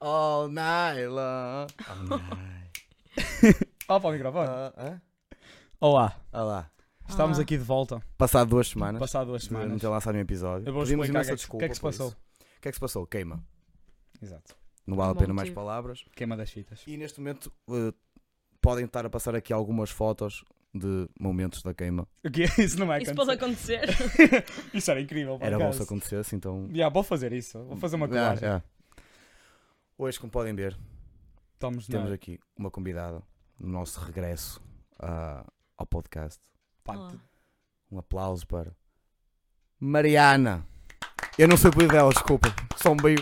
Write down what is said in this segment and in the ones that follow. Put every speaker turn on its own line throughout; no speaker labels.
All night long.
Ó para o microfone.
Ah, hã?
Ah. Olá,
Olha lá.
estamos
Olá.
aqui de volta.
Passado duas semanas.
Passado duas
de não
semanas.
ter lançado um episódio.
Eu vou
Pedimos
explicar o
imensa
que, é que- o
desculpa
que é que se
por
passou.
isso. O que é que se passou? Queima.
Exato.
Não vale a
Bom
pena mais
motivo.
palavras.
Queima das fitas.
E neste momento eh, podem estar a passar aqui algumas fotos de momentos da queima.
O quê? Isso não vai
Isso
acontecer.
pode acontecer.
Isso era incrível. por
Era bom
acaso.
se acontecesse, então.
Yeah, vou fazer isso. Vou fazer uma
Ah,
colagem.
é. Hoje, como podem ver,
Estamos na...
temos aqui uma convidada no nosso regresso ah, ao podcast.
Pá,
Olá.
tu-
Um aplauso para Mariana. Eu não sei o apelido dela, desculpa. Só um meio.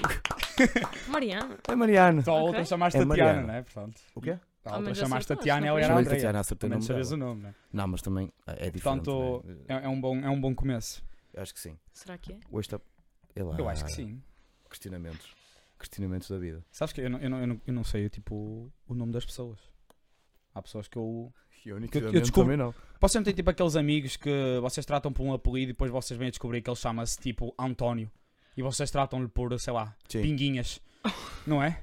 Mariana.
É Mariana.
Só a outra
Ok.
chamaste
É
a Tiana,
Mariana.
não é? Portanto,
O quê?
a
Ah,
outra
mas
chamaste a
acertaste,
Tiana e
não
ela
foi?
era a
Chamei-lhe
Andrea.
Tatiana, acertei o
Também
nome
sabias o
dela.
nome, não é?
Não, mas também é é diferente.
Portanto,
não é?
é, é um bom, é um bom começo.
Acho que sim.
Será que é?
Hoje está. Sei lá.
Eu acho que sim.
Questionamentos. Questionamentos da vida.
Sabes que eu não, eu não, eu não, eu não sei tipo, o nome das pessoas. Há pessoas que eu.
E eu,
nitidamente, descubro-
também não.
Vocês não têm tipo aqueles amigos que vocês tratam por um apelido e depois vocês vêm a descobrir que ele chama-se tipo António. E vocês tratam-lhe por, sei lá,
Sim.
pinguinhas. Não é?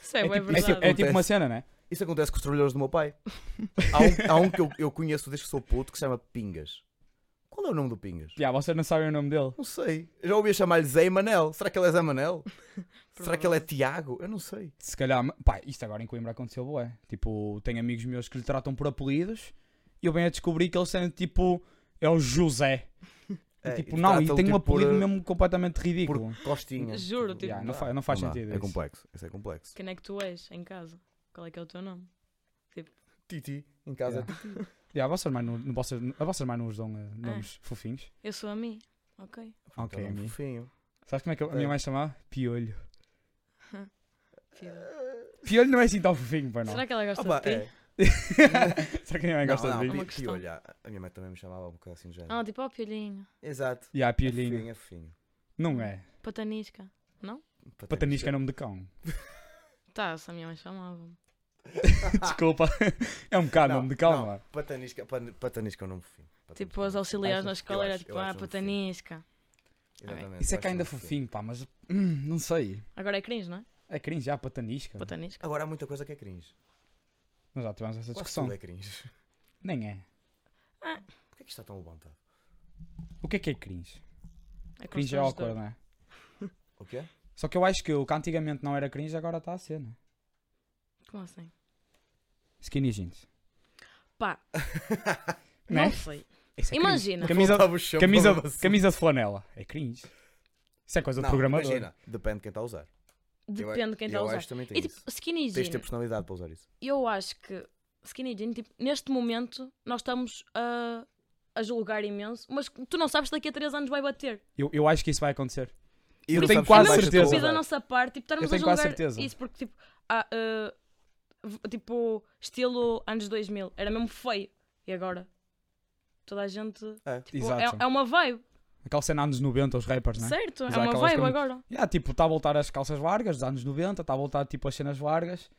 Isso é,
É
bué
tipo-
É
verdade.
tipo, é tipo uma cena, né?
Isso acontece com os trabalhadores do meu pai. Há um, há um que eu, eu conheço desde que sou puto que se chama Pingas. Qual é o nome do Pingas?
Já, vocês não sabem o nome dele.
Não sei. Eu já ouvia chamar-lhe Zé Manel. Será que ele é Zé Manel? Será que ele é Tiago? Eu não sei.
Se calhar, pá, isto agora em Coimbra aconteceu, bué. Tipo, tenho amigos meus que lhe tratam por apelidos e eu venho a descobrir que eles são tipo, é o José. E,
É,
tipo, não, e
tratam-o,
tem um
tipo, por,
apelido
uh,
mesmo completamente ridículo.
Por costinha.
Juro, tipo-
Já, não, faz, não faz
Não dá.
sentido.
É
isso.
complexo. Isso é complexo.
Quem é que tu és em casa? Qual é que é o teu nome?
Titi, em casa.
Yeah. Já, vocês mais não, não- vocês, a vossa mãe não os dão
É.
eh, nomes fofinhos.
Eu sou a mim. Ok.
Ok,
Então,
a mim.
fofinho.
Sabes como é que a minha
É.
mãe chamava? Piolho.
Filho.
Piolho não é assim tão fofinho, para não.
Será que ela gosta
Opa,
de ti?
é.
Será que a minha mãe
Não,
gosta
não,
de
É
mim?
uma
ti-
questão.
olha, a minha mãe também me chamava um bocado assim de género.
Ah, tipo, ó, piolhinho.
Exato.
Já,
É
Piolhinho.
fofinho, é fofinho.
Não é.
Patanisca.
Patanisca é nome de cão.
Tá, essa minha mãe chamava-me.
Desculpa. É um bocado
Ah. Não,
nome de cão,
não.
mano.
Patanisca, pan- patanisca é um nome fofinho. Patanisca
Tipo,
é um
as
nome
auxiliares
Acho-
na escola
eu
era
acho-
tipo,
eu acho
ah,
um
patanisca.
fofinho. Exatamente,
Isso é
eu
que
acho
ainda
um
fofinho, pá, mas hum, não sei.
Agora é cringe, não é?
É cringe, já patanisca.
Patanisca.
Agora há muita coisa que é cringe.
Nós já tivemos essa
Quase
discussão.
tudo é cringe.
Nem é.
Porquê é que isto está tão levantado?
O que é que é cringe?
É
Cringe é
constrangedor.
awkward, não é?
O quê?
Só que eu acho que o que antigamente não era cringe agora está a ser, né?
Como assim?
Skinny jeans.
Pá,
Né?
não sei.
Isso é cringe.
Imagina.
Camisa,
Faltava o chão
camisa,
para o nosso-
camisa de flanela. É cringe. Isso é coisa do
assim. Não,
programador.
Imagina, depende de quem está a usar.
Depende de quem está a
eu
usar.
acho que também tem
E tipo,
isso.
skinny
Tens de ter
jean.
personalidade para usar isso.
Eu acho que skinny jean, tipo, neste momento, nós estamos a, a julgar imenso, mas tu não sabes se daqui a 3 anos vai bater.
Eu, eu acho que isso vai acontecer.
E
Eu
não
tenho
sabes
quase
quem vais
certeza.
usar.
Estúpido da nossa parte, tipo, estarmos
Eu
a
tenho quase
julgar
certeza.
isso, porque tipo, há, ah, v- tipo, estilo anos 2000, era mesmo feio. E agora? Toda a gente.
É,
Tipo,
exato.
é, é uma vibe,
Aquela cena anos 90, os rappers, né?
certo?
Usar
é uma
aquelas
vibe
cam-
agora.
Yeah, tipo, está a voltar as calças largas dos anos 90, está a voltar tipo as cenas largas.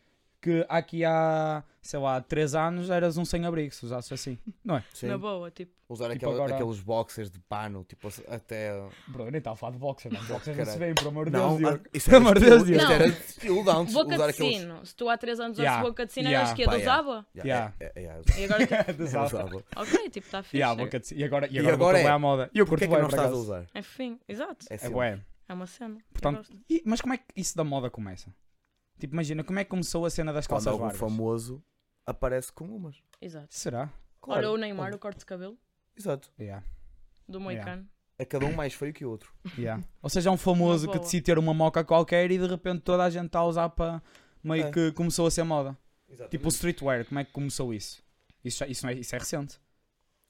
Que aqui há, sei lá, 3 anos eras um sem-abrigo, se usasses assim. Não é?
Sim.
Na boa, tipo.
Usar
Tipo,
aquela-
agora-
aqueles boxers de pano, tipo assim, até.
Bro, eu nem estava a falar de boxer, mano. Boxer não se
Caralho.
vê, por amor de Deus.
Não,
Diogo.
ah, isso
Pelo
era
amor de
estilo-
Deus, Diogo.
Isso era estilo antes.
Boca
usar
de
aqueles.
sino. Se tu há 3 anos
Yeah.
usaste boca de sino,
Yeah.
eras que
Pá, yeah.
usava.
Já,
Yeah.
é- é- é,
E agora, tipo,
Exato.
usava.
ok, tipo, está fixe.
Yeah, boca de- E agora, e
E
agora,
agora
agora é
é?
à moda. E eu
Porquê
curto
é que
bem,
não
por
estás a
acaso.
usar?
É fim, exato.
É
simples.
bué.
É uma cena. Eu
Portanto,
gosto.
E- mas como é que isso da moda começa? Tipo, imagina, como é que começou a cena das
Quando
calças
algum
largas?
famoso aparece com umas.
Exato.
Será?
Olha, o Neymar, o corte de cabelo
Exato.
Yeah.
do Moicano.
É cada um mais feio que o outro.
Yeah. Ou seja, é um famoso
Uma
que
boa.
decide ter uma moca qualquer e de repente toda a gente está a usar para... Meio
É.
que começou a ser moda.
Exato.
Tipo o streetwear, como é que começou isso? Isso, já- isso, não é, isso é recente.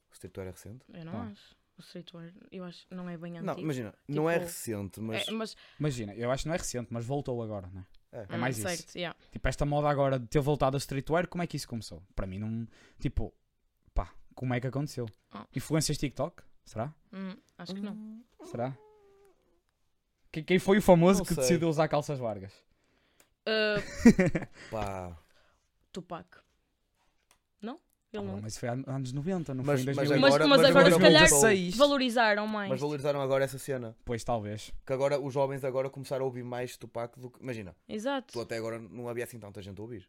o streetwear é recente?
Eu não
Tá.
acho. O streetwear, eu acho, não é bem
Não,
antigo.
imagina, não é
Tipo-
recente, mas.
É, mas
Imagina, eu acho que não é recente, mas voltou agora, né? É
hum,
mais isso.
certo, yeah.
Tipo, esta moda agora de ter voltado a streetwear, como é que isso começou? Para mim não... Tipo, pá, como é que aconteceu?
Ah.
Influências TikTok? Será?
Hum, acho que não.
Será? Que- Quem foi o famoso
Não
que
sei.
decidiu usar calças largas?
Uh,
Pá.
Tupac. Não?
Ah,
Ele não.
Mas foi an- anos 90, não
Mas,
foi
mas
em 2000.
agora,
Mas- mas agora, se calhar,
voltou.
2016.
Valorizaram mais.
Mas valorizaram agora essa cena.
Pois talvez.
Que agora os jovens agora começaram a ouvir mais Tupac do que. Imagina, tu
Exato.
até agora não havia assim tanta gente a ouvir.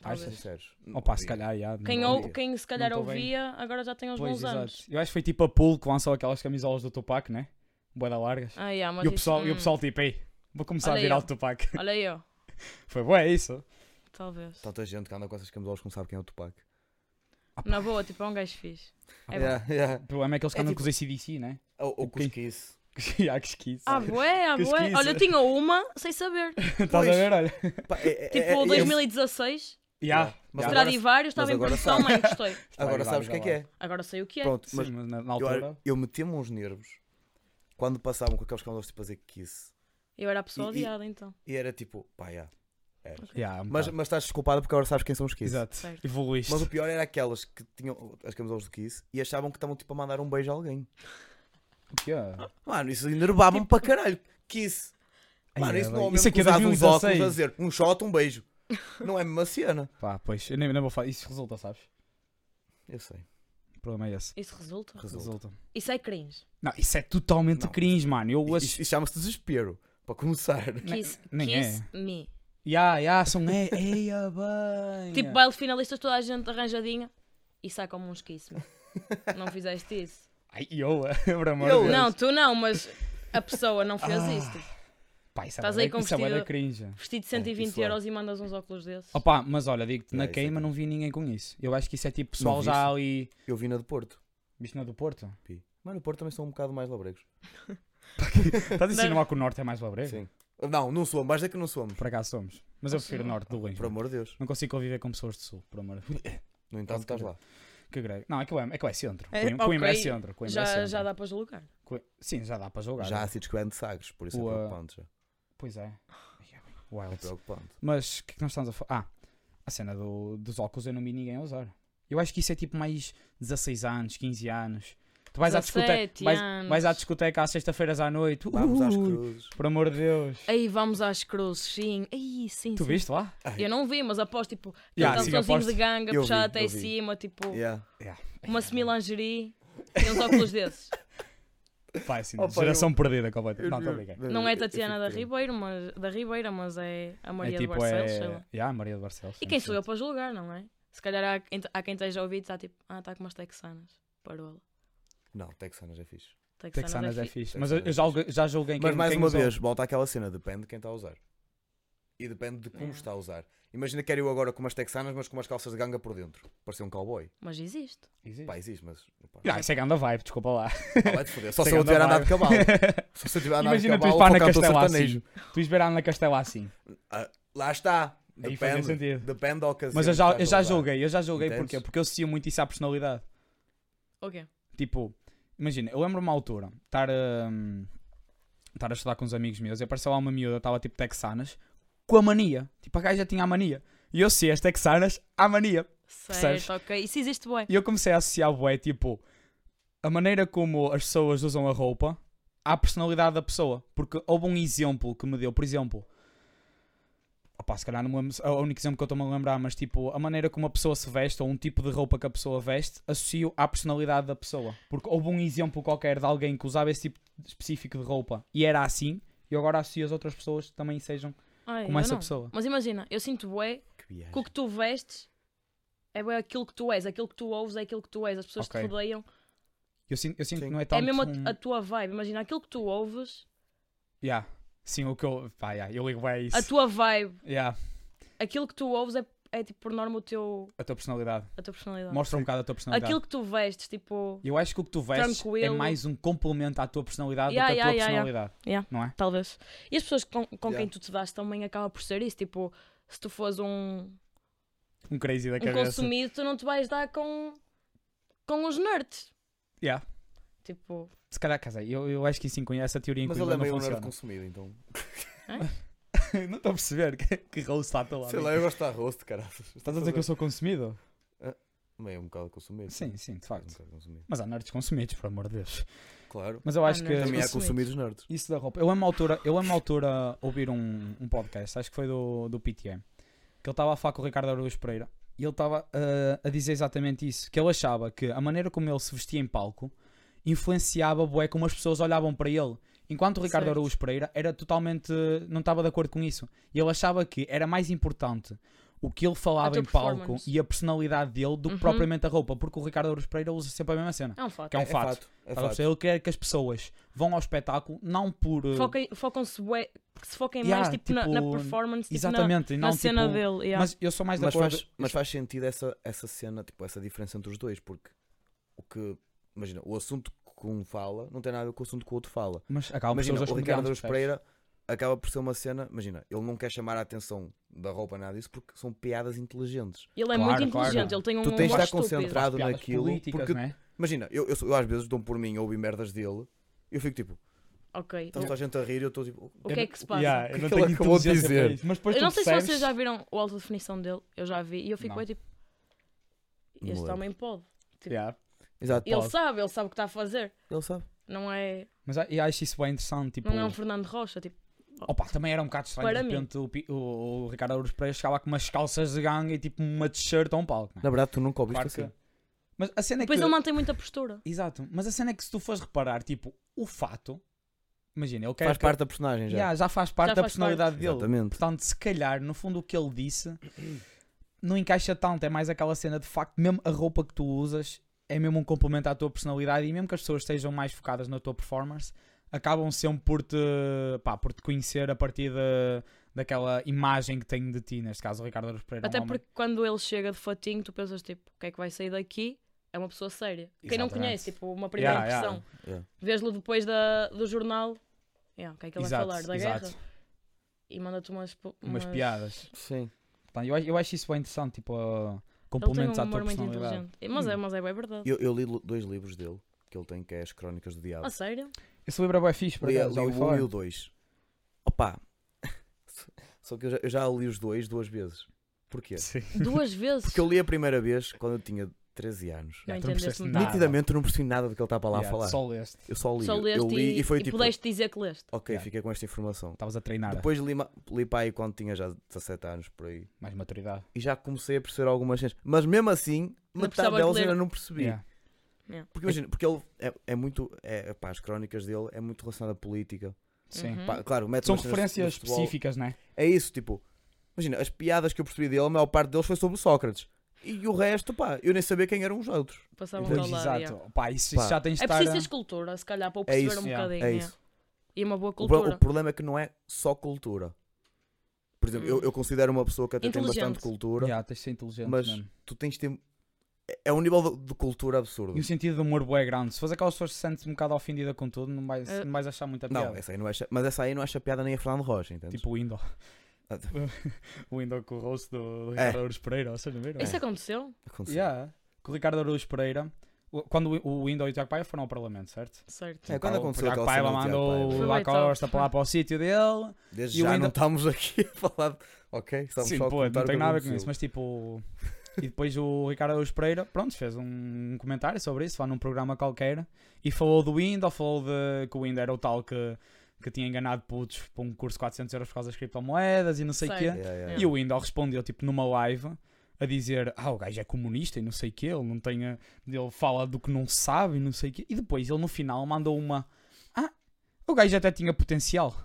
talvez.
achas?
Sinceros. Não
Opa, se
havia.
calhar, já, não
Quem,
Não
ouvi.
ou, quem se calhar
tô bem.
ouvia, agora já tem uns
Pois,
bons
exato.
anos.
Eu acho que foi tipo a Pool que lançou aquelas camisolas do Tupac, né? Boa da largas.
Ah, yeah, mas
e, o
isso-
pessoal, e o
hum,
pessoal tipo, ei, vou começar
Olha
a virar
eu.
o Tupac.
Olha aí, ó.
foi boa, é isso.
Talvez.
Tá.
Tanta gente que anda com essas camisolas que não sabe quem é o Tupac.
Na boa, tipo, é um gajo fixe. É bom.
Yeah, yeah.
O problema é que eles
É
andam
tipo-
com os ACDC, né?
Ou, ou com os
Quem-
Kiss.
Já que esquizo.
Ah, bué, ah,
Que
bué.
esquizo.
Olha, eu tinha uma sem saber.
Estás a
pois.
ver? Olha.
Pá, é- é- é-
Tipo,
um
é-
2016,
Já.
Mas
já.
agora-
Stradivarius, estava
mas
em
agora
produção,
sabe.
mãe, gostei.
Agora
Vai, vai,
sabes o que é
vai
que
lá.
é.
Agora sei o que é.
Pronto,
Sim,
mas
mas na, na
eu,
altura.
eu metia-me uns nervos quando passavam com aqueles camisolas tipo a dizer Kiss.
Eu era a pessoa
E- e-
odiada, então.
E era tipo, pá, yeah.
Já, um
mas,
bocado.
mas estás desculpada porque agora sabes quem são os Kiss.
Exato.
Certo.
Evoluíste.
Mas o pior era aquelas que tinham as camisolas do Kiss e achavam que estavam tipo a mandar um beijo a alguém.
Porque, ah,
Mano, isso enervava-me
Tipo
para caralho. Kiss. Mano,
ai,
isso
é
não é o
bem.
mesmo
Isso aqui
que
é
usar uns óculos a
2016.
dizer um shot, um beijo. Não é a mesma cena.
Pá, pois, eu nem, nem vou falar. Isso resulta, sabes?
Eu sei.
O problema é esse.
Isso resulta?
Resulta.
Isso é cringe.
Não, isso é totalmente
Não.
cringe, mano. Eu acho.
Isso, isso chama-se desespero. Para começar.
Kiss,
nem
kiss me.
Ya, ya, são. é- Eia, bem.
Tipo, baile de finalistas, toda a gente arranjadinha e sai como uns kiss me. Não fizeste isso.
Ai, eu, por amor
Eu-
de Deus.
Não, tu não, mas a pessoa não fez
Ah.
isso. tipo,
Pá, isso
Estás
é
aí
bué-
com
isso é bué da
vestido-
cringe.
Vestido de
isso
120
é.
euros e mandas uns óculos desses.
Opa, mas olha, digo-te,
Ya,
na
isso é
queima
cringe.
não vi ninguém com isso. Eu acho que isso é tipo pessoal
viste?
já ali.
Eu vi na do Porto.
Viste na do Porto?
Pi. Mano, o Porto também são um bocado mais labregos.
Estás a insinuar que o Norte é mais labrego?
Sim. Não, não somos. Mais é que não somos.
Por acaso somos. Mas eu prefiro o Norte do Linho.
Por amor de Deus.
Não consigo conviver com pessoas do Sul, por amor.
No entanto, estás lá.
Que grego. Não, é que é, é, que é centro.
É,
Coim- Coimbra é
ok.
centro. Coimbra é
já,
centro.
já dá para julgar.
Coi- Sim, já dá para jogar.
Já há sítios que vendem sagres, por isso
Ua.
é preocupante. Já.
Pois é.
É
Wild.
preocupante.
Mas o que é que nós estamos a falar? Ah, a cena do- dos óculos eu não vi ninguém a usar. Eu acho que isso é tipo mais 16 anos, 15 anos. Tu vais à
17
discoteca, vais,
anos.
vais à discoteca às sexta-feiras à noite.
Vamos às
Ui,
cruzes.
Por amor de Deus.
Aí vamos às cruzes, sim. Aí, sim,
Tu
sim.
viste lá?
Eu não vi, mas aposto, tipo,
Yeah,
aquele
sim,
calçãozinho de
aposto.
ganga
Eu vi,
puxado até
eu
em
vi.
cima, tipo,
Yeah.
uma semi-lingerie e uns óculos desses.
Pá, assim,
Opa,
geração perdida completamente. Não, tá
Eu-
estou a brincar.
Não é
eu- eu
Tatiana
fico
da
triste.
Ribeira, mas, da Ribeira, mas é a Maria
é
de
tipo,
Barcelos, sei
é.
lá.
Yeah, Maria de Barcelos.
E quem sou eu para julgar, não é? Se calhar há, ent- há quem esteja a ouvir e está tipo, ah, está com umas texanas. Parola.
Não, Texanas é fixe.
Texanas,
Texanas é
fi-
fixe.
Texanas
Mas eu,
é
eu já, julguei- já julguei quem
Mas mais
quem
uma
usou.
vez, volta àquela cena, depende de quem está a usar. E depende de como
Yeah.
está a usar. Imagina que era eu agora com umas texanas, mas com umas calças de ganga por dentro. Parecia um cowboy.
Mas existe.
Existe.
Pá, existe, mas. Pá,
Ah, isso é grande vibe, desculpa lá.
pá, vai-te foder. Só
Isso é
se eu
grande
tiver a andar de cavalo.
vibe.
Só se eu tiver a andar de
Imagina tu
cavalo,
ires para a Ana
focando o
Castela
sertanejo.
assim. Tu ires ver a Ana Castela assim.
Lá está.
Aí fazia
Depende,
sentido.
depende da ocasião.
Mas eu
que
já,
estás
eu
a
já
usar.
julguei, eu já julguei
Entendes?
porquê? Porque eu associo muito isso à personalidade.
O quê?
Tipo, imagina, eu lembro-me uma altura estar a, hum, estar a estudar com uns amigos meus e apareceu lá uma miúda, estava tipo texanas, com a mania. Tipo, a gaja tinha a mania. E eu sei as texanas à mania. Percebes?
Certo, ok. Isso existe bem.
E eu comecei a associar bué, tipo, a maneira como as pessoas usam a roupa à personalidade da pessoa. Porque houve um exemplo que me deu, por exemplo, opá, se calhar não me lembro, é o único exemplo que eu estou-me a lembrar, mas tipo, a maneira como a pessoa se veste ou um tipo de roupa que a pessoa veste, associo à personalidade da pessoa. Porque houve um exemplo qualquer de alguém que usava esse tipo específico de roupa e era assim, e eu agora associo as outras pessoas que também sejam
Ai,
como
É, eu
essa
não.
pessoa.
Mas imagina, eu sinto bué
Que viagem.
que o que tu vestes é bué aquilo que tu és. Aquilo que tu ouves é aquilo que tu és. As pessoas
Ok.
que te rodeiam.
Eu sinto, eu sinto
Sim.
que não é
é
tanto
mesmo a,
um-
a tua vibe. Imagina, aquilo que tu ouves,
Yeah. Sim, o que eu. Pá, yeah, eu ligo bem a isso.
a tua vibe,
Yeah,
aquilo que tu ouves é, é tipo por norma o teu,
a tua personalidade.
a tua personalidade.
Mostra um bocado a tua personalidade.
Aquilo que tu vestes, tipo,
Eu acho que o que tu vestes é
Tranquilo.
mais um complemento à tua personalidade
Yeah,
do que a
yeah,
tua
yeah,
personalidade.
Yeah.
Não é?
talvez. E as pessoas com, com
Yeah.
quem tu te dás também acaba por ser isso. Tipo, se tu fores um,
Um crazy da
um
cabeça.
consumido, tu não te vais dar com, com os nerds.
Yeah.
Tipo,
Se calhar, casa, eu, eu acho que isso em Coimbra- essa teoria em
Mas ele
Coimbra
é
não
meio um nerd
funciona.
consumido, então.
não estou a perceber que, que rolo está a teu lado.
Sei lá, eu gosto de arroz, caralho.
Estás a dizer que eu sou consumido?
Meio um bocado consumido.
Sim, sim, de
Um
facto.
bocado consumido.
Mas há nerds consumidos, por amor de Deus.
Claro.
Mas eu
Há
acho que.
nerds
Também há
consumidos.
consumidos nerds.
Isso da roupa. Eu amo a altura, eu amo a altura ouvir um, um podcast, acho que foi do, do PTM, que ele estava a falar com o Ricardo Araújo Pereira e ele estava ah, a dizer exatamente isso. Que ele achava que a maneira como ele se vestia em palco influenciava bué como as pessoas olhavam para ele. Enquanto o Ricardo
Certo.
Araújo Pereira era totalmente... não estava de acordo com isso. Ele achava que era mais importante o que ele falava
tua
em palco
performance.
e a personalidade dele do que
Uhum.
propriamente a roupa. Porque o Ricardo Araújo Pereira usa sempre a mesma cena.
É um fato.
Que é um fato.
É
Estás a perceber?
fato.
Ele quer que as pessoas vão ao espetáculo não por. uh,
Foquem- Focam-se bué- que se foquem
Yeah,
mais tipo, na, na
tipo,
performance, tipo, na,
Exatamente, e
na
não
cena
tipo,
dele. yeah.
Mas eu sou mais da
Mas
acordo.
faz, mas faz sentido essa, essa cena, tipo, essa diferença entre os dois, porque o que. Imagina, o assunto que um fala não tem nada a ver com o assunto que o outro fala.
Mas acaba por ser
imagina,
os dois
o Ricardo Araújo
comediantes, percebes?
Pereira acaba por ser uma cena. Imagina, ele não quer chamar a atenção da roupa, nada disso, porque são piadas inteligentes.
ele é
claro,
muito
claro.
inteligente, ele tem um
tu tens de
humor
estar
estúpido.
concentrado
Piadas
naquilo.
políticas,
Porque,
não é?
imagina, eu, eu, sou- eu às vezes dou por mim, ouvi merdas dele, e eu fico tipo,
Ok.
está
então,
toda a gente a rir, e eu estou tipo,
O que é que se passa?
Yeah,
O
Então,
que
eu não
é que ele
tenho
acabou de
inteligência para
dizer?
isso, Mas depois
eu
tu
não sei se vocês
percebes-
já viram o alta definição dele, eu já vi, e eu fico
Não.
bué tipo,
Não
este
é.
homem pode.
Yeah.
Exato,
Ele
Pode.
sabe, ele sabe o que está a fazer.
ele sabe.
Não é,
Mas a- eu acho isso bem interessante. Tipo,
não é um Fernando Rocha, tipo,
opa, também era um bocado estranho.
Para
de
mim.
repente o, Pi- o- o Ricardo Araújo Pereira chegava com umas calças de gangue e tipo uma t-shirt a um palco. não é?
Na verdade, tu nunca ouviste
Claro que-
assim.
Mas a cena é
depois
que.
ele mantém muita postura.
Exato, mas a cena é que se tu fores reparar, tipo, o fato. Imagina, ele quer.
Faz
que-
parte da personagem já.
Yeah, já faz parte
Já
da
faz
personalidade dele.
Exatamente.
Portanto, se calhar, no fundo, o que ele disse não encaixa tanto. É mais aquela cena de facto, mesmo a roupa que tu usas é mesmo um complemento à tua personalidade e mesmo que as pessoas estejam mais focadas na tua performance, acabam sempre por te, pá, por te conhecer a partir de- daquela imagem que têm de ti. Neste caso, o Ricardo Araújo Pereira. é um
Até
homem-
porque quando ele chega de fatinho, tu pensas tipo, o que é que vai sair daqui? É uma pessoa séria. Quem não
Exatamente.
conhece, tipo, uma primeira
Yeah, yeah.
impressão. Vês-lo depois da, do jornal, yeah, o que é que ele
Exato,
vai falar? Da
exato.
guerra? E manda-te umas, po-
Umas piadas.
Sim.
Portanto, eu, acho- eu acho isso bem interessante, tipo, uh,
Ele tem um
complementos à tua
humor muito
personalidade.
inteligente. Mas é,
Hum.
mas é bem verdade.
Eu, eu li lo- dois livros dele, que ele tem, que é As Crónicas do Diabo.
A sério?
Esse livro é bem fixe, para
li,
acaso,
li
já ouvi
o 1
falar.
e o 2. Opa! Só que eu já, eu já li os dois duas vezes. Porquê?
Sim.
Duas vezes?
Porque eu li a primeira vez quando eu tinha 13 anos.
Não
Yeah, tu não
entendeste
percebeste
nada.
nada.
Nitidamente eu não percebi nada do que ele estava lá
Yeah,
a falar.
Só leste.
Eu só li.
Só leste
eu li e,
e,
foi
e
tipo,
pudeste dizer que leste.
ok,
Yeah.
fiquei com esta informação.
Estavas a treinar
Depois li, ma- li para aí quando tinha já 17 anos por aí.
mais maturidade.
E já comecei a perceber algumas cenas. Mas mesmo assim,
Não
metade
precisavas
delas
ler.
ainda não percebi.
Yeah.
Porque imagina, porque ele é, é muito. É, pá, as crónicas dele é muito relacionado à política.
Sim.
Uhum.
Pá, claro, mete
Hum. São
umas cenas de
referências
futebol.
específicas, né?
É isso, tipo. Imagina, as piadas que eu percebi dele, a maior parte deles foi sobre Sócrates. E o resto, pá, eu nem sabia quem eram os outros.
Passavam
Pois,
para lá. yeah.
exato. Pá, isso, isso
Pá.
já tens de né?
É
estar.
preciso
a-
ter escultura, se calhar, para o
É
perceber
isso,
um
yeah,
bocadinho.
é
yeah.
isso.
E uma boa
O, pro-
cultura.
o problema é que não é só cultura. Por exemplo,
Hum.
eu, eu considero uma pessoa que até tem bastante
Inteligente.
cultura.
Já, tens de ser inteligente.
Mas-
mesmo.
Tu tens de ter. é- É um nível de, de cultura absurdo.
E o sentido do humor bué grande. Se fores aquelas pessoas que se sentem um bocado ofendida com tudo, não vais,
Eh,
não vais achar muita piada.
Não, é essa aí não acha, mas essa aí não acha piada nem a Fernando Rocha, entendes?
Tipo o Indo.
Ah, tá.
o Indo com o rosto do, do
É.
Ricardo Araújo Pereira, vocês não viram?
Isso é aconteceu?
Aconteceu.
Yeah. Com o Ricardo Araújo Pereira, o- quando o o Indo e o Tiago Paiva foram ao Parlamento, certo? Tipo,
Certo.
É, quando
O
aconteceu
Tiago
aquela
Paiva
cena do Tiago
mandou
Paiva.
o
Foi
Lá
bem
Costa
top.
para lá para o sítio dele.
Desde
E o
já
ainda-
não estamos aqui a falar. de- Ok, estamos
Sim,
só a
pô,
contar
não
o que
tenho nada com
aconteceu.
isso, mas tipo. e depois o Ricardo Araújo Pereira, pronto, fez um comentário sobre isso, lá num programa qualquer, e falou do Windows, falou de que o Windows era o tal que, que tinha enganado putos para um curso de 400 euros por causa das criptomoedas e não sei o quê.
Sei.
Yeah, yeah.
E o Windows respondeu, tipo, numa live, a dizer: Ah, o gajo é comunista e não sei o quê, ele não tem. a- Ele fala do que não sabe e não sei o quê. E depois ele, no final, mandou uma: Ah, o gajo até tinha potencial.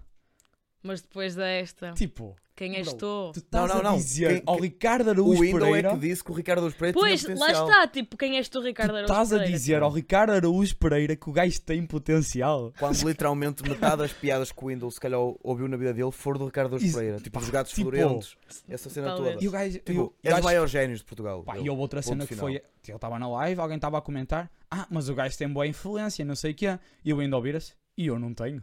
Mas depois desta,
Tipo,
quem és tu?
tu estás
não,
a
não.
dizer
Quem-
ao Ricardo
O
Araújo
Window é
Pereira.
que disse que o Ricardo dos Preto
Pois,
tinha
lá
potencial.
está, tipo, quem és tu, Ricardo
Tu
Araújo
estás a
Pereira?
dizer ao Ricardo Araújo Pereira que o gajo tem potencial.
Quando literalmente metade das piadas que o Window se calhar ouviu na vida dele foram do Ricardo dos
Isso,
Pereira. Tipo,
pá,
os gatos
tipo,
florentos. Essa cena
talvez.
toda.
E o gajo.
Tipo,
eu,
é
eu
dos
acho-
maiores génios de Portugal.
pá,
ele.
e houve outra
ponto
cena que
final.
foi. Ele estava na live, alguém estava a comentar: Ah, mas o gajo tem boa influência, não sei o quê. E eu ainda ouvira-se: E eu não tenho.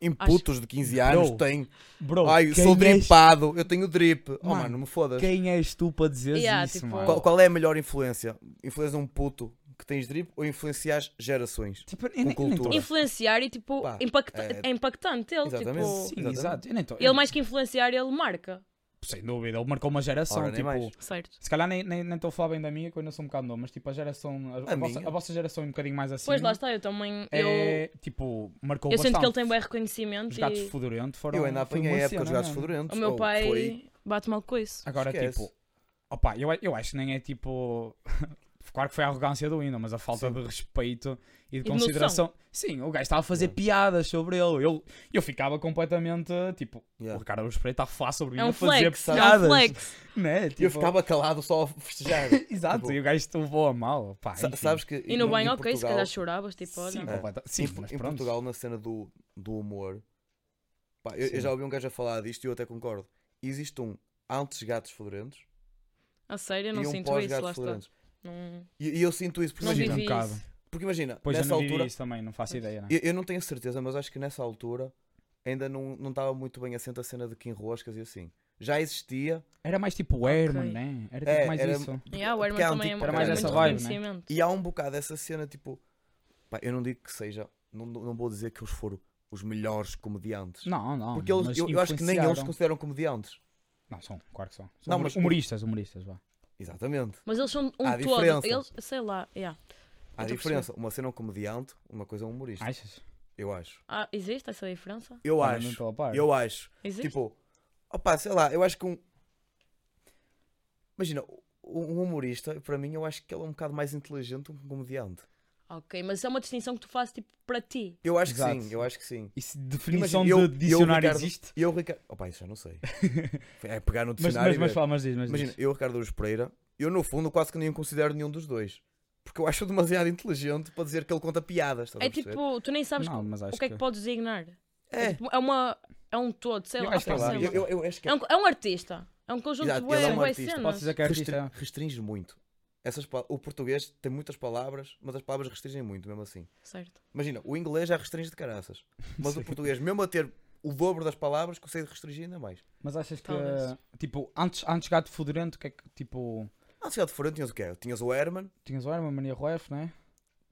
Em putos de 15 anos
Bro,
tem.
Bro,
Ai, eu
quem,
sou
és,
dripado. Eu tenho drip. Oh,
Mano,
mano, me fodas.
quem és tu para dizer
Yeah,
isso,
tipo-
mano?
Qual, qual é a melhor influência? Influencia um puto que tens drip ou influencias gerações?
Tipo, eu nem- eu nem tô-
cultura.
Influenciar e, tipo,
Pá,
impacta-
é-
é impactante ele,
Exatamente.
tipo...
Sim, exato. Eu nem tô-
Ele mais que influenciar, ele marca.
Sem dúvida, ele marcou uma geração.
Ora, nem
tipo,
mais.
Certo.
se calhar nem estou nem, nem tô a falar bem da minha, que eu ainda sou um bocado novo, mas tipo, a geração. A, a
A
vossa,
minha?
a vossa geração é um bocadinho mais assim.
Pois lá está, eu também. eu
É tipo, marcou
eu
bastante.
sinto que ele tem bem reconhecimento
Os gatos
e
fedorento foram.
Eu ainda
foi
apanhei
uma
a época
cena, é?
dos gatos
mano.
fedorentos.
o meu
ou
pai
foi-
bate mal com isso.
Agora,
Esquece.
tipo, Opa, eu, a- eu acho que nem é tipo. claro que foi a arrogância do Indo, mas a falta
Sim.
de respeito e de
E de
consideração. Sim, o gajo estava a fazer piadas sobre ele. Eu, eu ficava completamente tipo. O
Yeah.
Ricardo Araújo Pereira está a falar sobre o
É
Indo
um
a fazer
flex, é um
piadas.
flex.
Né? Tipo,
Eu ficava calado só a festejar.
Exato,
Tipo,
e o gajo te levou a mal. Pá,
sa-
enfim.
sabes que.
E no
em-
bem,
em
ok, se
Portugal-
calhar choravas, tipo, olha.
Sim,
É.
completa- sim,
em,
mas
em
pronto.
Portugal, na cena do, do humor, pá, eu, eu
Sim.
já ouvi um gajo a falar disto e eu até concordo. Existe um antes gatos fedorentos
A sério, eu
e
não
um
sinto
pós
isso, lá
gatos
está.
fedorentos.
Não,
E, e eu sinto isso, porque
não
imagina,
vivi
um bocado.
isso.
porque imagina
Pois eu
nessa
não vivi
altura,
isso também, não faço ideia. Não. é?
eu, eu não tenho certeza, mas acho que nessa altura ainda não não estava muito bem assente a cena de Kim Roscas e assim. Já existia
Era mais tipo o Herman,
Ok.
né? Era tipo
É,
mais
era-
isso.
Yeah, o Herman
porque há um
também é
tipo
muito
para
mais
muito
essa vibe, né?
reconhecimento.
e há um bocado essa cena tipo, pá, eu não digo que seja, não, não vou dizer que eles foram os melhores comediantes.
Não, não.
Porque eles,
mas
eu, eu acho que nem eles se
influenciaram.
consideram comediantes.
Não, são, claro que são. São
Não,
humor-
mas-
humoristas, humoristas, vá.
Exatamente.
Mas eles são um
Há
todo.
diferença.
Eles, sei lá, yeah.
Há
Então,
Eu tô a
diferença. Uma cena é um comediante, uma coisa é um humorista.
Achas?
Eu acho.
Ah, existe essa diferença?
Eu
Olha, não
acho.
estou a par.
Eu acho.
Existe?
Tipo, opá, sei lá, eu acho que um. Imagina, um- um humorista, para mim, eu acho que ele é um bocado mais inteligente do que um comediante.
Ok, mas isso é uma distinção que tu fazes tipo para ti.
Eu acho
Exato.
que sim, eu acho que sim.
Isso, definição
Imagina, eu-
de
eu,
dicionário
Ricardo-
existe?
E eu, Ricardo. Opá, isso já não sei. É pegar no
Mas,
dicionário.
mas,
e
mas
ver.
fala, mas diz, mas
Imagina,
diz.
eu, Ricardo Luz Pereira, eu no fundo quase que nem considero nenhum dos dois. Porque eu acho demasiado inteligente para dizer que ele conta piadas. estás a
É
perceber?
tipo, tu nem sabes
Não, mas acho
o que é que, podes designar.
É,
Tipo, é uma. É um todo, sei
Eu
lá.
acho que
sei
opa,
lá,
sei
eu,
lá.
eu- eu acho que
É um, é um artista. É um conjunto
Exato,
de
ele é
bué
um
bué
artista.
cenas.
Posso dizer que é
restri-
artista.
restringe muito. Essas, pa- o português tem muitas palavras, mas as palavras restringem muito, mesmo assim.
Certo.
Imagina, o inglês já restringe de caraças. Mas o português, mesmo a ter o dobro das palavras, consegue restringir ainda mais.
Mas achas que,
Talvez.
tipo, antes, antes gato fodorento, o que é que, tipo,
Na cidade Ah, de fora tinhas o quê? Tinhas o Herman,
tinhas o Herman, Maria Ruef, né?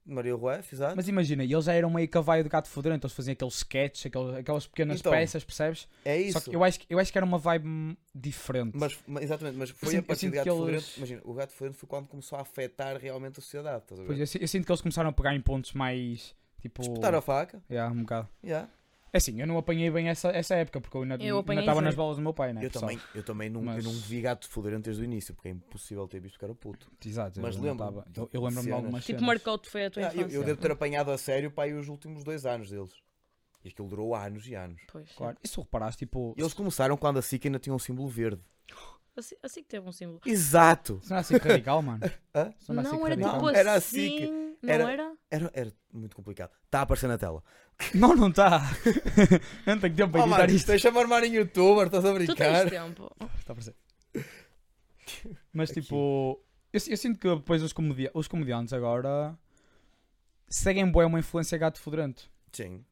Maria Ruef, exato.
Mas imagina, eles já eram meio cavaio de gato fodorento, eles faziam aqueles sketches, aquelas, aquelas pequenas
Então,
peças, percebes?
é
Só
isso.
que eu acho que, eu acho que era uma vibe hum, diferente.
Mas, mas- exatamente, mas foi
sinto-
a
eu
partir
sinto
do gato
que eles-
fedorento. Imagina, o gato fedorento foi quando começou a afetar realmente a sociedade. Estás a ver?
Pois, é. eu, si- eu sinto que eles começaram a pegar em pontos mais, tipo...
Disputar a faca,
Yeah, um bocado.
yeah.
É assim, eu não apanhei bem essa, essa época, porque eu ainda
Eu
ainda
apanhei
estava nas
zero.
bolas do meu pai, né?
É,
eu,
pessoal?
também, eu também não,
Mas-
eu não vi gato fedorento desde o início, porque é impossível ter visto que era puto.
Exato,
Mas
eu
lembro-me
lembro-me eu, eu lembro-me de
cenas.
algumas
Tipo,
cenas.
marcou-te foi a tua
Ah, eu,
infância.
eu devo ter apanhado a sério pá, aí os últimos dois anos deles. E aquilo durou anos e anos.
Pois, é.
Claro. E se tu reparaste, tipo...
E eles começaram quando a SIC ainda tinha um símbolo verde.
Assim, assim que teve um símbolo.
Exato!
Isso não é assim que radical, mano.
Hã?
Isso
Não,
é assim que
era
radical.
tipo
Era assim
assim.
que-
Não
era-
era?
Era, era muito complicado. Está a aparecer na tela.
tipo-
Não, não está. não tenho tempo para
Oh,
editar
mano,
isto.
deixa-me armar em youtuber, estás a
Tu
brincar?
tens tempo.
Está a aparecer. Mas tipo, eu, si- eu sinto que depois os, comedia os comediantes agora seguem bué uma influência gato fodorante.
Sim.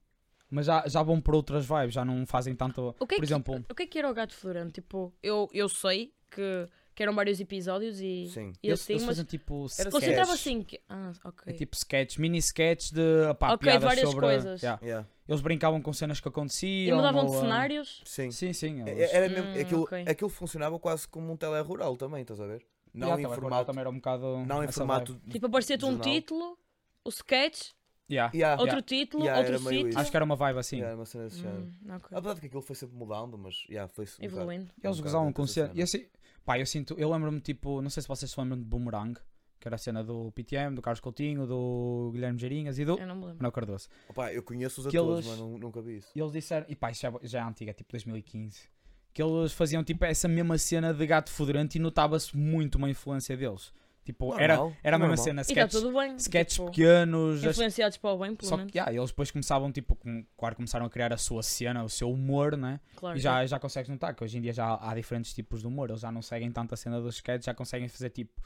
Mas já, já vão por outras vibes, já não fazem tanto.
O que é
por
que-
exemplo,
O que é que era o gato fedorento? Tipo, eu, eu sei que, que eram vários episódios e,
Sim.
e assim, mas
fazem tipo
Era
sketch,
sketches.
concentrava assim que. Ah, ok.
é tipo sketch, mini sketch de pá,
Ok, de
piadas
várias
sobre.
coisas.
Yeah.
Yeah,
Eles brincavam com cenas que aconteciam.
e mudavam de
ou, ah,
cenários?
Sim.
Sim, sim.
É-
Eles...
Era mesmo,
Hum,
aquilo,
ok.
aquilo funcionava quase como um telerural também, estás a ver? Não
Yeah,
em
também,
formato.
também era um bocado
Não em
essa
formato.
vibe.
Tipo, aparecia-te um
Jornal.
título, o sketch,
Yeah.
Yeah,
outro
Ah, Yeah.
título,
Yeah,
outro
era meio
sítio.
isso.
Acho que era uma vibe assim.
é yeah, uma cena desse género.
Hum, ok.
Apesar de que aquilo foi sempre mudando, mas yeah, foi um bocado-
Evoluindo.
Eles
Um
gozavam
bocado
com
dessa
cena.
cena.
E assim, pá, eu sinto, eu lembro-me tipo, não sei se vocês se lembram de Boomerang, que era a cena do PTM, do Carlos Coutinho, do Guilherme Geirinhas e do
Eu não me lembro.
Manuel Cardoso.
Opá, eu conheço os
Que
atores,
eles-
mas nu- nunca vi isso.
E eles disseram, e pá, isso já, é- já é antiga, tipo 2015, que eles faziam tipo essa mesma cena de gato fedorante e notava-se muito uma influência deles. Tipo,
Normal,
era, era a mesma
normal.
cena,
E está
sketches,
tudo bem.
sketches
tipo,
pequenos, as-
Influenciados para o bem, pelo
só que
menos.
yeah, eles depois começavam, tipo, com- claro, começaram a criar a sua cena, o seu humor, né?
Claro.
E já, já consegues notar que hoje em dia já há diferentes tipos de humor. Eles já não seguem tanto a cena dos sketches, já conseguem fazer tipo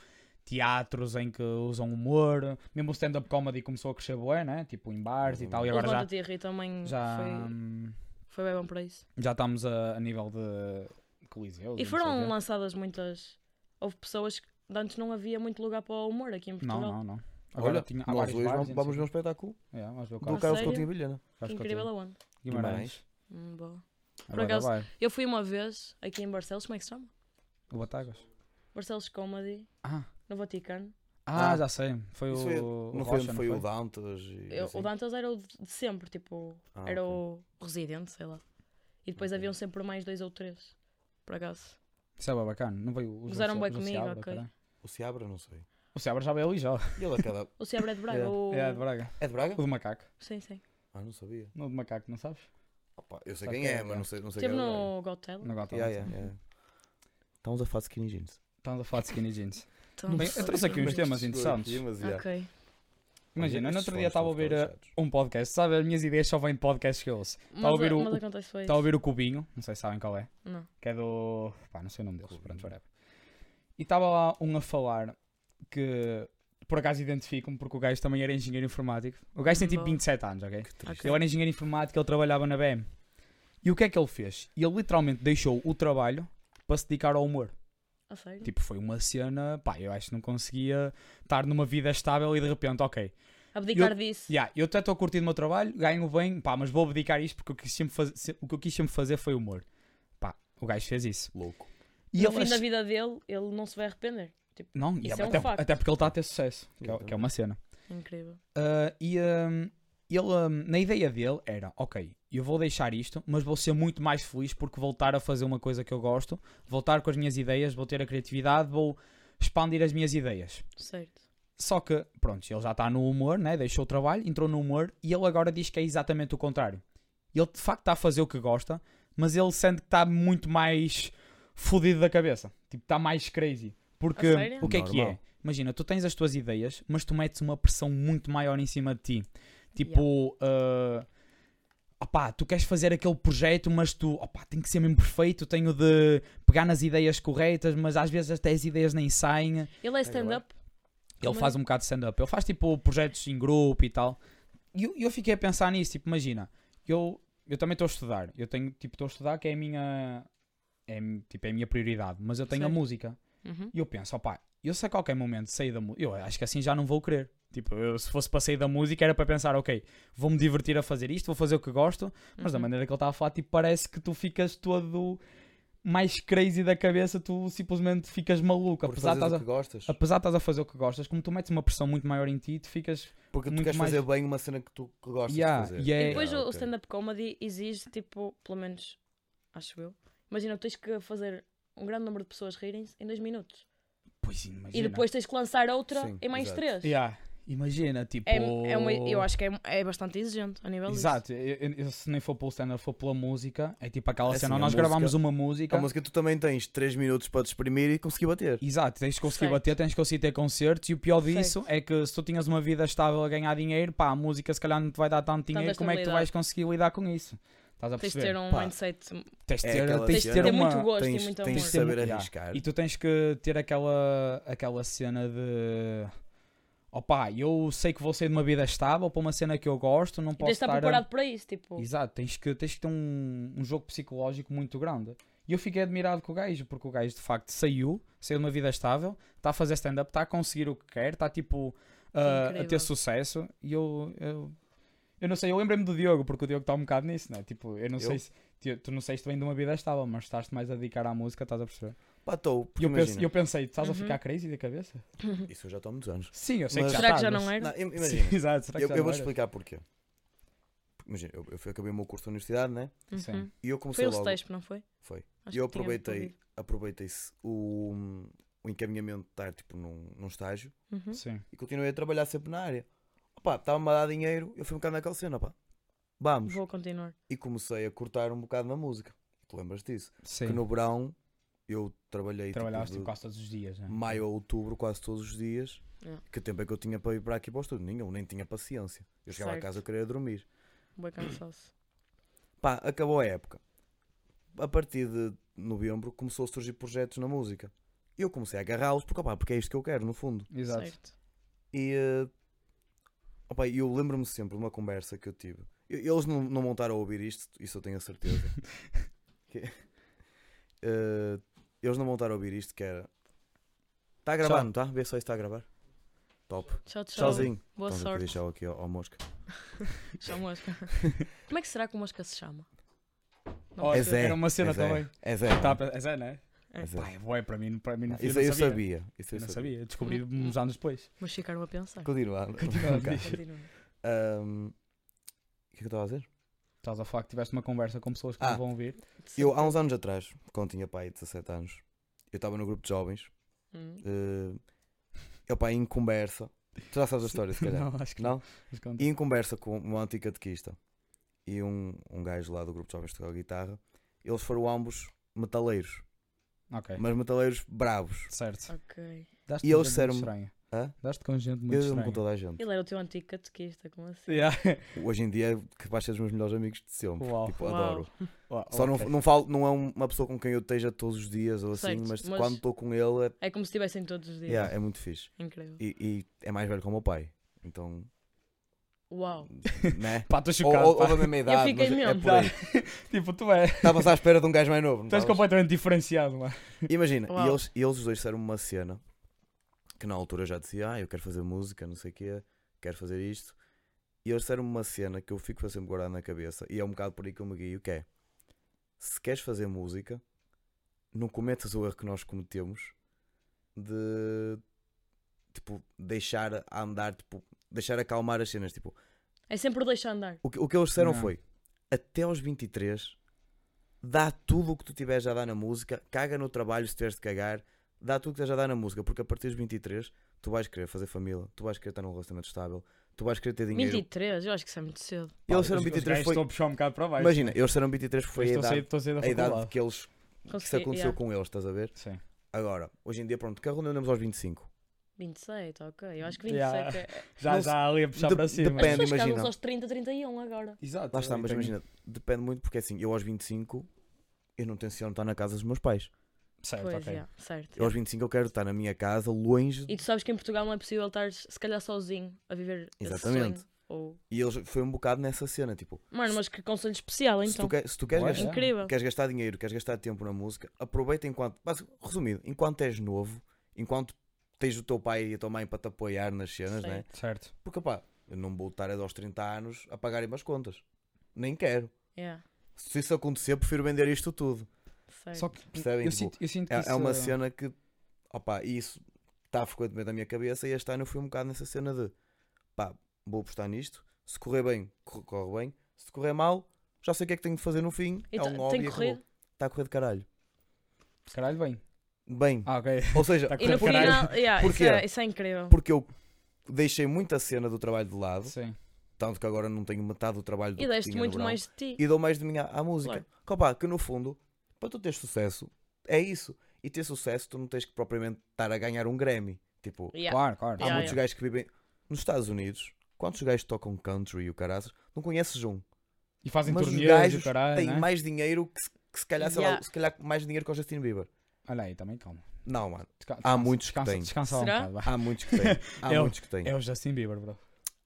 teatros em que usam humor. Mesmo o stand-up comedy começou a crescer bué, né? Tipo em bares
Uhum.
e tal. E
O
agora já,
Levanta-te e ri também
já, hum,
foi, foi bem bom para isso.
já estamos a, a nível de coliseu.
E foram lançadas muitas. Houve pessoas que de antes não havia muito lugar para o humor aqui em
Não,
Portugal.
não, não. Agora
Olha,
tinha, há
nós
vários
hoje
bares
vamos,
e não
vamos ver
sei
um espetáculo
o quê. É, vamos ver o
do
Carlos-
Ah,
Carlos
sério?
Coutinho né? Vilhena.
Carlos
Que incrível aonde. Hum,
Coutinho. Guimarães.
Boa.
Agora
acaso-
vai.
Eu fui uma vez aqui em Barcelos, como é que se chama?
O Batagas.
Barcelos Comedy,
Ah,
no Vaticano.
ah,
Ah.
já sei. Foi
Isso
o.
foi-
o
não foi,
Rocha,
onde
não
foi o Dantas e
Eu-
assim?
O Dantas era o de de sempre, tipo,
Ah,
era
ok.
o residente, sei lá. E depois
Ok.
haviam sempre mais dois ou três, por acaso.
Isso é bem bacana. Não veio os
Usaram
do
um bué
Ce- do
comigo,
Seabra,
ok.
caralho.
O Seabra, não sei.
O Seabra já veio ali já.
E ele até dá.
O Seabra é de Braga?
É.
ou-
É, de Braga.
É de Braga?
O do macaco.
Sim, sim.
Ah, não sabia.
Não, do macaco, não sabes?
Opa, eu sei
Sabe
quem
quem é,
é, mas
já.
não sei, não sei
Esteve
quem é. de Braga.
Tipo no Got Talent.
Não gosto.
Yeah, yeah, yeah. Estamos a falar de skinny jeans.
Estamos a falar de skinny jeans.
Então,
Bem, eu trouxe aqui uns temas interessantes.
Mas, yeah.
Ok.
Imagina, no
Estes
outro
fones
dia estava a
estão
ouvir
ficar
eh,
lixados.
um podcast. Sabe, as minhas ideias só vêm de podcasts que eu ouço.
Mas,
Tá
é
a ouvir o-
mas acontece foi
Estava a ouvir o Cubinho, não sei se sabem qual é.
isso. Não.
que é do. pá, não sei o nome deles,
Cubinho.
pronto, whatever. E estava lá um a falar que por acaso identifico-me porque o gajo também era engenheiro informático. O gajo tem tipo
Boa.
27 anos, ok?
Que triste.
Ok.
Ele era engenheiro informático, ele trabalhava na BM. E o que é que ele fez? Ele literalmente deixou o trabalho para se dedicar ao humor.
A sério?
Tipo, foi uma cena, pá, eu acho que não conseguia estar numa vida estável e de repente, ok,
Abdicar disso.
yeah, eu até estou a curtir o meu trabalho, ganho bem, pá, mas vou abdicar isto porque o que, eu quis sempre fazer, se- o que eu quis sempre fazer foi humor. Pá, o gajo fez isso.
Louco.
E
no
ele
fim
ach-
da vida dele, ele não se vai arrepender. Tipo,
Não, e
Isso
é-
é um
até,
facto.
até porque ele está a ter sucesso, que é,
Exatamente.
que é uma cena.
incrível.
Ah, e hum, ele, hum, na ideia dele, era: ok, eu vou deixar isto, mas vou ser muito mais feliz porque voltar a fazer uma coisa que eu gosto, voltar com as minhas ideias, vou ter a criatividade, vou expandir as minhas ideias.
Certo.
Só que, pronto, ele já está no humor, né? deixou o trabalho, entrou no humor e ele agora diz que é exatamente o contrário. Ele de facto está a fazer o que gosta, mas ele sente que está muito mais fodido da cabeça. Tipo, está mais crazy. Porque
A sério?
o que é que é?
Normal.
Imagina, tu tens as tuas ideias, mas tu metes uma pressão muito maior em cima de ti. Tipo, ah, opá, tu queres fazer aquele projeto, mas tu, opá, tem que ser mesmo perfeito, tenho de pegar nas ideias corretas, mas às vezes até as ideias nem saem.
Ele é stand-up?
Ele
Também.
faz um bocado de stand-up. Ele faz tipo projetos em grupo e tal. E eu, eu fiquei a pensar nisso. Tipo, imagina, eu, eu também estou a estudar. Eu tenho, tipo, estou a estudar que é a minha. É, a mi- tipo, é a minha prioridade. Mas eu tenho a
Certo.
música.
Uhum.
E eu penso, opá, eu se a qualquer momento sair da música, eu acho que assim já não vou querer. Tipo, eu, se fosse para sair da música era para pensar, ok, vou-me divertir a fazer isto, vou fazer o que gosto, mas da
Uhum.
maneira que ele estava a falar, tipo, parece que tu ficas todo mais crazy da cabeça, tu simplesmente ficas maluco,
Porque
apesar de
fazes
estás
o
a
que gostas.
apesar de estás a fazer o que gostas, como tu metes uma pressão muito maior em ti, tu ficas.
Porque tu
muito
queres
mais-
fazer bem uma cena que tu que gostas
Yeah, é
de fazer.
yeah.
E depois
Ah,
o- o
ok.
stand-up comedy exige, tipo, pelo menos, acho eu. Imagina, tu tens que fazer um grande número de pessoas rirem-se em dois minutos.
Pois imagina.
E depois tens que lançar outra
Sim,
em mais
exato.
três.
Yeah, imagina, tipo.
É, é uma- eu acho é que é, é bastante exigente a nível
Exato, eu- eu- eu- se nem for pelo stand-up, for pela música, é tipo aquela
Assim,
cena,
a
nós
música-
gravámos uma música.
Então, A música tu também tens 3 minutos para te exprimir e conseguir bater.
Exato, tens de conseguir
Certo.
bater, tens de conseguir ter concertos. E o pior disso
Certo.
é que se tu tinhas uma vida estável a ganhar dinheiro, pá, a música se calhar não te vai dar tanto dinheiro. Como é que tu
estabilidade.
vais conseguir lidar com isso? Estás a
disso. Tens de
perceber?
ter um
Pá.
mindset.
Tens de
É
ter,
aquela
tens de
cena.
ter
Tem
uma.
muito gosto e
tens
muito
tens de
amor.
saber
Yeah.
arriscar.
E tu tens que ter aquela, aquela cena de. Opá, eu sei que vou sair de uma vida estável para uma cena que eu gosto, não
E tens de
posso
estar
estar. a-
preparado para isso. Tipo,
Exato, tens que, tens que ter um, um jogo psicológico muito grande. E eu fiquei admirado com o gajo, porque o gajo de facto saiu, saiu de uma vida estável, está a fazer stand-up, está a conseguir o que quer, está tipo a- a ter
incrível.
sucesso. E eu. eu eu não sei, eu lembrei-me do Diogo, porque o Diogo está um bocado nisso, né? Tipo, eu não
Eu?
sei se. Tu, tu não sei se tu vem de uma vida estável, mas estás-te mais a dedicar à música, estás a perceber?
Pá, estou,
E
porque
eu, penso-
imagina.
eu pensei, tu estás a
Uhum.
ficar crazy da cabeça?
Isso eu já estou há muitos anos.
Sim, eu sei
Mas-
que já
será
tá,
que já
mas-
não é? era?
Não, im-
Sim,
imagina.
exato, será que
Eu,
já
eu vou
não é?
te
era?
explicar porquê. Porque, Imagina, eu, eu fui- acabei o meu curso da universidade, né?
Uhum.
Sim.
E eu comecei
Foi o
logo.
Stesp, não foi?
Foi.
Acho
eu
que tinha
aproveitei,
ouvido.
aproveitei-se o, o encaminhamento de estar tipo, num, num estágio
Uhum.
Sim,
e continuei a trabalhar sempre na área. Opa, estava-me a dar dinheiro, eu fui um bocado naquela cena, pá. Vamos.
Vou continuar.
E comecei a cortar um bocado na música. Tu lembras disso?
sim.
Que no verão eu trabalhei tipo,
Trabalhaste tipo,
de
quase todos os dias, né?
maio a outubro quase todos os dias.
Yeah.
Que tempo é que eu tinha para ir para aqui para o estúdio? Nenhum, nem tinha paciência. Eu chegava
Certo.
a casa, eu queria dormir.
Boa cansaço.
Pá, acabou a época. A partir de novembro começou a surgir projetos na música. E eu comecei a agarrá-los porque, opá, porque é isto que eu quero, no fundo.
Exato.
Certo.
E eh, opá, eu lembro-me sempre de uma conversa que eu tive. E- Eles não, não montaram a ouvir isto, isso eu tenho a certeza. Que- Eh, eles não montaram a ouvir isto, que era. Está a gravar,
Tchau.
não está? Vê só se está a gravar. Top.
Tchau, tchau.
Tchauzinho. Então,
Boa
Estamos aqui a
sorte.
deixar aqui ao, ao mosca.
Tchau, mosca. Como é que será que o mosca se chama? Não
Oh,
É
percebo.
Zé.
Era uma cena
é Zé.
também.
É Zé.
Tá, é Zé, né?
É Zé.
Pá, é bué, para mim, para mim não
Isso aí eu
não sabia.
sabia. Isso
Eu
aí
não
eu
sabia, descobri uns anos depois.
Mas ficaram a pensar.
Continuando.
Continua,
Um bocado.
diz.
Continua.
Ahm, O que é que eu estava a dizer?
Estás a falar que tiveste uma conversa com pessoas que
Ah.
não vão ouvir.
Eu, há uns anos atrás, quando tinha pai 17 anos, eu estava no grupo de jovens,
Hum.
uh, opa, em conversa, tu já sabes a história, se calhar.
Não, acho que
Não?
Mas conta.
E em conversa com uma anticatequista e um, um gajo lá do grupo de jovens que toca guitarra, eles foram ambos metaleiros,
Ok.
mas metaleiros bravos.
Certo.
Ok.
Daste
E eles
com gente muito
disseram-me-
estranha.
Hã?
Daste com gente muito
Eu dei-me com
estranha.
toda a gente.
Ele era o teu antigo catequista, como assim?
Yeah.
Hoje em dia, que vais ser dos meus melhores amigos de sempre.
Uau.
Tipo,
Uau.
adoro.
Uau,
Só
ok.
não, não falo, não é uma pessoa com quem eu esteja todos os dias ou assim,
Certo,
mas,
mas-
quando estou com ele
É como se estivessem todos os
é,
dias.
yeah, é muito fixe.
Incrível.
E, e é mais velho que o meu pai. Então,
Uau.
né?
Pá, estou
ou,
chocado.
ou,
pá.
ou da mesma idade,
fiquei
mas é
mesmo.
por aí.
Tipo, tu é.
Estavas à espera de um gajo mais novo. não
Tu és
estavas?
completamente diferenciado, mano.
Imagina,
Uau.
e eles, e eles os dois disseram uma cena que na altura eu já dizia, ah, eu quero fazer música, não sei o quê, quero fazer isto. E eles disseram uma cena que eu fico para sempre guardado na cabeça, e é um bocado por aí que eu me guio, que é, se queres fazer música, não cometas o erro que nós cometemos de, tipo, deixar a andar, tipo, deixar acalmar as cenas, tipo,
É sempre o deixar andar.
o que, o que eles disseram
Não.
foi: até aos 23, dá tudo o que tu tiveres a dar na música, caga no trabalho se tiveres de cagar, dá tudo o que tens a dar na música, porque a partir dos 23 tu vais querer fazer família, tu vais querer estar num relacionamento estável, tu vais querer ter dinheiro.
23, eu acho que isso é muito cedo.
E Eles disseram 23 foi.
Estou a puxar um bocado para baixo.
Imagina, eles disseram 23 porque foi a
Estou a sair-
idade,
estou a sair da
a idade
faculdade.
que, eles, que isso
Consegui-
aconteceu
yeah.
com eles, estás a ver?
Sim.
Agora, hoje em dia, pronto, que arrondamos aos 25.
27, ok. Eu acho que 27
Yeah.
é... As
Já,
Não se-
já ali a puxar
de-
para cima.
depende.
pessoas
imagina.
casam-se aos 30, 31 agora.
Exato.
Lá está,
ali
mas
tem-
imagina, depende muito porque assim, eu aos 25 eu não tenciono estar na casa dos meus pais.
Certo,
pois,
É, ok.
yeah, certo.
Eu aos 25 eu quero estar na minha casa, longe
E tu sabes que em Portugal não é possível estar, se calhar, sozinho a viver esse
Exatamente.
sonho. Ou...
E eles foi um bocado nessa cena, tipo,
Mano, mas que conselho especial,
se tu,
então.
que- se tu queres,
Ué,
gastar,
Incrível.
queres gastar dinheiro, queres gastar tempo na música, aproveita enquanto, mas, resumido, enquanto és novo, enquanto tens o teu pai e a tua mãe para te apoiar nas cenas, né?
Certo.
Certo.
Porque pá, eu não vou estar aos 30 anos a pagarem as contas. Nem quero.
Yeah,
Se isso acontecer, prefiro vender isto tudo.
certo.
Só que
Percebem,
eu
tipo,
sinto, eu sinto que
É,
isso,
é uma
uh,
cena que, opá, e isso está frequentemente na minha cabeça e este ano eu fui um bocado nessa cena de, pá, vou apostar nisto, se correr bem, cor- corre bem, se correr mal, já sei o que é que tenho de fazer no fim,
E
é
tá-
um
tem
hobby
corrido?
Está a correr de caralho.
Caralho, bem.
Bem,
Ah, ok.
ou seja,
Tá a
E
correr
no
de caralho.
final, yeah, isso,
Porquê?
é, isso é incrível.
porque eu deixei muita cena do trabalho de lado,
Sim.
tanto que agora não tenho metade do trabalho do
E
que
deste
tinha no
muito
verão,
mais de ti.
E dou mais de mim à, à música. Que, opá, que no fundo, para tu ter sucesso, é isso. E ter sucesso, tu não tens que propriamente estar a ganhar um Grammy. Tipo,
Yeah.
Claro, claro.
Há
Yeah,
muitos
yeah.
gajos que vivem nos Estados Unidos. Quantos gajos tocam country e o caraças? Não conheces um.
E fazem
Mas os
turnês e
gajos
o caralho.
têm
né?
mais dinheiro que, se- que se calhar, sei
Yeah.
lá, se calhar mais dinheiro que o Justin Bieber.
Olha aí, também calma.
Não, mano.
Desca-
Há
descansa-
muitos que
descansa,
têm.
Descansa lá um
Será?
bocado, vá.
Há muitos que têm. Há
É o-
muitos que têm.
É o Justin Bieber, bro.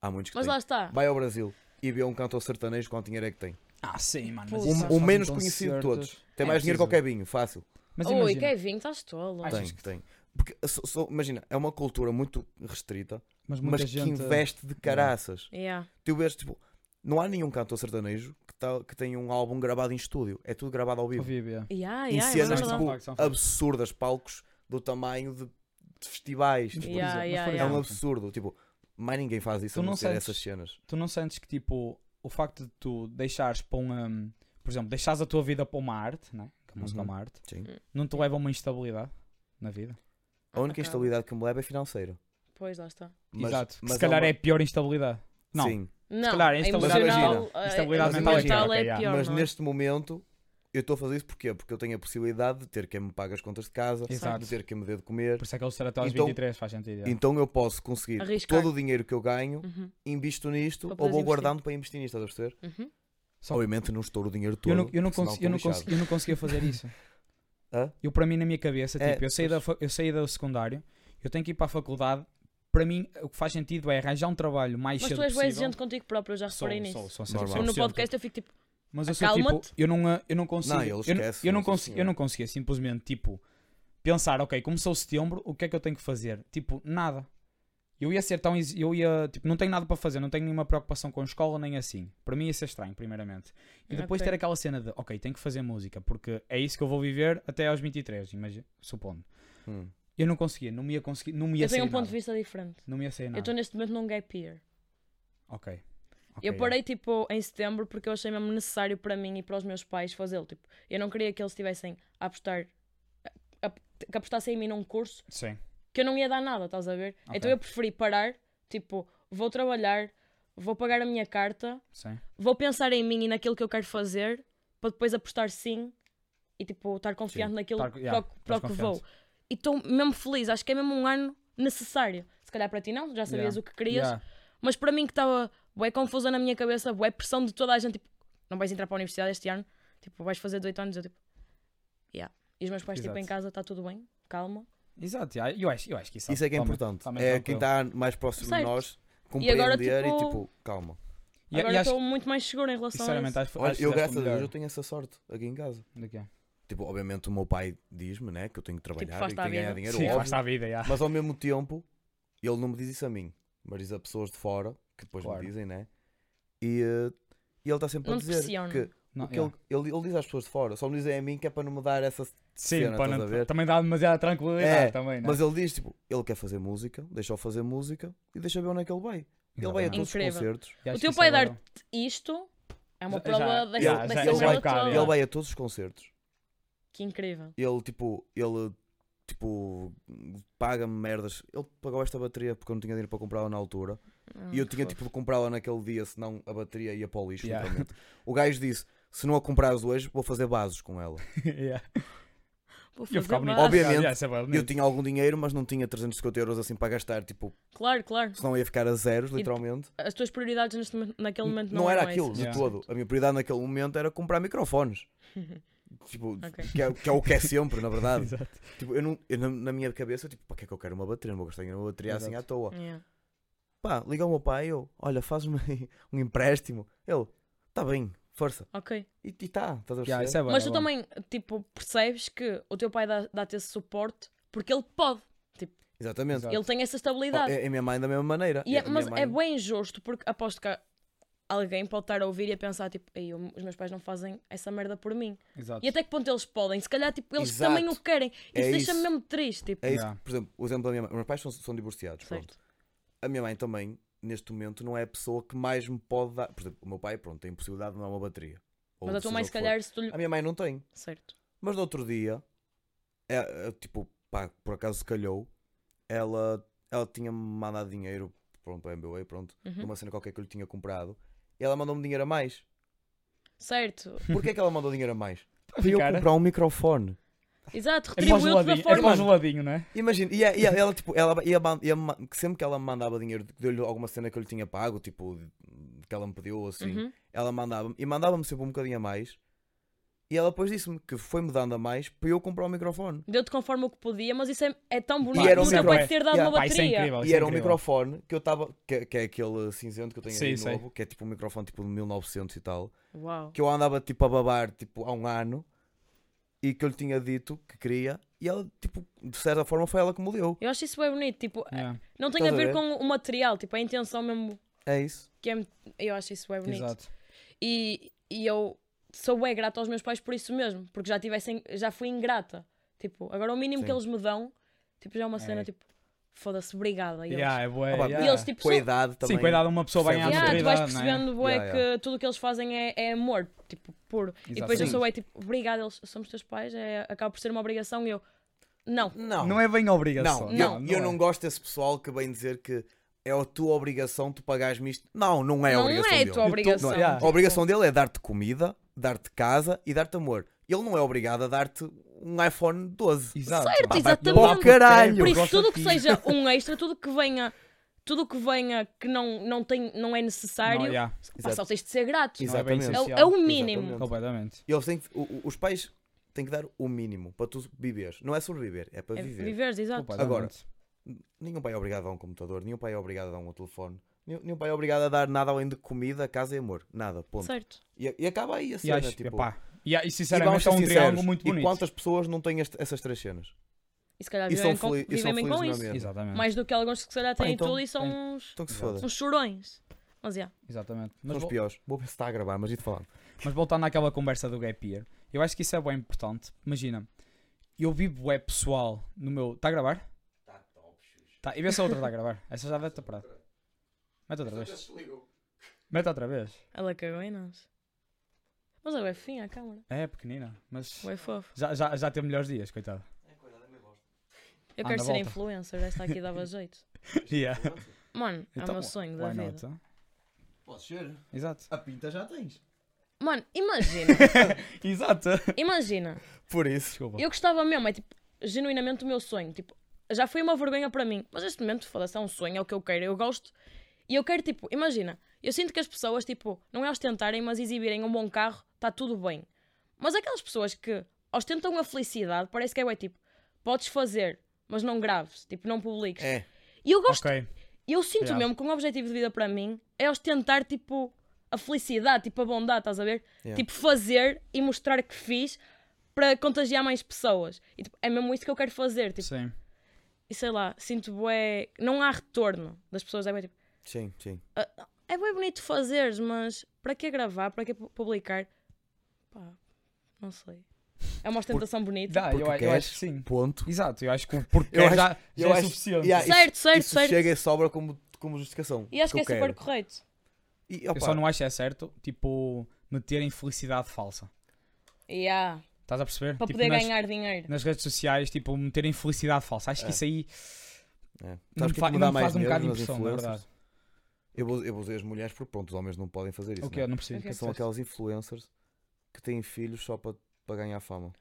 Há muitos que
Mas
têm.
lá está.
Vai ao Brasil e vê um cantor sertanejo quanto dinheiro é que tem.
Ah, sim, mano.
mas
O,
isso
Um o menos conhecido de todos. Tem
É
mais dinheiro que
preciso.
qualquer vinho, fácil.
Mas
Oi,
imagina.
Kevin, é estás tolo.
Ai,
Tem,
Achas que-
tem. Porque, só- só- imagina, é uma cultura muito restrita,
Mas muita
mas
gente... é.
que investe de caraças.
Yeah.
Tu vês, tipo, não há nenhum cantor sertanejo que, tá, que tenha um álbum gravado em estúdio. É tudo gravado ao vivo.
Ouvi, yeah.
Yeah,
Em
yeah, é
cenas,
verdade.
tipo,
São factos, são factos.
Absurdas, palcos do tamanho de, de festivais.
Mas, por
tipo,
Yeah,
exemplo- mas,
yeah,
É
por
yeah.
um
exemplo,
absurdo. Tipo, mais ninguém faz isso
Tu
a não
não
ser
sentes-
essas cenas.
Tu não sentes que, tipo, o facto de tu deixares para um... um, por exemplo, deixares a tua vida para uma arte, né? Que a música é
Uhum.
uma arte.
Sim.
Hum.
Não te leva a uma instabilidade na vida.
A única
Acaba.
instabilidade que me leva é financeira.
Pois, lá está.
Mas-
Exato. Que
mas
se calhar
há
é
uma-
a pior instabilidade. Não.
Sim.
Não,
calhar,
a
instabilidade
emocional,
mental-
a- a-
instabilidade
a
mental é
mental
pior,
é
ok,
pior,
Mas
não é?
neste momento eu estou a fazer isso porquê? Porque eu tenho a possibilidade de ter quem me pague as contas de casa,
Exato.
de ter quem me dê de comer.
Por isso é que ele será até aos
Então-
23, faz sentido. yeah.
Então eu posso conseguir
Arriscar.
todo o dinheiro que eu ganho,
Uhum,
invisto nisto
Para
ou
poderes
vou
investir.
guardando para investir nisto, estás a perceber?
uhum.
Só-
Obviamente não estouro o dinheiro todo.
Eu não, eu, não
porque senão
cons-
estou
eu, não
lixado.
cons- eu não conseguia fazer isso.
Hã?
Eu, para mim, na minha cabeça,
É,
tipo, eu saí, da,
pois.
fa- eu saí do secundário, eu tenho que ir para a faculdade. Para mim, o que faz sentido é arranjar um trabalho mais
Mas
cedo
tu és bem
possível.
exigente contigo próprio, eu já
Sou,
reparei nisso.
sou, sou
Normal.
100%.
Eu no podcast eu fico tipo,
Mas eu sou tipo,
Acalma-te.
eu não, ah, eu não consigo.
Não, ele
eu, não-
esquece, assim, é.
eu não
sim,
consigo, eu
senhor.
não conseguia simplesmente, tipo, pensar, ok, começou setembro, o que é que eu tenho que fazer? Tipo, nada. Eu ia ser tão. exi- Eu ia. Tipo, não tenho nada para fazer, não tenho nenhuma preocupação com a escola nem assim. Para mim ia ser estranho, primeiramente. E depois
Ok.
ter aquela cena de, ok, tenho que fazer música, porque é isso que eu vou viver até aos 23, imagina, supondo.
Hum.
Eu não conseguia, não me ia conseguir, assim, não me ia
eu tenho
sair
um ponto
nada.
de vista diferente.
Não me ia sair
Eu
nada.
estou neste momento num gap year.
Ok. Ok,
Eu parei tipo em setembro porque eu achei mesmo necessário para mim e para os meus pais fazê-lo. Tipo, eu não queria que eles estivessem a apostar a, a te- que apostassem em mim num curso
Sim.
que eu não ia dar nada, estás a ver?
Ok.
Então eu preferi parar, tipo, vou trabalhar, vou pagar a minha carta,
Sim.
vou pensar em mim e naquilo que eu quero fazer, para depois apostar sim e tipo, estar confiante naquilo
Tar-
para,
yeah,
o que- para o que
estás
vou. E estou mesmo feliz, acho que é mesmo um ano necessário. Se calhar para ti não, já sabias
Yeah.
o que querias,
Yeah.
mas para mim que estava bué confusa na minha cabeça, bué pressão de toda a gente, tipo, não vais entrar para a universidade este ano, tipo, vais fazer 18 anos, eu tipo, yeah. E os meus pais, tipo,
Exato.
em casa, está tudo bem, calma.
Exato, yeah, eu, acho, eu acho que isso,
Isso é que é
toma-
importante.
toma
É
tranquilo.
quem está mais próximo de
Certo.
nós
E agora,
compreender e
tipo-
tipo, calma.
E, e
Agora
acho
estou muito mais segura em relação a
sinceramente,
isso.
acho,
Olha,
acho que
eu
fizeste
graças
o
a Deus
melhor
eu tenho essa sorte aqui em casa.
do que é.
Tipo, obviamente o meu pai diz-me, né, que eu tenho que trabalhar
faz-te
e
à
que tenho que ganhar
Tipo, vida.
dinheiro,
Sim,
óbvio.
basta a vida, yeah.
Mas ao mesmo tempo, ele não me diz isso a mim, mas diz a pessoas de fora, que depois
Claro.
me dizem, né? E, eh, e ele está sempre
Não
a
te
dizer
pressiona.
que,
Não, é.
o que
yeah.
ele, ele, ele diz às pessoas de fora, só me dizem a mim que é para não me dar essa.
Sim,
cena,
para
estás
não-
a ver?
também dá demasiada tranquilidade
É,
também, né?
Mas ele diz, tipo, ele quer fazer música, deixa-o fazer música e deixa ver onde é que ele vai. Ele vai a
Exatamente.
todos os
Incrível.
concertos.
E acho
O
que
teu
isso
pai
é bom.
dar Isto é uma
Já-
prova
já-
dessa,
já-
dessa
já- já
merda
é
cá,
toda.
já.
Ele vai a todos os concertos.
Que incrível.
Ele, tipo, ele, tipo, paga-me merdas. Ele pagou esta bateria porque eu não tinha dinheiro para comprá-la na altura.
Hum,
e eu tinha, tipo, de comprá-la naquele dia, senão a bateria ia para o lixo,
Yeah.
literalmente. O gajo disse, se não a comprares hoje, vou fazer vasos com ela.
Yeah.
Vou
E eu
fazer
ficava bonito.
base.
Obviamente.
Yeah, isso é bom,
E eu tinha algum dinheiro, mas não tinha 350 euros assim para gastar, tipo,
Claro, claro.
senão ia ficar a zeros, literalmente.
As tuas prioridades neste momento- naquele momento não,
não era
eram
aquilo
essas.
de
é Yeah.
todo. A minha prioridade naquele momento era comprar microfones. tipo,
Ok.
que, é, que é o que é sempre, na verdade.
Exato.
tipo, eu não, eu na, na minha cabeça, tipo, para que é que eu quero uma bateria? Não vou gastar dinheiro numa bateria assim à
Exato.
toa.
Yeah.
Pá, liga ao meu pai, eu, olha, faz-me aí um empréstimo. Ele, está bem, força.
Ok.
E está, estás a
Yeah,
perceber?
isso é bom,
Mas
é
tu
bom.
também, tipo, percebes que o teu pai dá- dá-te esse suporte porque ele pode.
Exatamente.
Exato.
Ele tem essa
Oh,
estabilidade.
é, é a minha mãe da mesma maneira.
E é-
a minha
mas
mãe-
é bem injusto, porque aposto que alguém pode estar a ouvir e a pensar, tipo, Ei, eu- os meus pais não fazem essa merda por mim.
Exato.
E até que ponto eles podem? Se calhar, tipo, eles
Exato.
também o querem. Isso
É
deixa-me
isso.
mesmo triste, tipo.
É isso,
Yeah.
por exemplo, o exemplo da minha mãe. Os meus pais são, são divorciados, pronto.
certo.
a minha mãe também, neste momento, não é a pessoa que mais me pode dar. Por exemplo, o meu pai, pronto, tem possibilidade de me dar uma bateria. Ou
Mas a tua
seja
mãe,
o
se
que for.
calhar, se tu lhe...
A minha mãe não tem.
Certo.
Mas no outro dia, é, é, tipo, pá, por acaso se calhou, ela, ela tinha-me mandado dinheiro, pronto, para a MBA, pronto,
Uhum.
numa cena qualquer que eu lhe tinha comprado, e ela mandou-me dinheiro a mais.
Certo.
Porquê é que ela mandou dinheiro a mais? Para eu
ficar-
comprar um microfone.
Exato,
É mais
retribuiu-te da
geladinho, é
forma.
mais geladinho, não é?
Imagina, e, a- e a- ela, tipo, ela ia, man- ia ma- que sempre que ela me mandava dinheiro, deu-lhe alguma cena que eu lhe tinha pago, tipo, que ela me pediu, assim,
Uhum.
ela mandava-me e mandava-me sempre um bocadinho a mais. E ela depois disse-me que foi-me dando a mais para eu comprar o microfone.
Deu-te conforme o que podia, mas isso é, é tão bonito.
era um
o teu
micro-
pai ter dado
Yeah.
uma
Pá, isso é
bateria.
incrível.
e
isso é
era um
incrível.
microfone que eu estava. Que, que é aquele cinzento que eu tenho
Sim,
aí
sei.
novo, que é tipo um microfone tipo de 1900 e tal.
Uau.
Que eu andava tipo a babar tipo há um ano e que eu lhe tinha dito que queria. E ela, tipo, de certa forma foi ela que me deu.
Eu acho isso bem bonito, tipo,
Yeah,
não tem a
Estás a
ver
ver?
com o material, tipo, a intenção mesmo
É isso.
que é... Eu acho isso bem bonito.
Exato.
E, e eu sou bem grata aos meus pais por isso mesmo, porque já, tivessem, já fui ingrata. Tipo, agora o mínimo que
Sim.
eles me dão, tipo, já é uma cena,
É.
tipo, foda-se, obrigada. E eles,
Yeah, é bué,
Ah, pá,
yeah.
E eles, tipo,
Com a
são-
idade também.
Sim, cuidado, uma pessoa vai ganhar
percebes?
Yeah, tu vais
autoridade, não é?
percebendo bué,
Yeah,
que tudo o que eles fazem é, é amor, tipo, puro. E depois eu
Exatamente.
sou é tipo, obrigada, eles somos teus pais, é, acaba por ser uma obrigação e eu, não.
Não,
Não é bem obrigação.
Não, eu,
Não,
eu não
é.
gosto desse pessoal que vem dizer que é a tua obrigação tu pagares-me isto. Não, não é a
não
obrigação
é a
dele.
tua obrigação.
Não, yeah.
A obrigação dele é dar-te comida, dar-te casa e dar-te amor. Ele não é obrigado a dar-te um iPhone 12.
Exato.
Certo,
Pá, vai
exatamente.
para o Tipo, caralho.
Eu
Por isso,
gosto
tudo
de
o que
ti.
seja um extra, tudo que venha, tudo que venha que não, não, tem, não é necessário,
Não, yeah.
pá, só tens de ser grato.
Exato.
Não é bem
Exatamente.
É, o-
essencial.
é o mínimo.
Exatamente.
Completamente.
Eles têm que- o- o- os pais têm que dar o mínimo para tu viveres. Não é sobreviver, é para
É
viver.
viveres, exato.
Agora, Nenhum pai é obrigado a dar um computador, nenhum pai é obrigado a dar um telefone, nenhum, nenhum pai é obrigado a dar nada além de comida, casa e amor. Nada, ponto.
Certo.
E, e acaba aí a
E
cena.
acho,
tipo,
epá, e, e
e vamos
sinceramente
ser
é um
sinceros,
triângulo muito
E
bonito.
quantas pessoas não têm este- essas três cenas?
E se calhar
E
vivem
são
com,
feliz- e são
vivem
felizes
bem com
na
isso.
mesma.
Exatamente.
Mais do que alguns que se calhar
Pá,
têm
então-
tudo e são
bem.
uns,
Então que se
Exato.
foda.
uns chorões. Mas já.
Exatamente. Mas,
São os
vo-
piores. Vou ver se está a gravar, mas ia-te falar.
mas voltando àquela conversa do gap year, eu acho que isso é bem importante. Imagina, eu vi bué pessoal no meu. Está a gravar? Está top, tá, E vê se a outra está a gravar. Essa já deve estar parada. Mete outra vez. Mete outra vez.
Ela cagou em nós. Mas é bem fim a câmara.
É pequenina, mas
Bem fofo.
já, já, já teve melhores dias, coitado.
Eu
Anda,
quero ser
volta.
influencer, esta aqui dava jeito.
Yeah.
Mano, é o
Então,
meu sonho da
Why
vida.
not, huh?
Podes ser.
Exato.
A pinta já tens.
Mano, imagina,
Exato.
imagina.
Por isso.
Desculpa.
Eu gostava mesmo, é tipo, genuinamente o meu sonho. Tipo, já foi uma vergonha para mim, mas neste momento, foda-se, é um sonho, é o que eu quero, eu gosto. E eu quero, tipo, imagina, eu sinto que as pessoas, tipo, não é ostentarem, mas exibirem um bom carro, está tudo bem. Mas aquelas pessoas que ostentam a felicidade, parece que é, ué, tipo, podes fazer, mas não graves, tipo, não publiques.
É.
E eu gosto
Ok.
e eu sinto
Yeah.
mesmo que um objetivo de vida para mim é ostentar, tipo, a felicidade, tipo, a bondade, estás a ver?
Yeah.
Tipo, fazer e mostrar que fiz para contagiar mais pessoas. E, tipo, é mesmo isso que eu quero fazer. Tipo,
Sim.
e sei lá, sinto bué... Não há retorno das pessoas. É bué, tipo,
Sim, sim.
é bué bonito fazeres, mas para que gravar? Para que pu- publicar? Pá, não sei. É uma ostentação bonita.
Dá, eu,
Porque
eu
queres,
acho que sim.
Ponto.
Exato, eu acho que o porquê
Tipo, Eu acho-
já, já
eu
é
acho-
suficiente.
yeah, isso-
Certo, certo,
isso
certo.
chega e sobra como, como justificação.
E acho que é
eu
super
quero.
correto.
E,
Eu
opa,
só não acho é certo, tipo, meterem felicidade falsa.
Yeah.
Estás a perceber?
Para
tipo,
poder
nas,
ganhar dinheiro.
nas redes sociais, tipo, meterem felicidade falsa. Acho que isso aí
é.
não,
Sabes o que é
fa
que me dá
não me
mais
faz um
nervos
bocado de
nas
impressão, na
influencers?
verdade.
Eu vou, eu vou dizer as mulheres porque pronto, os homens não podem fazer isso.
O
não é?
quê? Eu não percebi. o que é que
São
disseste.
aquelas influencers que têm filhos só para para ganhar fama.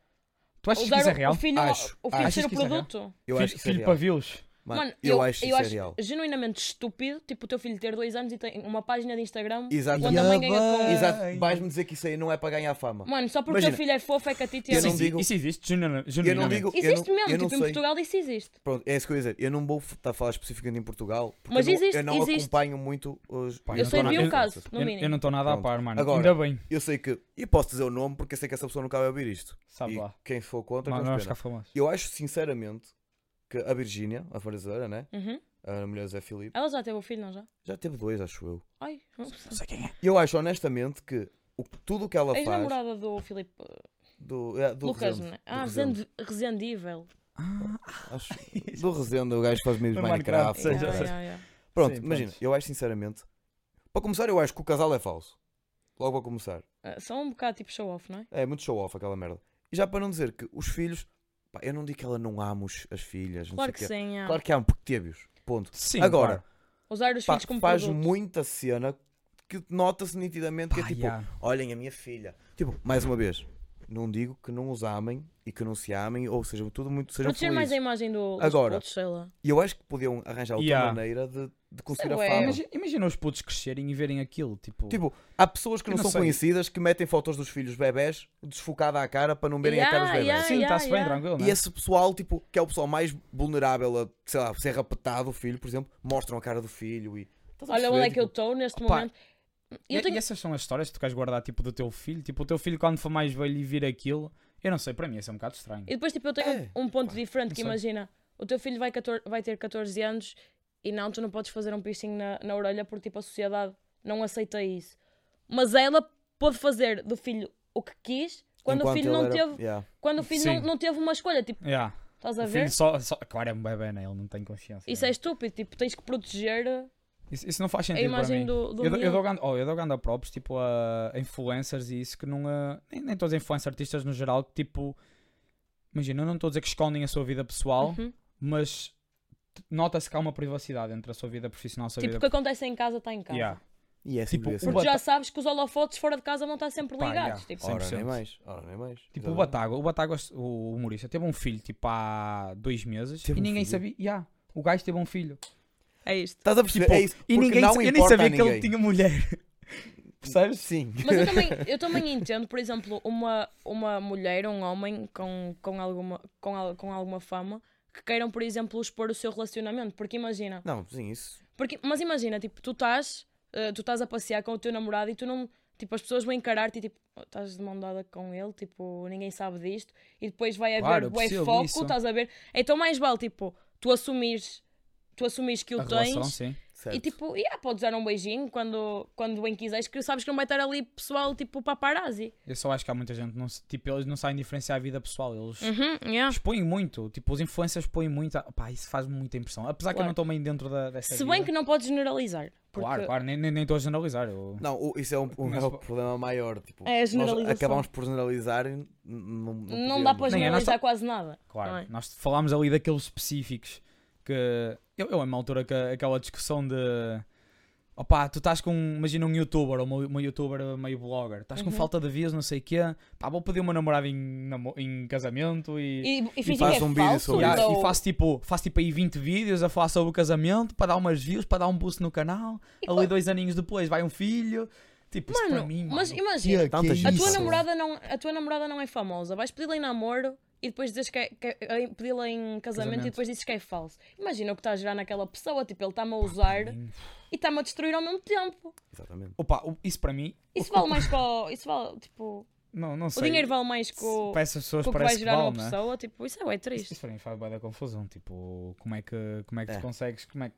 Tu achas que
Usar
isso é
o-
real?
o filho,
Acho.
o filho
Achas
ser o
que isso é real?
produto.
Eu
Filho-
acho que isso é
filho
real.
para vê-los.
Mano, eu, acho que isso é real.
genuinamente estúpido, tipo, o teu filho ter dois anos e tem uma página de Instagram.
Exatamente.
Quando a mãe ganha com...
Exato. Vais-me dizer que isso aí não é para ganhar fama.
Mano, só porque o
Imagina.
teu filho é fofo é que a ti te
Eu
Isso,
não
exi-
digo-
isso existe, genuina-
Eu não
genuinamente.
digo. eu
Existe
não-
mesmo,
eu não
tipo, em
sei.
Portugal isso existe.
Pronto, é isso que eu ia dizer. Eu não vou f- estar a falar especificamente em Portugal, porque
Mas
eu não,
existe,
eu não
existe.
acompanho muito os.
Pá,
Eu
não
sei
tô
vi
na-
um caso, no
Eu,
mínimo.
eu não estou nada
Pronto.
a par, mano.
Agora-
Ainda bem,
Eu sei que. E posso dizer o nome porque eu sei que essa pessoa nunca vai ouvir isto.
sabe
e
lá.
quem for contra,
Mano, não vais
mas
ficar famoso.
Eu acho sinceramente que a Virgínia, a fazendeira, né?
Uhum.
A mulher do Zé Filipe,
Ela já teve o filho, não já?
já teve dois, acho eu.
Ai, não
Não sei quem é.
E Eu acho honestamente que o, tudo o que ela faz.
Ex-namorada do Filipe uh,
Do, é, do
Lucas,
Rezende,
né?
do
Ah,
Rezende.
Resende- Resendível.
Ah,
Acho- do Rezende, o gajo faz mesmo
Do
Minecraft.
Minecraft, Sei,
Yeah,
já sei.
yeah, yeah.
Pronto,
Sim,
imagina,
pronto.
eu acho sinceramente. Para começar, eu acho que o casal é falso. Logo a começar.
Ah, São um bocado tipo show-off, não é?
É muito show-off aquela merda. E já para não dizer que os filhos. Pá, eu não digo que ela não ama os- as filhas. não
Claro
sei
que
o quê.
sim. yeah.
Claro que um ama, porque teve-os. Ponto.
Sim,
Agora,
claro.
Usar os
pá,
filhos como
faz
produto.
muita cena que nota-se nitidamente que é
Pá,
tipo,
Ah, yeah.
olhem a minha filha. Tipo, mais uma vez, não digo que não os amem e que não se amem, ou seja, tudo muito. Sejam
Proteger mais a
felizes.
imagem do dos
Agora.
produtos, sei lá.
E eu acho que podiam arranjar outra
Yeah.
maneira de, de conseguir a
bué,
fama.
Imagina, imagina os putos crescerem e verem aquilo, tipo...
Tipo, há pessoas que não,
Eu não
são
sei.
conhecidas que metem fotos dos filhos bebés desfocada à cara para não verem a cara dos bebés.
Yeah, Ah,
sim,
yeah,
está-se bem,
yeah.
tranquilo,
E
né?
esse pessoal, tipo, que é o pessoal mais vulnerável a, sei lá, ser rapetado o filho, por exemplo, mostram a cara do filho e. Estás a
Olha onde
perceber?
é que eu
Tipo,
estou neste
Opa,
momento. Eu
E-
tenho
E essas são as histórias que tu queres guardar, tipo, do teu filho. Tipo, o teu filho, quando for mais velho e vir aquilo, eu não sei, para mim isso é um bocado estranho.
E depois, tipo, eu tenho
É,
um, um ponto diferente,
não
que
sei.
imagina, o teu filho vai, 14 vai ter 14 anos e não, tu não podes fazer um piercing na, na orelha porque, tipo, a sociedade não aceita isso. Mas ela pôde fazer do filho o que quis quando o
enquanto
filho
ele
não
era-
teve...
Yeah.
Quando o filho não,
Sim.
não teve uma escolha, tipo,
Yeah.
estás a
O
ver?
filho só, só- Claro, é um bebê, né? Ele não tem consciência.
Isso é
né?
estúpido, tipo, tens que proteger...
isso, isso não faz sentido para
imagem
tipo, mim.
do- do
eu, dou- eu
miúdo.
dou ganda, oh, eu dou ganda props, tipo, a a influencers e isso que não... A, nem, nem todos os influencers, artistas no geral, que, tipo... Imagina, eu não estou a dizer que escondem a sua vida pessoal,
Uhum.
mas t- nota-se que há uma privacidade entre a sua vida profissional e a sua
Tipo, o
vida...
que acontece em casa está em casa.
Yeah.
E é
Tipo,
sempre assim.
o
Porque
Bata-
já sabes que os holofotes fora de casa vão estar sempre
Pá,
ligados.
yeah.
Tipo,
Sim.
Ora,
100%.
nem mais. Ora, nem mais.
Tipo, o Batagua, o Batagua, o humorista, teve um filho tipo há dois meses
Teve
e
um
ninguém
filho?
sabia. Yeah, o gajo teve um filho.
é isto.
Estás a perceber?
Tipo,
é isso.
e
Porque
ninguém,
não
eu nem
importa a
sabia que ele
ninguém.
tinha mulher. Percebes?
Sim.
Mas eu também, eu também entendo, por exemplo, uma, uma mulher, um homem com, com, alguma, com, al- com alguma fama que queiram, por exemplo, expor o seu relacionamento. Porque imagina,
Não, sim, isso.
porque, mas imagina, tipo, tu estás, eh, tu estás a passear com o teu namorado e tu não. Tipo, as pessoas vão encarar-te e tipo, "Oh, estás de mão dada com ele, tipo, ninguém sabe disto, e depois vai haver
Claro, eu
bué
percebo
foco,
isso.
estás a ver? Então mais vale, tipo, tu assumires, tu assumires que o
A
tens
relação, sim.
Certo.
E tipo, yeah, podes dar um beijinho quando, quando bem quiseres, que sabes que não vai estar ali pessoal tipo paparazzi.
Eu só acho que há muita gente, não, se- tipo, eles não sabem diferenciar a vida pessoal, eles
Uhum, yeah.
expõem muito, tipo, os influencers expõem muito, a- pá, isso faz muita impressão, apesar que eu
Claro.
não estou bem dentro da, dessa
Se bem
vida.
que não podes generalizar. Porque...
Claro, claro, nem nem- nem estou a generalizar, eu...
Não, o- isso é um, um- é
Mas-
o problema maior. Tipo,
É a
nós
generalização.
acabámos por generalizar e n- não, não,
Não
podíamos.
Nem,
dá para
é nós
generalizar
só-
quase nada.
Claro,
não é?
nós falámos ali daqueles específicos que. Eu, eu uma altura, que, aquela discussão de. Opá, tu estás com, imagina um youtuber ou uma, uma youtuber meio blogger, estás com
Uhum.
falta de views, não sei o quê, pá, vou pedir uma namorada em, namo- em casamento e.
E, e fingir
faz
que é
um vídeo
falso.
sobre
e há-
isso.
ou-
e faço tipo, faço tipo aí 20 vídeos a falar sobre o casamento para dar umas views, para dar um boost no canal.
E
ali dois aninhos depois vai um filho. Tipo, isso para
Mano,
mim.
mas
mano,
imagina,
que- que
Tanta
é
gente.
A tua,
Isso.
namorada não, a tua namorada não é famosa. Vais pedir-la em namoro e depois dizes que é, que é- pedi-la em casamento,
Casamento.
e depois dizes que é falso. Imagina o que está a gerar naquela pessoa. Tipo, ele está-me a usar e está-me a destruir ao mesmo tempo.
Exatamente.
Opa, o- isso para mim.
Isso vale mais que o. Isso vale, tipo.
Não, não sei.
O dinheiro vale mais que o,
para essas pessoas
que o que vai
parece que
gerar
vale,
uma
né?
pessoa. Tipo, isso é bem
Isso,
triste.
isso para mim faz bué da confusão. Tipo, como é que, como é que
É.
tu consegues? Como é que...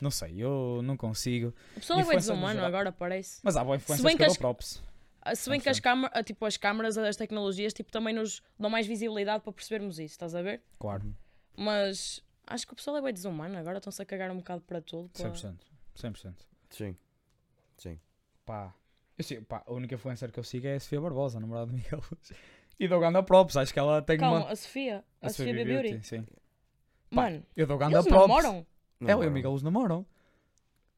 Não sei, eu não consigo.
O pessoal é bem
Influencer no
desumano
geral.
agora, parece.
Mas há boa
Se bem
influência
que
que eu dou
as-
props.
Ah, Se bem que as, câmara, tipo, as câmaras, as tecnologias, tipo, também nos dão mais visibilidade para percebermos isso, estás a ver?
Claro,
Mas acho que o pessoal é bem desumano agora, estão-se a cagar um bocado para tudo. para-
100%. 100%.
Sim.
Pá. Eu sei, pá, a única influencer que eu sigo é a Sofia Barbosa, a namorada do Miguel Luz. E dou ganda props, acho que ela tem
Calma,
uma...
a Sofia, a, Sofia Beauty.
Sim.
Mano,
Eu dou ganda
eles
props.
namoram.
Não
Ela e
moram.
É, o Miguel Luz namoram.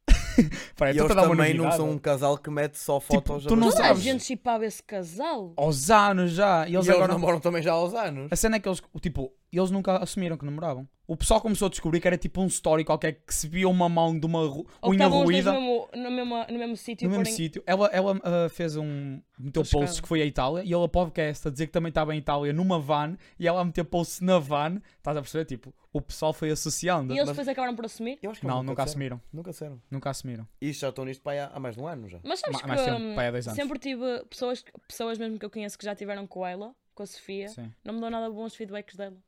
Pá, eu
E
tô-te
eles
a dar uma
também não
novidade.
são um casal que mete só fotos
tu não
a-
Toda a
sabes.
gente chipava esse casal.
Aos anos já. E
E
eles
eles
agora...
namoram também já há uns anos.
A cena é que eles, o tipo, eles nunca assumiram que namoravam. O pessoal começou a descobrir que era tipo um story qualquer que se via uma mão de uma ru-
Ou que
unha
estavam os dois
ruída
no
no
mesmo, no mesmo, no mesmo sítio.
mesmo,
porém-
sítio. Ela, ela ah, fez um. meteu
Tô
posts
chocado.
que foi à Itália e ela podcast a dizer que também estava em Itália numa van e ela meteu posts na van. Estás a perceber? Tipo, o pessoal foi associando.
E eles
Mas-
depois acabaram por assumir.
Eu acho que
Não,
eles
nunca
disseram.
assumiram.
Nunca disseram.
Nunca assumiram.
E já estão nisto para aí há, há mais de um ano já.
Mas sabes
Ma- mais
que
tempo,
hum,
pai, há dois anos.
sempre tive pessoas, que- pessoas mesmo que eu conheço que já tiveram com ela, com a Sofia,
Sim.
não me dão nada bons feedbacks dela.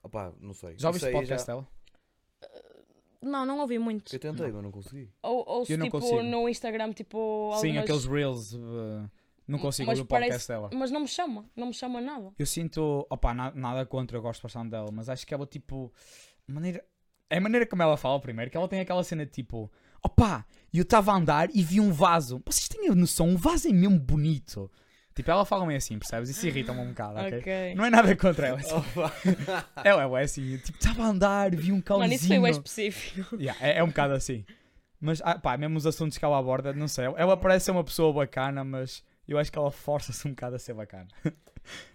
Opá, não sei.
Já
Isso
ouviste o
aí
podcast dela?
Não, não ouvi muito.
Eu tentei, mas não consegui.
Ou, ou se
Eu não
tipo
consigo.
no Instagram, tipo.
Sim,
algumas-
aqueles Reels. ah, não consigo
mas
ouvir o podcast
parece-
dela.
Mas não me chama, não me chama nada.
Eu sinto, opá, na- nada contra, eu gosto bastante dela, mas acho que ela, tipo, a maneira, é a maneira como ela fala primeiro, que ela tem aquela cena de tipo, opá, eu estava a andar e vi um vaso. Vocês têm a noção, um vaso é mesmo bonito. Tipo, ela fala meio assim, percebes? Isso irrita-me um bocado, ok?
Ok.
Não é nada contra ela. Assim. ela é assim, tipo, estava a andar, vi um calzinho.
Mano, isso foi bem específico.
Yeah, é, é um bocado assim. Mas, ah, pá, mesmo os assuntos que ela aborda, não sei. Ela parece ser uma pessoa bacana, mas eu acho que ela força-se um bocado a ser bacana.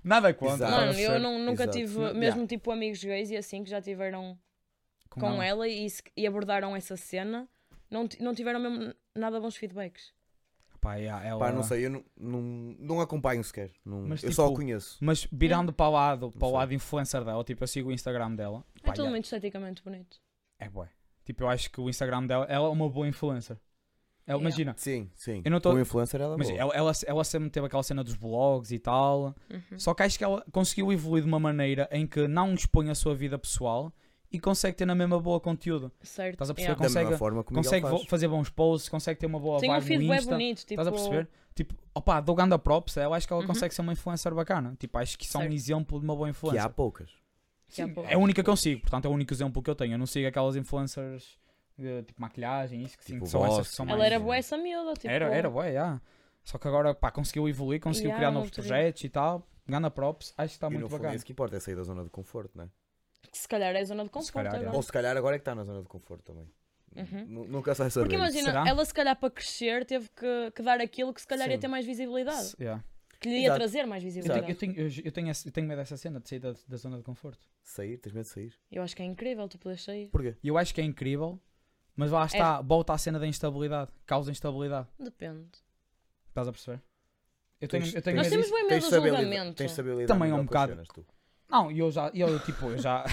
Nada contra.
Exato. Ah,
estás a
Mano, eu
perceber?
não- nunca
Exato.
tive,
é- Não-
mesmo
yeah.
tipo amigos gays e assim que já tiveram
Com
com
ela.
ela e, se- e abordaram essa cena, não, ti- não tiveram mesmo nada bons feedbacks.
Pá, yeah, ela-
Pá, não sei, eu não, não, não acompanho sequer. Não, eu
Mas,
só
tipo,
a conheço.
Mas virando
Hum.
para o lado, para o
sei.
lado influencer dela, tipo, eu sigo o Instagram dela.
É
Pá,
tudo
yeah,
muito esteticamente bonito.
É bué. Tipo, eu acho que o Instagram dela, ela é uma boa influencer. Ela,
Yeah.
Imagina,
Sim, sim.
Eu não tô-
Como influencer ela é
mas
boa.
ela, ela, ela sempre teve aquela cena dos blogs e tal.
Uhum.
Só que acho que ela conseguiu evoluir de uma maneira em que não expõe a sua vida pessoal e consegue ter na mesma boa conteúdo.
Certo.
Estás a perceber
Da
como- consegue-
mesma forma como é
consegue vo-
faz.
fazer bons posts, consegue ter uma boa
Tem um
vibe
feed
no
bué
Insta.
bonito, tipo.
Estás a perceber? Tipo, opa, dou ganda props, eu acho que ela
Uhum.
consegue ser uma influencer bacana. Tipo, acho que isso é um
Certo.
exemplo de uma boa
Que há
influencer.
poucas.
Que há pouco.
É a única que eu sigo, portanto é o único exemplo que eu tenho. Eu não sigo aquelas influencers de tipo maquilhagem, isso que sim,
Tipo
que são essas
Voss,
que são
tipo-
mais.
Ela era
Mas-
boa essa miúda, tipo.
é. Era, era, bué, yeah. Só que agora, pá, conseguiu evoluir, conseguiu
Yeah,
criar
uma
novos
autoridade.
projetos e tal. Ganda props, acho que
e
está Tá muito
no fundo é
bacana.
isso que importa, é sair da zona de conforto, não é?
Que se calhar é a zona de
Se
conforto
calhar,
agora.
é.
Ou se calhar agora é que está na zona de conforto também.
Uhum.
Nu- Nunca sai saber.
Porque imagina,
Será?
ela se calhar para crescer teve que, que dar aquilo que se calhar ia
Sim.
ter mais visibilidade.
Se- yeah.
Que lhe ia
Exato.
trazer mais
Eu, tenho,
visibilidade.
eu, tenho, eu, eu tenho, esse- eu tenho medo dessa cena de sair da, da zona de conforto.
Sair, tens medo de sair.
Eu acho que é incrível tu poderes sair.
Porquê?
E eu acho que é incrível, mas lá está,
É.
volta à cena da instabilidade, causa instabilidade.
Depende.
Estás a perceber? Eu tenho,
Tens-
eu tenho
tens-
medo
Nós
disso.
temos bem medo
Tens
do
de saber lidar-
julgamento.
Tens de saber lidar
Também é
melhor
um
com as
bocado.
cenas, tu.
Não, e eu já, eu tipo, eu já,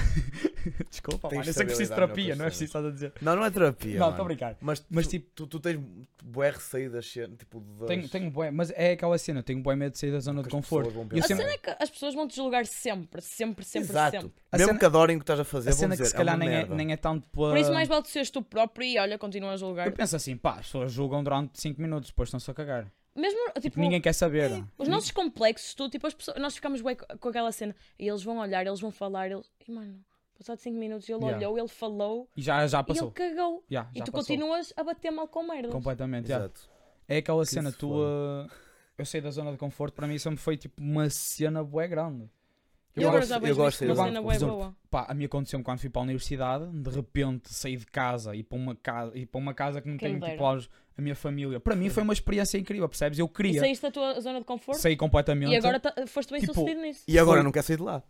Desculpa,
Tens
mano. Eu sei que preciso de
estabilidade
terapia,
na
não
tua
é preciso estás a dizer.
Não, não é terapia.
não,
mano.
estou a brincar.
Mas,
Mas,
tu,
tipo-
tu, tu tens bué receio das cenas, tipo, das...
Tenho, tenho bué, mas é aquela cena, eu tenho bué medo de sair da zona
que
de
as
conforto.
pessoas vão
E eu
pensar.
A
sempre,
cena é que as pessoas vão te julgar sempre, sempre, sempre,
Exato.
sempre.
A
Mesmo
cena-
que adorem o que estás a fazer,
a
vão
cena
dizer,
que se calhar
é uma
nem, é,
merda.
nem é tanto pela...
Por isso mais vale tu seres tu próprio e olha, continua a julgar.
Eu penso assim, pá, as pessoas julgam durante 5 minutos, depois estão-se a cagar.
Mesmo, tipo,
Tipo, ninguém quer saber.
os nossos complexos, tu, tipo, as pessoas, nós ficamos bué co- com aquela cena. E eles vão olhar, eles vão falar, eles... E, mano, passado 5 minutos ele
Yeah.
olhou, ele falou
E já, já
e ele
passou.
cagou.
Já,
E
já
tu
passou.
continuas a bater mal com merda.
Completamente, já.
Exato.
É aquela
Que
cena,
se
tu. uh, eu sei da zona de conforto, para mim sempre foi tipo uma cena bué grande.
Eu,
Eu
agora
gosto-
já
eu
vejo
gosto
isto como
da
uma
zona
cena
de
bué
conforto.
boa.
Pá, a mim aconteceu quando fui para a universidade, de repente saí de casa e para uma casa, e para uma casa que não
Quem
tem
me
tipo
dera.
lá os- a minha família. Para mim foi uma experiência incrível, percebes? Eu
E
queria,
saíste da tua zona de conforto
saí completamente.
e agora ta- foste bem
Tipo,
sucedido nisso.
E agora
Foi.
não quer sair de lá.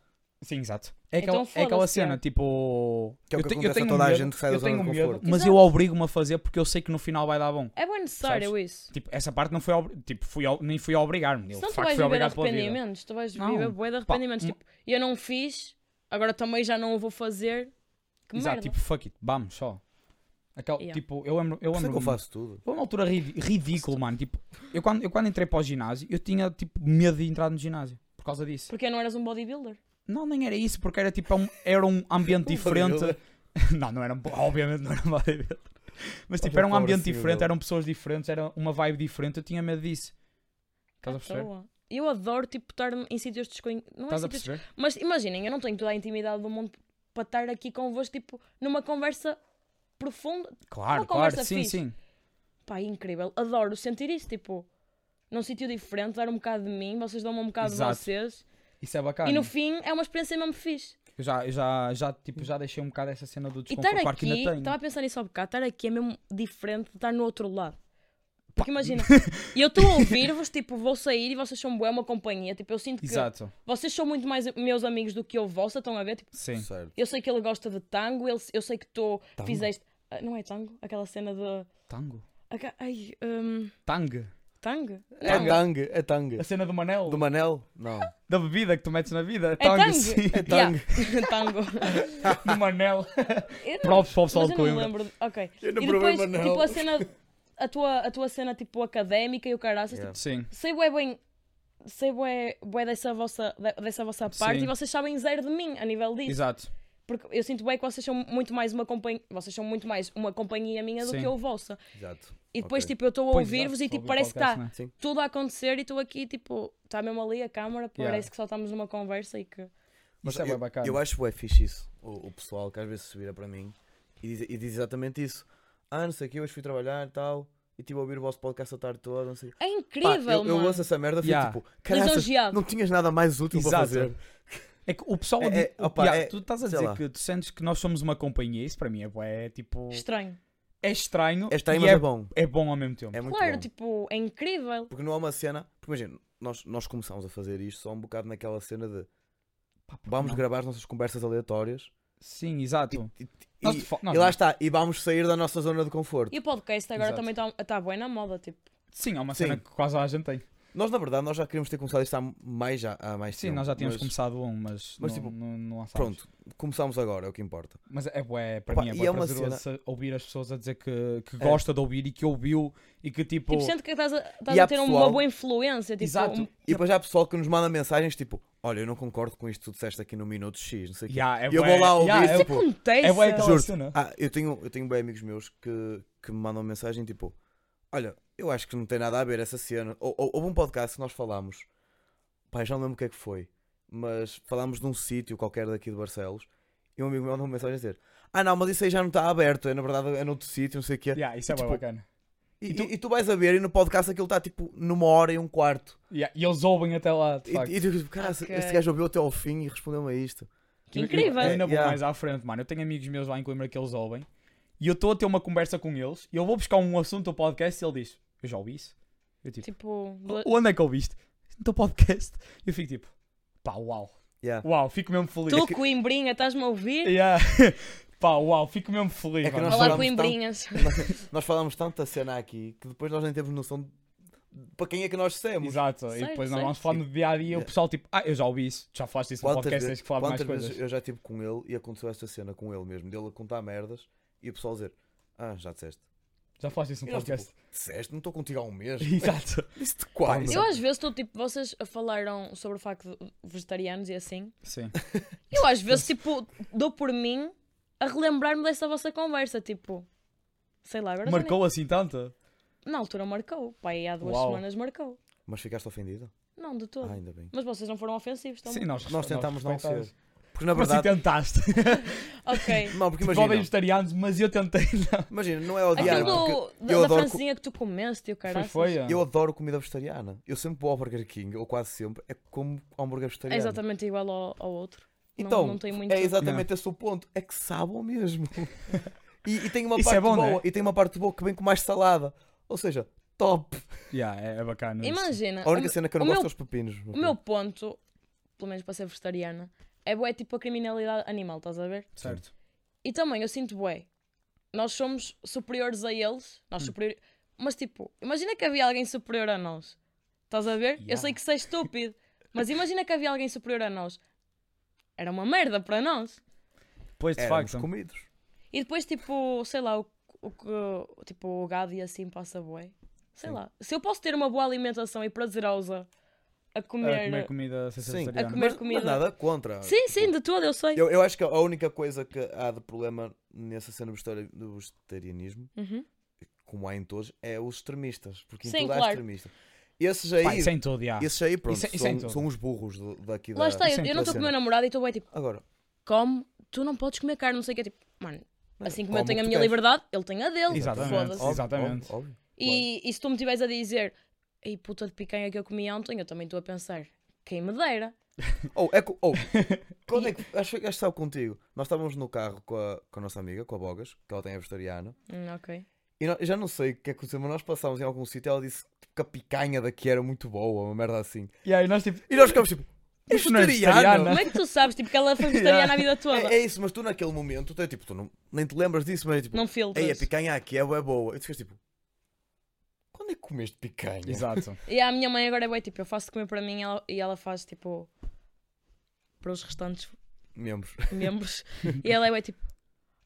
Sim, exato. É aquela,
Então
é aquela
foda-se,
cena,
é.
tipo.
Que é o que
te-
acontece a toda a gente que sai da
eu
zona
tenho
de
medo,
conforto.
mas eu obrigo-me a fazer porque eu sei que no final vai dar bom.
É bem necessário isso.
Tipo, essa parte não foi. obri- Tipo, fui, ao- nem fui a obrigar-me. Eu
Senão
de
tu
facto
vais
fui
viver
obrigado pela vida.
arrependimentos, tu vais
Não,
viver bué de arrependimentos.
m-
Tipo, eu não fiz, agora também já não o vou fazer. Que
Exato,
merda.
tipo, fuck it, vamos só. Aquela,
Yeah.
Tipo, eu lembro. Eu
Por isso é
lembro
que eu faço tudo.
Foi uma altura ri- ridícula, mano. Tipo, eu quando, eu quando entrei para o ginásio, eu tinha tipo medo de entrar no ginásio por causa disso.
Porque não eras um bodybuilder.
Não, nem era isso, porque era tipo um, era um ambiente diferente. não, não era, um- obviamente não era um bodybuilder. Mas tipo,
Olha
era
o
um
pobre
ambiente
senhor
diferente,
dele.
eram pessoas diferentes, era uma vibe diferente, eu tinha medo disso.
Então,
Estás a perceber?
Toa. Eu adoro tipo estar em sítios desconhecidos. Não é
Estás a
sítios-
perceber?
Mas imaginem, eu não tenho toda a intimidade do mundo para estar aqui convosco, tipo, numa conversa profunda.
Claro, claro,
Uma conversa
sim,
fixe.
sim.
Pá, é incrível. Adoro sentir isso, tipo, num sítio diferente, dar um bocado de mim, vocês dão-me um bocado
Exato.
de vocês.
Isso é bacana.
E no fim é uma experiência mesmo fixe.
Eu já, eu já, já, tipo, já deixei um bocado essa cena do
E estar
desconforto, claro que
aqui, tá,
ainda tenho.
estava a pensar nisso há bocado, estar aqui é mesmo diferente de estar no outro lado. Porque imagina, eu estou a ouvir-vos, tipo, vou sair e vocês são boa uma companhia. Tipo, eu sinto que
Exato,
vocês são muito mais meus amigos do que eu vossa, estão a ver? Tipo,
sim.
Certo.
eu sei que ele gosta de tango, ele- eu sei que tu fizeste. Ah, Não é tango? Aquela cena de.
Tango?
Aca- Ai, hum,
Tangue?
tango?
É
Não.
tangue, é tangue.
A cena do Manel?
Do Manel? Não.
Da bebida que tu metes na vida?
É tango?
sim.
Yeah, tango.
do Manel.
Eu não-
Props para o pessoal
Mas
de
eu não me
Coimbra.
lembro. de- Ok.
Eu não
e
provei
depois,
é
Manel.
tipo, a cena. A tua, a tua cena, tipo, académica e o caraças, tipo,
Yeah.
Sim.
sei bué bem sei bué, bué dessa vossa de- dessa vossa parte
Sim.
e vocês sabem zero de mim a nível disso
Exato.
porque eu sinto bem que vocês são muito mais uma companhia vocês são muito mais uma companhia minha do
Sim.
que eu vossa
Exato.
e depois
Ok.
tipo eu estou a
Pois,
ouvir-vos
exato,
e
só
tipo
ouvir o
parece que
podcast,
está
né?
Sim.
tudo a acontecer e estou aqui tipo está mesmo ali a câmara parece
Yeah.
que só estamos numa conversa e que
Mas
Isso é
eu,
bem bacana.
eu acho bué fixe isso. O, o pessoal que às vezes se vira para mim e diz, e diz exatamente isso. Ah, não sei o que, hoje fui trabalhar e tal. E tive a ouvir o vosso podcast a tarde toda, não sei.
é
Pá,
incrível
eu, eu
mano.
assim,
ouço essa merda e fico
Yeah.
tipo, caraças,
Lisonjeado.
não tinhas nada mais útil para
Exato.
fazer.
É que o pessoal.
É-
adi-
é-
o-
opa,
yeah,
é-
tu estás a
sei
dizer
lá.
que tu sentes que nós somos uma companhia. Isso para mim é, bué, tipo.
estranho
É estranho.
É estranho,
e
mas é
é,
bom.
é bom ao mesmo tempo.
É muito
claro
bom.
tipo é incrível
Porque não há uma cena. Porque imagina, nós, nós começámos a fazer isto só um bocado naquela cena de
Pá, porque
vamos
não?
gravar as nossas conversas aleatórias
Sim, exato.
e,
Nós
e-
de fa- nós
e lá
não.
está, e vamos sair da nossa zona de conforto.
e o podcast agora
Exato.
também está tá bem na moda tipo
Sim, é uma
Sim.
cena que quase a gente tem.
Nós, na verdade, nós já queríamos ter começado isto há mais, já, há mais
Sim,
tempo,
nós já tínhamos
mas
começado um, mas,
mas,
não,
tipo,
não, não lançámos.
Pronto, começámos agora, é o que importa.
Mas é bué, para
Opa,
mim é
e
bué
é uma
prazeroso ouvir as pessoas a dizer que, que
É.
gosta de ouvir e que ouviu e que tipo.
Tipo, sente que estás a, estás
E
a
há
ter
pessoal-
uma boa influência. Tipo,
Exato.
um-
E depois há pessoal que nos manda mensagens tipo: Olha, eu não concordo com isto que tu disseste aqui no minuto X, não sei o quê.
Yeah, é
E eu
bué-
vou lá ouvir,
yeah, é
tipo,
acontece.
É bué aquela
Juro-te.
cena.
Ah, eu tenho, eu tenho bem amigos meus que, que me mandam mensagem tipo: Olha, eu acho que não tem nada a ver essa cena. Ou, ou, houve um podcast que nós falámos, pá, já não lembro o que é que foi, mas falámos de um sítio qualquer daqui de Barcelos e um amigo meu mandou uma mensagem a dizer: Ah, não, mas isso aí já não está aberto, é na verdade é noutro sítio, não sei o quê.
Yeah, isso é bué
tipo,
bacana.
E, e tu... e tu vais a ver e no podcast aquilo está tipo numa hora e um quarto.
Yeah, e eles ouvem até lá. de
E,
facto.
e tu tipo, cara,
Ok.
este gajo ouviu até ao fim e respondeu-me a isto.
Que
Eu- é eu-
incrível.
Eu, ainda vou
Yeah.
mais à frente, mano. Eu tenho amigos meus lá em Coimbra que eles ouvem. E eu estou a ter uma conversa com eles. E eu vou buscar um assunto ao podcast e ele diz: Eu já ouvi isso. Eu tipo:
Tipo,
"O- Onde é que ouviste? No teu podcast. E eu fico tipo: Pá, uau.
Yeah.
Uau, fico mesmo feliz. É
tu, Coimbrinha, estás-me a ouvir?
Yeah. Pá, uau, fico mesmo feliz.
É que
mano.
nós
Olá,
falámos tanto-
Coimbrinhas.
Nós falámos tanta cena aqui que depois nós nem temos noção para quem é que nós dissemos.
Exato, e
Certo,
depois nós
certo.
vamos falando de dia a dia e o
Yeah.
pessoal tipo, ah, eu já ouvi isso, tu já falaste isso no podcast, tens que falar de mais
quantas vezes
coisas.
eu já estive com ele e aconteceu esta cena com ele mesmo, dele a contar merdas e o pessoal a dizer: Ah, já disseste.
Já falaste isso no
E nós, tipo,
Um podcast.
disseste, não estou contigo há um mês.
Exato.
Disse-te quase.
Eu às vezes estou tipo, vocês falaram sobre o facto de vegetarianos e assim.
Sim.
Eu às vezes tipo, dou por mim a relembrar-me dessa vossa conversa, tipo. Sei lá, agora já nem-
Marcou assim tanto?
Na altura marcou, pai, há duas
Uau.
semanas marcou.
Mas ficaste ofendido?
Não, de todo.
Ah, ainda bem.
Mas vocês não foram ofensivos também.
Sim, nós,
Nós tentámos não
respeitamos.
ser. Porque na
Mas sim,
verdade.
tentaste.
Ok.
Não, porque
Podem
imagina,
vegetarianos, mas eu tentei. tipo, não.
imagina, não é odiar.
Aquilo
porque
do, da,
eu
da
adoro
francesinha que tu comeste e o É
Foi
caralho.
feia.
Eu adoro comida vegetariana. Eu sempre vou ao Burger King, ou quase sempre, é como hambúrguer
É
vegetariano.
exatamente igual ao, ao outro. Não-
Então,
não tem muito-
é exatamente esse o ponto. É que sabem o mesmo. E, e tem uma
Isso
parte
é bom,
boa,
né?
e tem uma parte boa que vem com mais salada. Ou seja, top.
Yeah, é, é bacana. isso.
Imagina.
A única
o-
cena que eu
o
não
meu
gosto é os pepinos.
O meu ponto, pelo menos para ser vegetariana, é bué tipo a criminalidade animal, estás a ver?
Certo.
E também eu sinto bué. Nós somos superiores a eles,
Hum.
nós superior... mas tipo, imagina que havia alguém superior a nós. Estás a ver? Eu
Yeah.
sei que sei estúpido, mas imagina que havia alguém superior a nós. Era uma merda para nós.
Pois, de
Éramos
facto.
comidos.
E depois tipo, sei lá, o, o que tipo, o gado e assim passa bué. Sei
Sim.
lá. Se eu posso ter uma boa alimentação e prazerosa a
A
comer,
comer comida sem ser
Sim.
vegetariana.
A comer
mas,
comida.
mas nada contra.
Sim, sim, de tudo eu sei.
Eu, eu acho que a única coisa que há de problema nessa cena do vegetari- do vegetarianismo,
Uhum.
como há em todos, é os extremistas. Porque em
Sim,
tudo há
claro.
extremistas. Esses aí,
Pá, isso é em todo, já.
esses aí pronto,
Isso é- isso é em
são,
tudo.
são os burros do- daqui da...
Lá está, eu,
Sim,
eu não
sim.
estou com o meu namorado e estou bem tipo,
Agora,
come, tu não podes comer carne, não sei o que. Tipo, mano, assim como eu
come o
tenho a
que
minha
queres.
liberdade, ele tem a dele. tipo,
Exatamente.
Foda-se.
óbvio,
Exatamente.
óbvio, óbvio.
E, e se tu me estiveres a dizer, ei puta de picanha que eu comi ontem, eu também estou a pensar, quem me dera.
Ou, é co- ou, quando é que. Acho, acho que estava contigo. Nós estávamos no carro com a, com a nossa amiga, com a Bogas, que ela tem a vegetariana,
Hum, ok.
e nó- eu já não sei o que é que aconteceu, mas nós passámos em algum sítio e ela disse tipo, que a picanha daqui era muito boa, uma merda assim.
E aí nós tipo,
E nós ficámos tipo, é
Isto não é
vegetariano?
vegetariano.
Como é que tu sabes, tipo, que ela foi vegetariana a vida toda?
É, é isso, mas tu naquele momento, tu é tipo, tu não, nem te lembras disso, mas é tipo,
Não
ei, a
filtras.
picanha aqui é bué boa. E tu ficas tipo, quando é que comeste picanha?
exato.
E a minha mãe agora é bem tipo, eu faço de comer para mim ela- e ela faz tipo, para os restantes
Membros.
membros. e ela é bué tipo: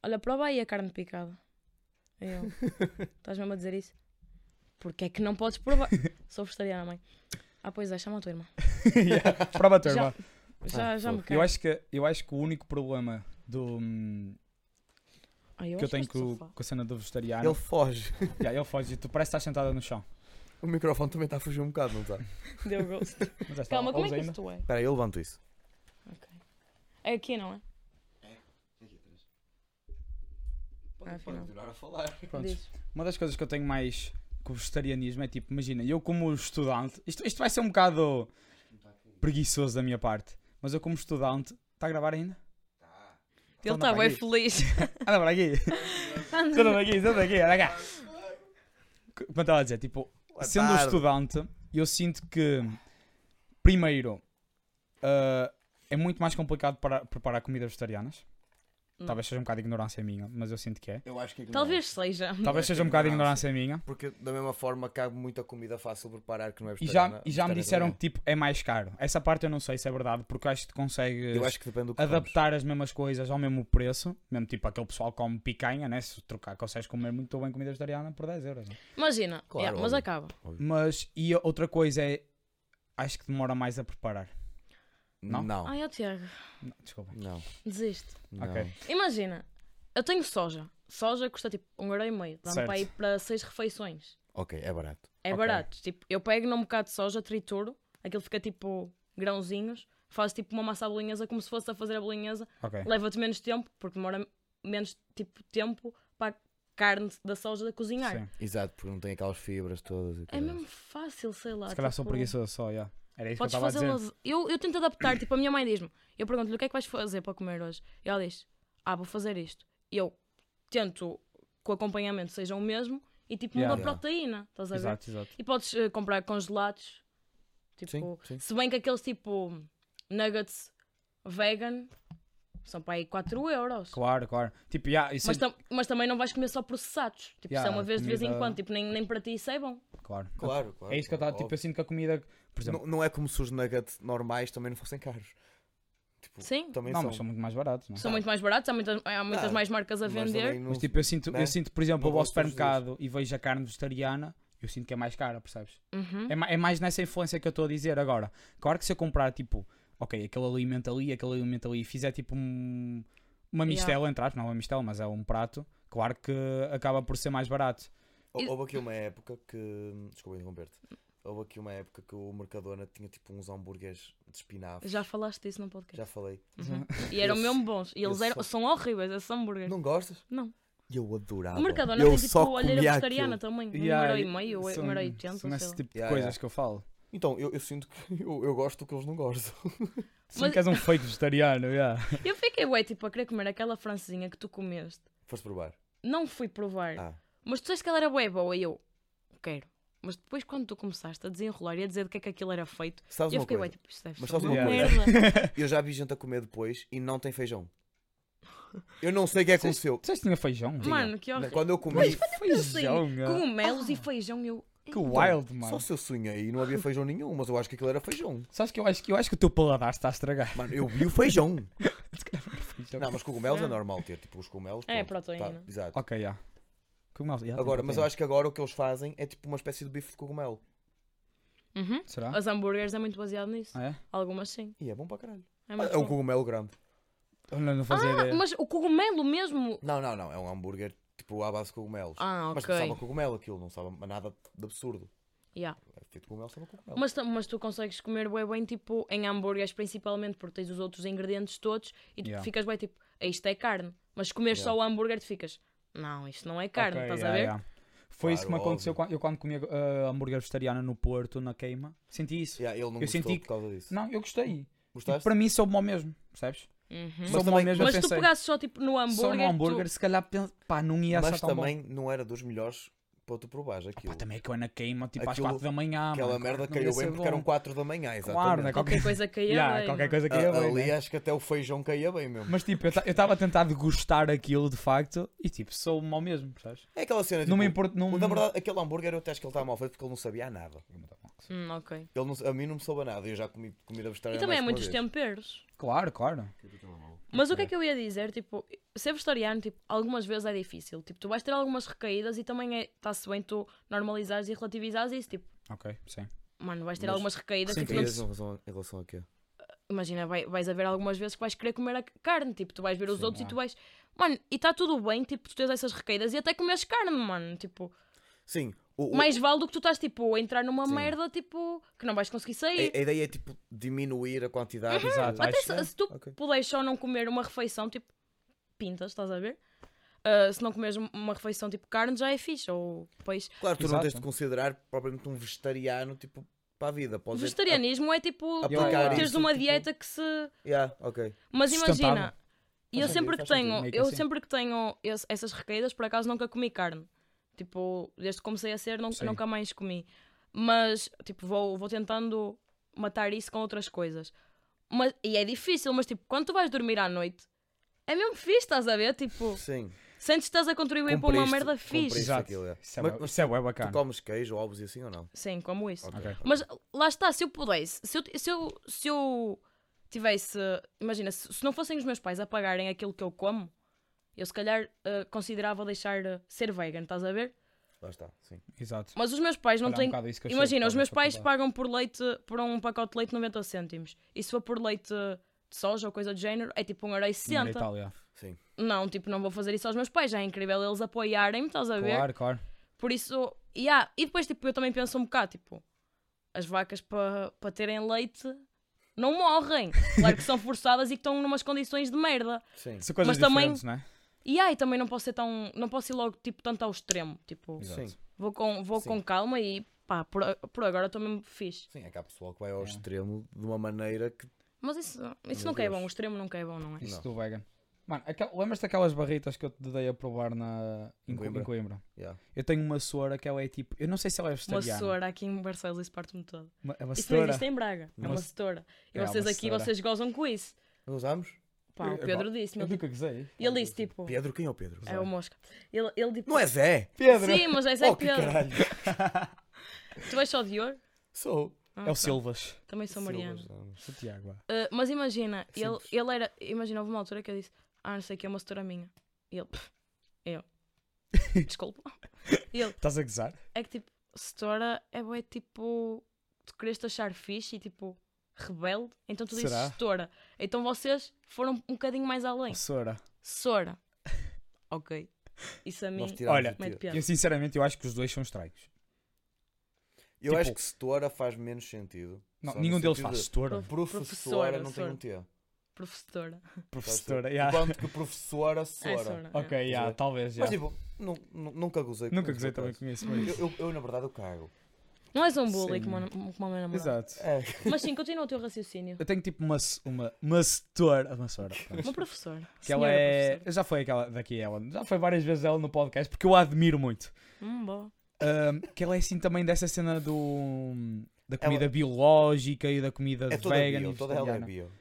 Olha, prova aí a carne picada. E eu: Estás mesmo a dizer isso? Porque é que não podes provar? Sou vegetariana, mãe. Ah, pois é, chama a tua irmã.
yeah. Prova a tua
Já-
irmã.
Já, já me
Eu
cai.
acho, que, eu acho que o único problema do, hum,
Ai,
que eu
acho
tenho
este
com,
sofá.
com a cena do vegetariano.
Ele foge.
Yeah, ele foge e tu parece que estás sentada no chão.
O microfone também está a fugir um bocado, não está? Espera
Deu gosto.
Mas já está,
Calma, como é
ouves
que
ainda.
isso tu é?
aí, eu levanto isso.
É aqui, não é?
Pode,
Ah, afinal.
continuar a falar.
Prontos.
Diz.
Uma das coisas que eu tenho mais com o vegetarianismo é tipo, imagina, eu como estudante, isto, isto vai ser um bocado preguiçoso da minha parte, mas eu como estudante, está a gravar ainda?
Ele
Então
está
anda
bem
para
feliz.
Anda para aqui, anda para aqui, anda para aqui, anda cá. Como eu estava a dizer, tipo, sendo um estudante, eu sinto que, primeiro, ah, é muito mais complicado para preparar comidas vegetarianas.
Hum.
Não.
Talvez seja um bocado de ignorância minha, mas eu sinto que é.
Eu acho que é.
Talvez seja.
Hum.
Talvez seja um bocado de ignorância minha.
Porque da mesma forma cabe muita comida fácil de preparar que não é
E já,
vegetariana,
e já
vegetariana
me disseram que
também
tipo, é mais caro. Essa parte eu não sei se é verdade, porque eu acho que tu
é.
consegues
Eu acho que depende do que comes.
adaptar as mesmas coisas ao mesmo preço. Mesmo tipo aquele pessoal que come picanha, né? Se trocar, consegues comer muito bem comida vegetariana por 10 euros. né?
Imagina,
Claro,
yeah, mas
óbvio.
acaba.
Mas, e outra coisa é, acho que demora mais a preparar. Não?
Não.
Ai, ó Tiago,
Não, desculpa.
Não.
desiste.
não.
Ok.
Imagina, eu tenho soja. Soja custa tipo um euro e meio. Dá-me
Certo.
para ir para seis refeições.
Ok, é barato.
É
Ok.
barato. Tipo, eu pego num bocado de soja, trituro, aquilo fica tipo grãozinhos, faço tipo uma massa à bolinhesa como se fosse a fazer a bolinhesa.
Ok.
Leva-te menos tempo, porque demora menos tipo tempo para a carne da soja cozinhar.
Sim.
Exato, porque não tem aquelas fibras todas. e
É
caralho.
mesmo fácil, sei lá.
Se calhar sou
tipo,
preguiçoso só, já. Era isso que eu
Podes
estava a
fazer
dizer.
las... eu, eu tento adaptar, tipo, a minha mãe diz-me, eu pergunto-lhe o que é que vais fazer para comer hoje? E ela diz, ah, vou fazer isto. E eu tento que o acompanhamento seja o mesmo e tipo muda
Yeah.
a
Yeah.
proteína, estás a ver?
Exato, exato.
E podes eh, comprar congelados, tipo,
Sim, sim.
se bem que aqueles tipo nuggets vegan São para aí 4 euros.
Claro, claro. Tipo, yeah, isso
Mas,
é...
tam- mas também não vais comer só processados. Tipo, isso é
Yeah,
uma vez de vez em
comida-
quando. Tipo, nem, nem para ti isso é bom.
Claro.
Claro, claro.
É isso que eu estava, tipo, eu sinto que a comida, por exemplo,
Não, não é como se os nuggets normais também não fossem caros. Tipo,
Sim.
Também
não,
são.
mas são muito mais baratos, não é?
São muito mais baratos, há muitas, há muitas
Ah,
mais marcas a
mas
vender.
também não-
Mas tipo, eu sinto,
né?
eu sinto por exemplo,
Não
eu vou ao
gosto dos
supermercado e vejo a carne vegetariana, eu sinto que é mais cara, percebes?
Uhum.
É, ma- é mais nessa influência que eu estou a dizer agora. Claro que se eu comprar, tipo, ok, aquele alimento ali, aquele alimento ali, e fizer tipo um- uma
Yeah.
mistela, entre aspas, não é uma mistela, mas é um prato, claro que acaba por ser mais barato.
Hou- Houve aqui uma época que. Desculpa interromper-te. Houve aqui uma época que o Mercadona tinha tipo uns hambúrgueres de espinafres.
Já falaste disso no podcast. Uhum.
Já falei.
E eram
Eu-
mesmo bons. E eles
eu
eram,
só-
são horríveis, esses hambúrgueres.
Não gostas?
Não.
Eu adorava.
O Mercadona
eu
tem tipo
só
a olheira
comia
vegetariana
aquilo.
também.
Yeah,
um euro e meio, ou
são-
um euro e oitenta,
São
sei
esse
lá.
tipo de
Yeah,
coisas
yeah.
que eu falo.
Então, eu, eu sinto que eu, eu gosto do que eles não gostam.
Sim, que és um fake vegetariano, yeah.
Eu fiquei, ué, tipo, a querer comer aquela francesinha que tu comeste.
Foste provar.
Não fui provar.
Ah.
Mas tu disseste que ela era bué boa e eu, quero. Mas depois quando tu começaste a desenrolar e a dizer de que é que aquilo era feito,
Sabes
eu
uma
fiquei,
coisa?
ué, tipo, isto deve
Mas
ser
sabes
uma
uma
coisa?
merda.
Eu já vi gente a comer depois e não tem feijão. Eu não sei o que é que aconteceu.
Disseste que tinha feijão?
Tinha.
Mano, é que horror.
Quando né? Ah. eu comi,
Feijão,
Assim, um
yeah.
cogumelos e feijão, eu...
que wild, mano.
só se eu sonhei e não havia feijão nenhum, mas eu acho que aquilo era feijão.
Sabes que eu acho que eu acho que o teu paladar está a estragar.
Mano, eu vi o feijão.
Feijão.
não, mas cogumelos é normal ter, tipo, os cogumelos.
É,
pronto, tá,
proteína.
exato.
Ok, já. Cogumelos, já, tem
Agora, mas eu
proteína.
acho que agora o que eles fazem é tipo uma espécie de bife de cogumelo.
Uhum.
Será?
Os hambúrgueres é muito baseado nisso.
Ah, é?
Algumas sim.
E é bom para caralho.
É
Ah,
muito
É um
bom.
cogumelo grande.
Eu Não, não fazia
Ah,
ideia.
mas o cogumelo mesmo...
Não, não, não. É um hambúrguer tipo à base de cogumelos.
Ah,
Mas não sabe a
ok.
cogumelo aquilo, não sabe a nada de absurdo.
Yeah.
É feito de cogumelo, sabe a cogumelo.
Mas, tam- mas tu consegues comer bué bem, tipo, em hambúrgueres principalmente, porque tens os outros ingredientes todos e tu
Yeah.
ficas bem, tipo, isto é carne. Mas se comeres só o hambúrguer, tu ficas, não, isto não é carne,
Ok,
estás
já,
a ver?
já. Foi isso que me
Claro,
aconteceu quando, eu quando comia ah, hambúrguer vegetariana no Porto, na queima. Senti isso.
Yeah, ele não
eu
gostou
senti
por
que-
causa disso.
Não, eu gostei. Tipo,
Gostaste?
Para mim soube-me ao mesmo, percebes?
Uhum.
Soube-me ao
também-
mesmo, eu
Mas se tu
pensei.
pegasses só, tipo, no
Só
hambúrguer,
no hambúrguer,
tu-
se calhar, pen- pá, não ia
mas
ser tão
também não era dos melhores para tu provares
bom.
aquilo.
Pá, um também é que eu na queima, tipo, às
Aquilo-
4 da manhã.
Aquela
mano,
merda
claro que não ia
caiu bem
ser
porque
bom.
eram 4 da manhã, exatamente.
Claro, né?
qualquer coisa caia
Yeah,
bem,
qualquer
mano.
coisa
A-
caía bem.
ali é-
né?
acho que até o feijão caía bem mesmo.
Mas tipo, eu estava a tentar degustar aquilo de facto e tipo, soube-me ao mesmo, percebes?
É aquela cena, tipo,
Não me importa. um Não...
na verdade, aquele hambúrguer eu até acho que ele estava mal feito porque ele não sabia a nada.
Hum, ok.
Ele não- a mim não me soube a nada, eu já comi comida
E
vegetariana
também é
mais
muitos
que uma
temperos.
Claro, claro.
Mas o que é que eu ia dizer? Tipo, ser vegetariano, tipo, algumas vezes é difícil. Tipo, tu vais ter algumas recaídas e também está-se bem tu normalizares e relativizares isso. Tipo,
Ok, sim.
mano, vais ter
Mas- é
algumas recaídas.
Sim,
tipo,
vez.
não
Tens
te-
razão Em relação a quê?
imagina, vai, vais haver algumas vezes que vais querer comer a carne, tipo, tu vais ver os
Sim,
outros
é.
e tu vais. Mano, e está tudo bem, tipo, tu tens essas recaídas e até comes carne, mano. Tipo,
Sim, o, o-
mais vale do que tu estás, tipo, a entrar numa
Sim.
merda, tipo, que não vais conseguir
a,
sair.
a ideia é tipo diminuir a quantidade.
Exato,
Mas-
Até
acho-
se, se tu
ok.
puderes só não comer uma refeição, tipo, pintas, estás a ver? Ah, se não comeres um- uma refeição tipo carne, já é fixe, ou peixe.
Claro, tu não
Exato.
tens de considerar propriamente um vegetariano tipo para a vida.
O
Podes é-
vegetarianismo é tipo tu
aplicar
teres
isso,
uma
tipo-
dieta que se.
Ah, yeah, ok.
Mas
Sustentável.
imagina, e eu
sentido,
sempre que
faz sentido,
tenho,
meio que
eu
assim.
sempre que tenho esse- essas recaídas, por acaso nunca comi carne. Tipo, desde que comecei a ser, nun-
Sim.
nunca mais comi. Mas, tipo, vou, vou tentando matar isso com outras coisas. Mas, e é difícil, mas tipo, quando tu vais dormir à noite, é mesmo fixe, estás a ver? Tipo,
Sim.
Sentes que estás a contribuir para uma
Cumpriste-
merda fixe.
cumpriste. Isso,
Exato.
aquilo, é.
Isso é
Mas-
bué-
mas
isso é bué bacana.
Tu comes queijo, ovos e assim ou não?
Sim, como isso.
Ok.
Ok.
Mas lá está, se eu pudesse, se eu, se eu, se eu tivesse, imagina, se, se não fossem os meus pais a pagarem aquilo que eu como, eu se calhar eh, considerava deixar eh, ser vegan, estás a ver?
Lá está, sim.
Exato.
Mas os meus pais não
Olha, é um
têm.
bocado isso que eu sei,
imagina,
por
os meus
causa da
pais
faculdade.
pagam por leite, por um pacote de leite 90 cêntimos. E se for por leite de soja ou coisa do género, é tipo 1,60€.
Na Itália.
Sim.
Não, tipo, não vou fazer isso aos meus pais. Já é incrível eles apoiarem-me, estás a ver?
Claro, claro.
Por isso, yeah. e depois tipo, eu também penso um bocado, tipo, as vacas para pa terem leite não morrem. Claro que são forçadas e que estão numas condições de merda.
Sim.
São coisas
Mas também-
diferentes, não é?
E ai, também não posso ser tão, não posso ir logo tipo tanto ao extremo, tipo,
Sim.
Exato.
vou com, vou
Sim.
com calma e pá, por, a- por agora estou mesmo fixe.
Sim, é que há pessoal que vai ao extremo de uma maneira que.
Mas isso, isso
Meu
nunca é
Deus.
bom, o extremo nunca é bom, não é?
Isso
Não.
do vegan. Mano, aquel... lembras-te daquelas barritas que eu te dei a provar na... em,
Em Coimbra.
Coimbra. em Coimbra?
Yeah.
Eu tenho uma soura que ela é tipo. Eu não sei se ela é
Uma
vegetariana.
setora aqui em Barcelos, isso parte-me todo.
Uma- É uma
Isso não
setora.
existe em Braga, é
Uma
uma setora. E
É,
vocês
uma
aqui,
setora.
vocês gozam com isso.
Usámos?
Pá, o
Epá,
Pedro disse-me.
Eu
ele-
nunca gozei.
E ele disse, tipo.
Pedro, quem é o Pedro?
É o Mosca. Ele, ele tipo.
Não é Zé?
Pedro!
Sim, mas és é
Oh, que
Pedro.
caralho.
Tu és só Dior?
Sou.
Ah,
É o
tá.
Silvas.
Também sou Mariana.
Silvas,
Sou Tiago. vá.
Ah, mas imagina, ele,
Simples.
ele era. Imagina, houve uma altura que eu disse: Ah, não sei que é uma setora minha. E ele. "Pff, Eu. Desculpa. E ele.
Estás a gozar?
É que tipo, setora é bué, tipo. Tu queres te achar fixe e tipo. Rebelde, então tu dizes
Será?
setora. Então vocês foram um bocadinho mais além.
Oh, Sora.
Sora. Ok. Isso a
Nós
mim
tiramos
Olha,
o
mete
T.
piada.
Eu sinceramente eu acho que os dois são strikes.
Eu
Tipo-
acho que Setora faz menos sentido.
Não,
Só no
nenhum deles
sentido
faz
de
setora.
Prof-
Professora,
Professora,
não tem um
Sora.
T.
Professora.
Professora.
Tá certo.
yeah.
Enquanto que professora,
É,
Sora.
Sora. é.
Ok, yeah,
Mas,
talvez.
Mas
yeah.
tipo, nu- nu- nunca gozei
Nunca
isso,
gozei
por
também
acaso.
com isso. mas-
Eu, eu- eu, na verdade, eu cago.
Não és um bully
Sim.
como, a na- como a minha namorada.
Exato.
É.
Mas sim, continua o teu raciocínio.
Eu tenho tipo uma, s- uma, uma setora. Uma setora. pronto.
Uma professora.
Que ela
Senhora
é.
professora.
Já foi aquela daqui, ela. Já foi várias vezes ela no podcast, porque eu a admiro muito.
Hum, boa.
Ahm, que ela é assim também dessa cena do. da
Ela-
comida biológica e da comida
É toda
vegan
bio,
e
toda ela é
vegetariana.
bio.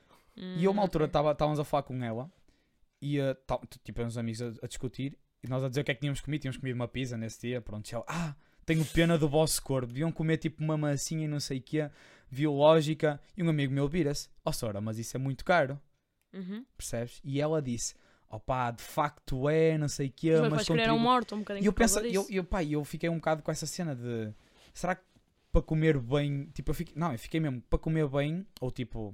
E eu,
Hum,
uma altura, tava- estávamos a falar com ela e ah, tá- t- tipo, uns amigos a, a discutir e nós a dizer o que é que tínhamos comido. Tínhamos comido uma pizza nesse dia, pronto. e Ela, ah, tenho pena do vosso corpo. Deviam comer tipo uma massinha e não sei o que, biológica. E um amigo meu vira-se: Ó Sora, mas isso é muito caro,
Uhum.
percebes? E ela disse: Ó pá, de facto é, não sei o que,
Os meus
mas
pais queriam um
contribu-
morto um bocadinho.
e eu
por causa
penso, eu,
disso.
eu, pá, eu fiquei um bocado com essa cena de será que para comer bem, tipo, eu fiquei, não, eu fiquei mesmo para comer bem, ou tipo,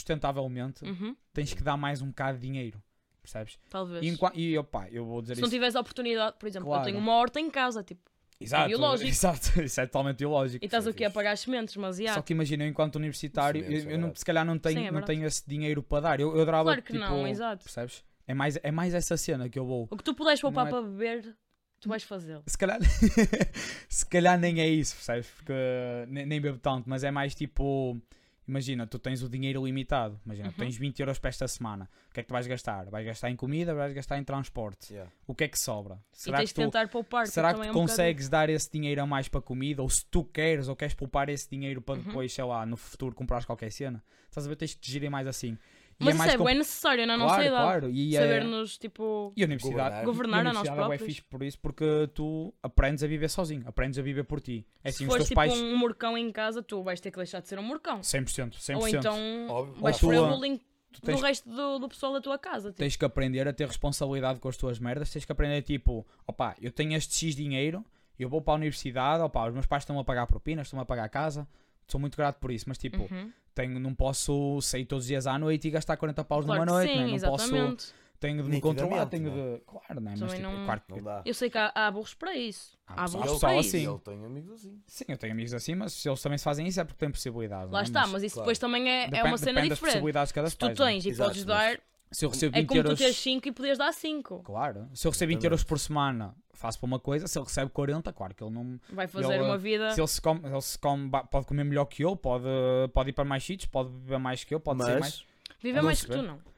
sustentavelmente,
Uhum.
tens que dar mais um bocado de dinheiro, percebes?
Talvez.
E, enqua- e eu, pá, eu vou dizer
Se não
isso.
tivesse a oportunidade, por exemplo,
Claro.
eu tenho uma horta em casa, tipo,
Exato,
biológico.
exato, isso é totalmente biológico.
e estás aqui a
fixe.
pagar as sementes, mas já.
Só que imagina, eu enquanto universitário,
Sim, isso
eu,
é
eu não,
barato.
se calhar não tenho,
Sim, é
não
barato.
tenho esse dinheiro para dar. Eu, eu dava,
Claro que
tipo,
não, exato.
percebes? É mais, é mais essa cena que eu vou.
O que tu puderes poupar
é-
para beber, tu vais fazê-lo.
Se calhar, se calhar nem é isso, percebes? Porque eh, nem, nem bebo tanto, mas é mais tipo. Imagina, tu tens o dinheiro limitado. Imagina,
Uhum.
tens 20 euros para esta semana. O que é que tu vais gastar? Vais gastar em comida, vais gastar em transporte.
Yeah.
O que é que sobra?
E
Será
tens de
que tu,
tentar poupar. tipo,
será que tu
também é um bocado-
consegues dar esse dinheiro a mais para comida? Ou se tu queres, ou queres poupar esse dinheiro para
Uhum.
depois, sei lá, no futuro comprares qualquer cena? Estás a ver? Tens de te gerir mais assim. E
Mas
mais
isso é,
com-
bem necessário na nossa
Claro,
idade.
claro. E é-
Saber-nos, tipo,
e a universidade,
Governar.
Governar
e
a nós
universidade é bué
próprios.
fixe por isso, porque tu aprendes a viver sozinho, aprendes a viver por ti. É assim,
se
os teus
fores tipo
pais.
um morcão em casa, tu vais ter que deixar de ser um morcão.
100%, 100%.
Ou então
Óbvio.
vais
Ou
sofrer
tua-
bullying
tu
do
tens,
resto do, do pessoal da tua casa. Tipo.
tens que aprender a ter responsabilidade com as tuas merdas, tens que aprender tipo, opá, eu tenho este X dinheiro, eu vou para a universidade, opá, os meus pais estão a pagar propinas, estão a pagar casa, sou muito grato por isso, mas tipo,
Uhum.
tenho, não posso sair todos os dias à noite e gastar 40 paus
Claro
numa
que
noite,
sim,
né? não posso,
exatamente.
tenho de me
Nitidamente,
controlar, tenho
não é?
de, claro, né? mas
Também
tipo,
não-
claro que
Não dá.
Eu sei que há, há burros para isso.
Há
Há
pessoal-
burros
há
para
pessoal
isso.
assim.
Ele tem amigos assim.
Sim, eu tenho amigos assim, mas se eles também se fazem isso é porque têm possibilidade.
Lá
né?
está,
Mas
mas isso
claro.
depois também é, é uma
depende-
cena
depende das
diferente.
possibilidades de cada
Se tu
pais, né?
tens e
Exato,
podes
mas-
dar,
Se eu recebo
é
20
como
euros.
tu tens 5 e podias dar 5.
Claro. Se eu recebo 20 euros por semana, faço para uma coisa. Se ele recebe 40, claro que ele não.
Vai fazer
Ele,
uma vida.
Se ele se come, ele se come ba- pode comer melhor que eu, pode, pode ir para mais sítios, pode beber mais que eu, pode ser mais.
Mas,
Viver
Vou
mais que tu
perceber.
não.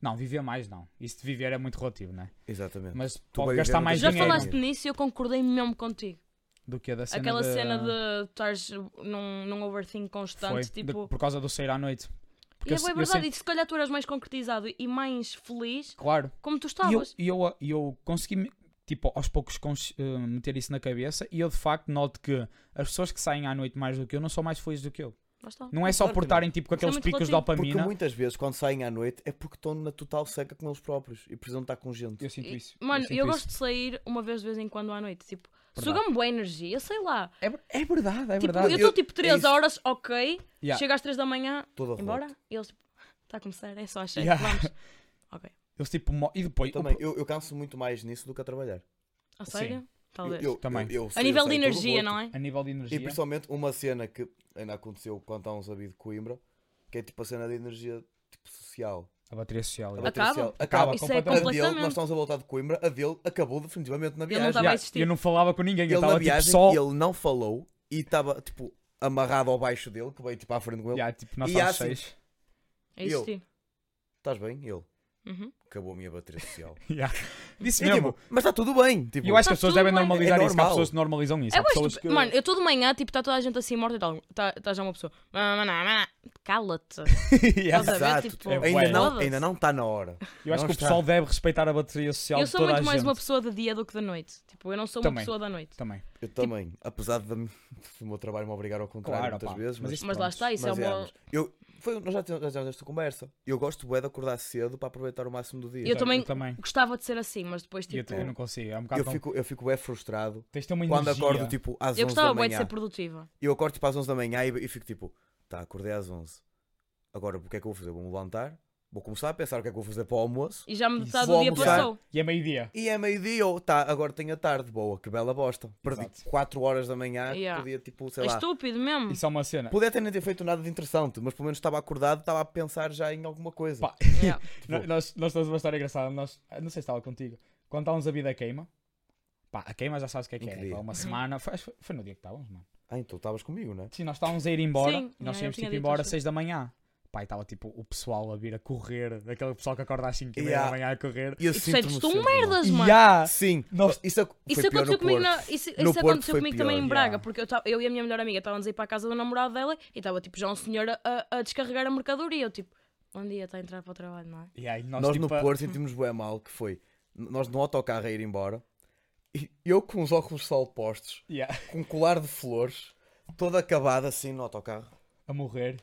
Não, viver mais não. Isso de viver é muito relativo, né?
exatamente.
Mas
vai
pode
viver
gastar
no
mais
teu
Já
dinheiro
falaste nisso e eu concordei mesmo contigo.
do que a da cena
Aquela
de...
cena de estares num, num overthink
Foi,
constante,
de-
tipo.
por causa do sair à noite.
E
Porque
é
eu se-
bué
eu
verdade,
sempre-
e se calhar tu eras mais concretizado e mais feliz
Claro.
como
E
tu
eu,
estavas.
e eu, e eu consegui, me- tipo, aos poucos cons- eh, meter isso na cabeça e eu de facto noto que as pessoas que saem à noite mais do que eu não são mais felizes do que eu.
Lá está.
Não é só
Claro
por
que não.
estarem tipo com
Isso é
aqueles
muito
picos de
relativo.
Porque
dopamina.
muitas vezes, quando saem à noite, é porque estão na total seca com eles próprios e precisam estar com gente.
Eu sinto
E-
isso.
Mano,
sinto isso.
eu, gosto de sair uma vez de vez em quando à noite. Tipo,
Verdade.
suga-me boa energia, sei lá.
É, ver- é verdade, é
Tipo,
verdade.
eu
Eu-
estou tipo
é
3
isso.
horas, ok.
Yeah.
Chego às 3 da manhã,
Toda
embora.
roto.
E eles tipo, está a começar, é só às 7,
Yeah.
vamos. Ok.
Eles, tipo, mo- e depois.
Também,
o-
eu, eu canso muito mais nisso do que a trabalhar.
A sério? Talvez.
Eu, eu,
Também.
eu- eu
a
sei, eu
nível de
sei, todo
energia,
roto.
não é?
A nível
E
de energia.
principalmente uma cena que ainda aconteceu quando estávamos a vir de Coimbra, que é tipo a cena de energia tipo, social.
A bateria social.
A
yeah.
bateria
Acaba?
social.
Acaba.
Acaba.
Isso é
A
Ah, Completamente.
dele, nós
completamente.
estamos a voltar de Coimbra, a dele acabou definitivamente na
Ele
viagem.
não estava a
Yeah,
existir.
eu não falava com ninguém, eu
Ele
estava
na
tipo
viagem,
só.
ele não falou e estava tipo amarrado ao baixo dele, que veio tipo à frente com ele.
Yeah, tipo, nós
E
estávamos
há, assim,
seis.
A existir.
Estás bem? Ele.
Uhum.
Acabou a minha bateria social.
Yeah. Disse
E,
mesmo.
tipo, mas está tudo bem. Tipo,
E eu acho que
Tá
as pessoas
tudo
devem
bem.
normalizar
É
isso, que há
normal.
pessoas que normalizam isso.
É
há
bué
pessoas
estupi-
que-
Mano, eu todo manhã, tipo, está toda a gente assim morta e tal. Está tá já uma pessoa. "Maná, maná, maná, Cala-te.
é Yes.
Estás a ver,
Exato.
tipo,
ainda,
bué.
não,
foda-se.
ainda não está na hora.
Eu acho
Não
que o
está.
pessoal deve respeitar a bateria social
Eu
de
sou
toda
muito
a
mais
gente.
uma pessoa de dia do que da noite. Tipo, eu não sou uma
Também.
pessoa da noite.
Também.
Eu também. Apesar de- do meu trabalho me obrigar ao contrário
Tipo- Claro,
muitas
pá,
vezes.
mas
Mas,
isso-
Mas lá
Pronto.
está, isso é
mas é,
uma.
mas eu, foi, nós já tivemos, já tivemos esta conversa. Eu gosto bué de acordar cedo para aproveitar o máximo do dia.
Eu também-
também.
Gostava de ser assim, mas depois,
E Eu,
tipo.
eu não consigo. É um bocado
Eu
com-
fico, eu fico bué frustrado
Tens de ter uma
quando
energia.
acordo tipo às
Eu
11 da
gostava bué de ser
manhã.
produtiva.
Eu acordo tipo às 11 da manhã e, e fico tipo, tá, acordei às 11. Agora o que é que eu vou fazer? Vou-me levantar, vou começar a pensar o que é que vou fazer para o almoço.
E já me metade
Vou
do dia
almoçar.
passou.
E é meio-dia.
E é meio-dia ou tá, agora tenho a tarde, boa, que bela bosta. Perdi
Exato.
4 horas da manhã, que
Yeah.
podia tipo, sei
É
lá.
estúpido mesmo.
Isso é uma cena.
Podia até nem ter feito nada de interessante, mas pelo menos estava acordado, estava a pensar já em alguma coisa. Tipo,
Pá.
Yeah.
Nó- Nós, nós temos uma história engraçada. Nós, eu não sei se estava contigo. Quando estávamos a vida a queima, pá, a queima já sabes o que é que
Em que
era.
dia?
pá, Uma semana, foi, acho que foi no dia que estávamos, mano.
Ah, então estavas comigo, né?
Sim, nós estávamos a ir embora
Sim,
e nós
eu
tínhamos
tinha
tipo
dito
embora às
isso.
6 da manhã. Pá, e estava tipo o pessoal a vir a correr, aquele pessoal que acorda às 5
Yeah.
da manhã a correr.
E eu
E tu
sinto-me
sentes-te um
sempre mal.
E
merdas, mano.
já,
Sim,
nós-
isso, ac-
Isso
foi pior
aconteceu
no
comigo,
Porto.
na- isso,
No
isso
Porto
aconteceu
foi
comigo
pior,
também em
yeah.
Braga, porque eu, tava, eu e a minha melhor amiga estávamos a ir para a casa do namorado dela e estava tipo já um senhor a- a, a descarregar a mercadoria. Eu tipo, um dia está a entrar para o trabalho, não é?
Yeah, e nós,
Nós,
tipo,
no
a-
Porto sentimos bué mal, que foi, n- nós no autocarro a ir embora, e eu com os óculos de sol postos,
Yeah,
com um colar de flores, toda acabada assim no autocarro.
a morrer.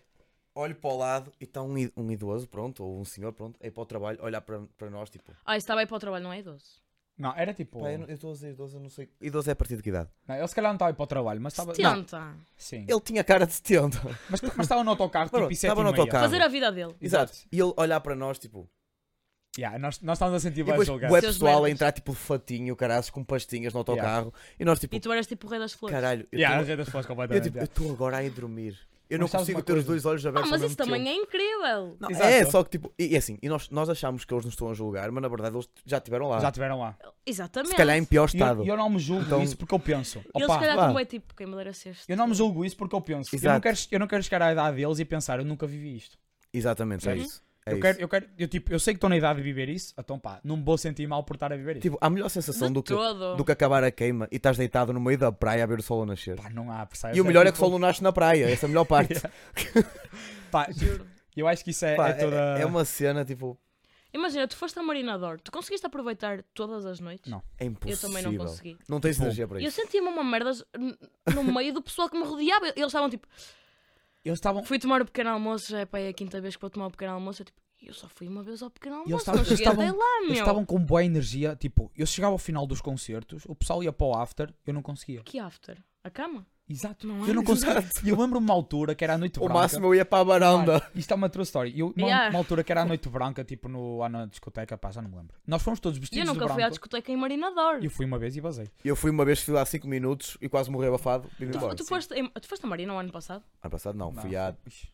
Olho para o lado e está um, i- um idoso, pronto, ou um senhor, pronto, aí para o trabalho, olhar para, para nós, tipo,
Ah, isso estava a ir para o trabalho, não é idoso?
Não, era tipo.
pá, eu não- eu estou a dizer idoso, eu não sei. Idoso é a partir de que idade?
Não, ele se calhar não estava a ir para o trabalho,
Tá
mas estava. não,
Tenta
Sim.
Ele tinha cara de 70.
Mas, mas estava no autocarro, tipo,
Pronto,
e
estava no autocarro.
fazer a vida dele.
Exato.
Exato.
E ele olhar para nós, tipo,
Yeah, nós, nós estávamos a sentir
E
bem
depois o
julgar.
Seus
pessoal a
merdas.
entrar tipo de fatinho, caralho, com pastinhas no autocarro. E nós tipo,
E tu eras tipo o rei das flores.
caralho, eu tipo,
Yeah, a
estou
rede das pessoas completamente. yeah.
agora a ir dormir. Eu
Mas
não
sabes
consigo
uma
ter os
coisa?
dois olhos
Ah,
abertos
mas
ao
isso
mesmo
também
tempo.
é incrível.
Não,
Exato.
é, só que tipo, e, e assim, e nós, nós achamos que eles nos estão a julgar, mas na verdade eles já estiveram lá.
Já estiveram lá.
Exatamente.
Se calhar em pior
E eu,
estado.
e eu não me julgo
Então-
isso porque eu penso.
Eles
"Opa,
se calhar
vá.
também é tipo, quem me dera ser este.
eu não me julgo isso porque eu penso. Eu não,
Exato.
quero, eu não quero chegar à idade deles e pensar, eu nunca vivi isto.
Exatamente, é
Sim.
isso. É
eu,
isso.
Quero, eu quero, eu tipo, eu sei que estou na idade de viver isso, então pá, não me vou sentir mal por estar a viver isso.
Tipo, há melhor sensação
De
do que,
todo.
do que acabar a queima e estás deitado no meio da praia a ver o sol a nascer.
Pá, não há, percebes?
e o melhor é que o
tipo,
sol não nasce na praia, essa é a melhor parte.
pá,
Juro.
eu acho que isso é,
Pá,
é toda.
é uma cena tipo,
Imagina, tu foste a Marinador, tu conseguiste aproveitar todas as noites?
Não.
é
Eu
impossível.
também não consegui.
Não tens
Tipo,
energia para
E eu
isso.
sentia-me uma merda n- no meio do pessoal que me rodeava. Eles estavam tipo,
Eles estavam.
fui tomar o pequeno almoço, é pá, é a quinta vez que vou tomar o pequeno almoço. Eu tipo, eu só fui uma vez ao pequeno almoço.
estavam-
não
eles
cheguei até
estavam-
lá, meu.
Eles estavam com boa energia, tipo, eu chegava ao final dos concertos, o pessoal ia para o after, eu não conseguia.
Que after? A cama?
Exato,
Não
eu
é?
não conseguia.
Exato.
E eu lembro-me uma altura que era a noite
O
branca.
máximo eu ia para a varanda.
Mano, isto é uma true story. Eu, uma,
Yeah.
uma altura que era a noite branca, tipo no, lá na discoteca, pá, já não me lembro. Nós fomos todos
E eu
vestidos de
nunca fui à
branco.
discoteca em Marinador.
Eu fui uma vez e basei.
Eu fui uma vez, fui lá 5 minutos e quase morri abafado. e vim
Tu,
embora.
tu foste em- tu foste a Marina o ano passado?
Ano passado não,
Não,
fui há
Ixi,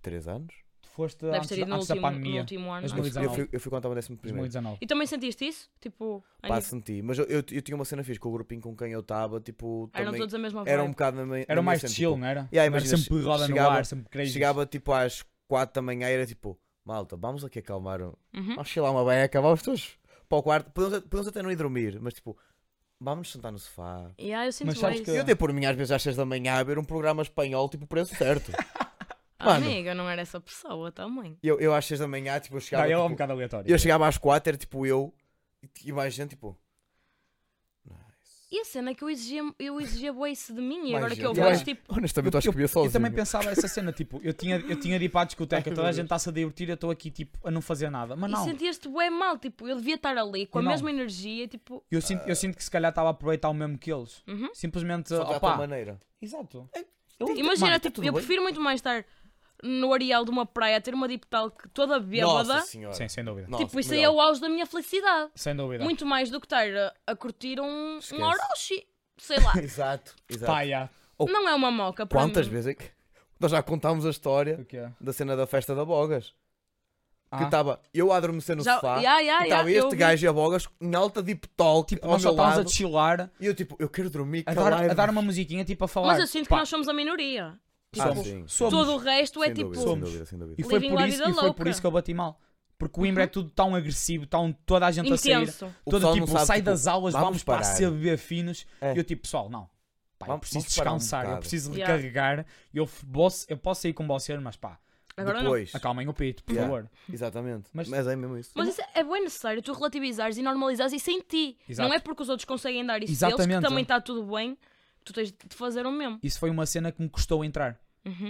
3 anos.
Tu foste
Deves
antes,
ter ido
da-
no
antes da
último, no
pandemia.
último ano.
Eu
Mas
acho.
fui,
2019.
eu fui quando estava no décimo primeiro.
2019.
E também sentiste isso? Tipo, a
Pá,
nível-
senti. Mas eu, eu, eu tinha uma cena fixe com o grupinho com quem eu estava, tipo,
eram
também
todos Ah, a mesma vibe.
era um bocado na minha
Era mais chill,
né?
não era?
Yeah,
Não era
imagina,
sempre roda no
chegava-
ar, sempre crazy.
Chegava tipo às 4 da manhã e era tipo, malta, vamos aqui acalmar,
Uhum.
vamos chilar uma beca, vamos todos para o quarto. Podemos, podemos até não ir dormir, mas tipo, vamos sentar no sofá.
Yeah, ah, eu sinto
Mas sabes
bem
que-
isso.
Eu dei por mim às vezes às 6 da manhã a ver um programa espanhol, tipo, preço certo.
Ah,
Mano.
Amiga, eu não era essa pessoa também.
Eu, eu às 6 da manhã, tipo, eu
Não,
chegava.
ele é um
tipo,
bocado aleatório.
eu chegava às 4, era tipo eu e- e mais gente, tipo.
E a cena é que eu exigia, eu exigia bué isso de mim e
mais
agora
gente.
que eu
Eu
vejo,
acho-
tipo,
Honestamente, eu acho que via
Eu
sozinho.
também pensava essa cena, tipo, eu tinha, eu tinha de ir para a discoteca, toda a gente está-se a divertir, eu estou aqui, tipo, a não fazer nada. Mas
e
não,
sentias-te bué mal, tipo, eu devia estar ali com a
Não.
mesma energia, tipo,
eu sinto, eu sinto que se calhar estava a aproveitar o mesmo que eles.
Uhum.
Simplesmente,
Só de outra
opá.
maneira.
Exato.
É,
imagina,
Mano, tá
tipo,
tudo
eu
bem?
prefiro muito mais estar no areal de uma praia, ter uma deep talk toda bêbada,
Nossa senhora.
Sim, sem dúvida.
Nossa,
tipo, isso aí é
melhor.
o auge da minha felicidade.
Sem dúvida.
Muito mais do que estar a, a curtir um,
Esquece.
um Orochi, sei lá.
Exato, exato.
Pá, yeah.
Oh.
não é uma moca para
Quantas
mim.
vezes é que. Nós já contámos a história
O quê?
da cena da festa da Bogas. Que
Ah.
estava eu a adormecer no
Já-
sofá.
Ya, ya,
e
ya,
estava
eu
este
vi.
gajo e a Bogas em alta deep talk
Tipo,
ao
nós só
meu
estávamos
lado.
a chilar,
E eu tipo, eu quero dormir,
a dar, a
calai-vos.
dar uma musiquinha, tipo, a falar.
Mas eu sinto
Pá,
que nós somos a minoria.
Ah,
somos-
sim.
somos-
Todo o resto é
Sem
tipo.
dúvida, sem dúvida, sem dúvida.
E foi,
Living
por
la
isso,
vida
e foi por
louca. Uhum.
isso que eu bati mal. Porque o Imbra é tudo tão agressivo, tão toda a gente a sair.
Intenso.
O
Todo
pessoal não
tipo,
sabe,
sai
tipo,
das aulas,
vamos
vamos, para
parar.
a CB finos.
É.
E eu tipo, pessoal, não. Pá, eu
Vamos-
preciso
vamos parar um
descansar, eu
bocado.
preciso
Yeah.
recarregar. Eu, f- posso, eu posso sair com vocês, mas pá,
Agora não. é
depois.
acalmem o peito, por
Yeah.
favor.
Exatamente.
Ah, Mas-
Mas... é mesmo isso.
Mas isso é bem necessário, tu relativizares e normalizares isso em ti.
Exato.
Não é porque os outros conseguem dar isso deles
Exatamente.
que também está tudo bem, tu tens de fazer o mesmo.
Isso foi uma cena que me custou entrar.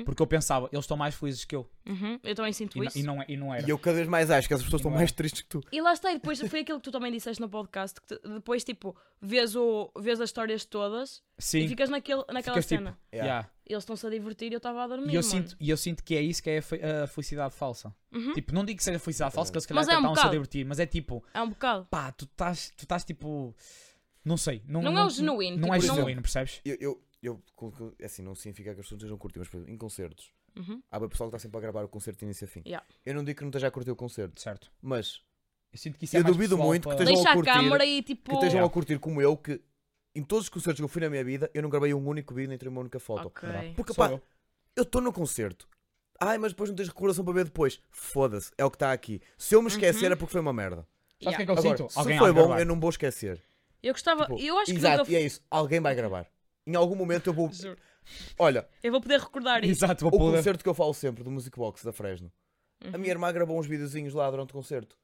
Porque eu pensava, eles estão mais felizes que eu.
Uhum, Eu também sinto
E, n-
isso.
e não, é- e não era.
E eu cada vez mais acho que as pessoas estão mais tristes que tu.
E lá está, e depois foi aquilo que tu também disseste no podcast, que te- depois, tipo, vês, o, vês as histórias todas
Sim,
e ficas naquele, naquela
Ficas tipo,
cena.
Yeah.
yeah.
Eles estão-se a divertir e eu estava a dormir,
E eu,
mano. Uhum.
sinto, e eu sinto que é isso que é a fe- a felicidade falsa. Tipo, não digo que seja felicidade falsa, que eles se calhar
Mas
até
é um
estão a
bocado.
divertir, mas é tipo,
É um bocado.
pá, tu estás, tu estás tipo. Não sei. Não,
Não é o genuíno,
Não
tipo,
é
não-
genuíno, percebes?
Eu, eu, eu com- com- assim, não significa que as pessoas não curtir, mas por exemplo, em concertos,
Uhum.
há bem pessoal que está sempre a gravar o concerto de início a fim.
Yeah.
Eu não digo que não esteja a curtir o concerto,
Certo.
mas
Eu sinto que isso é
Eu
mais
duvido
pessoal
muito que
para-
Estejam
Deixa
a
a
curtir,
câmara e,
que
tipo...
estejam a
Yeah.
curtir como eu, que em todos os concertos que eu fui na minha vida, eu não gravei um único vídeo nem tirei uma única foto.
Ok.
Porque
Sou
pá,
eu.
eu estou no concerto. Ai, mas depois não tens recordação para ver depois. Foda-se, é o que está aqui. Se eu me
Uhum.
esquecer é porque foi uma merda.
Sabes o que é
Yeah.
que eu
Agora,
sinto?
se
Alguém
foi
há de
bom,
gravar.
eu não vou esquecer.
Eu gostava...
Tipo,
eu acho que
Exato,
nunca...
e é isso. Alguém vai gravar. Em algum momento eu vou.
Juro.
Olha,
Eu vou poder recordar isso.
Exato, vou
o
pôr.
concerto que eu falo sempre do Music Box da Fresno. A
Uhum.
minha irmã gravou uns videozinhos lá durante o concerto.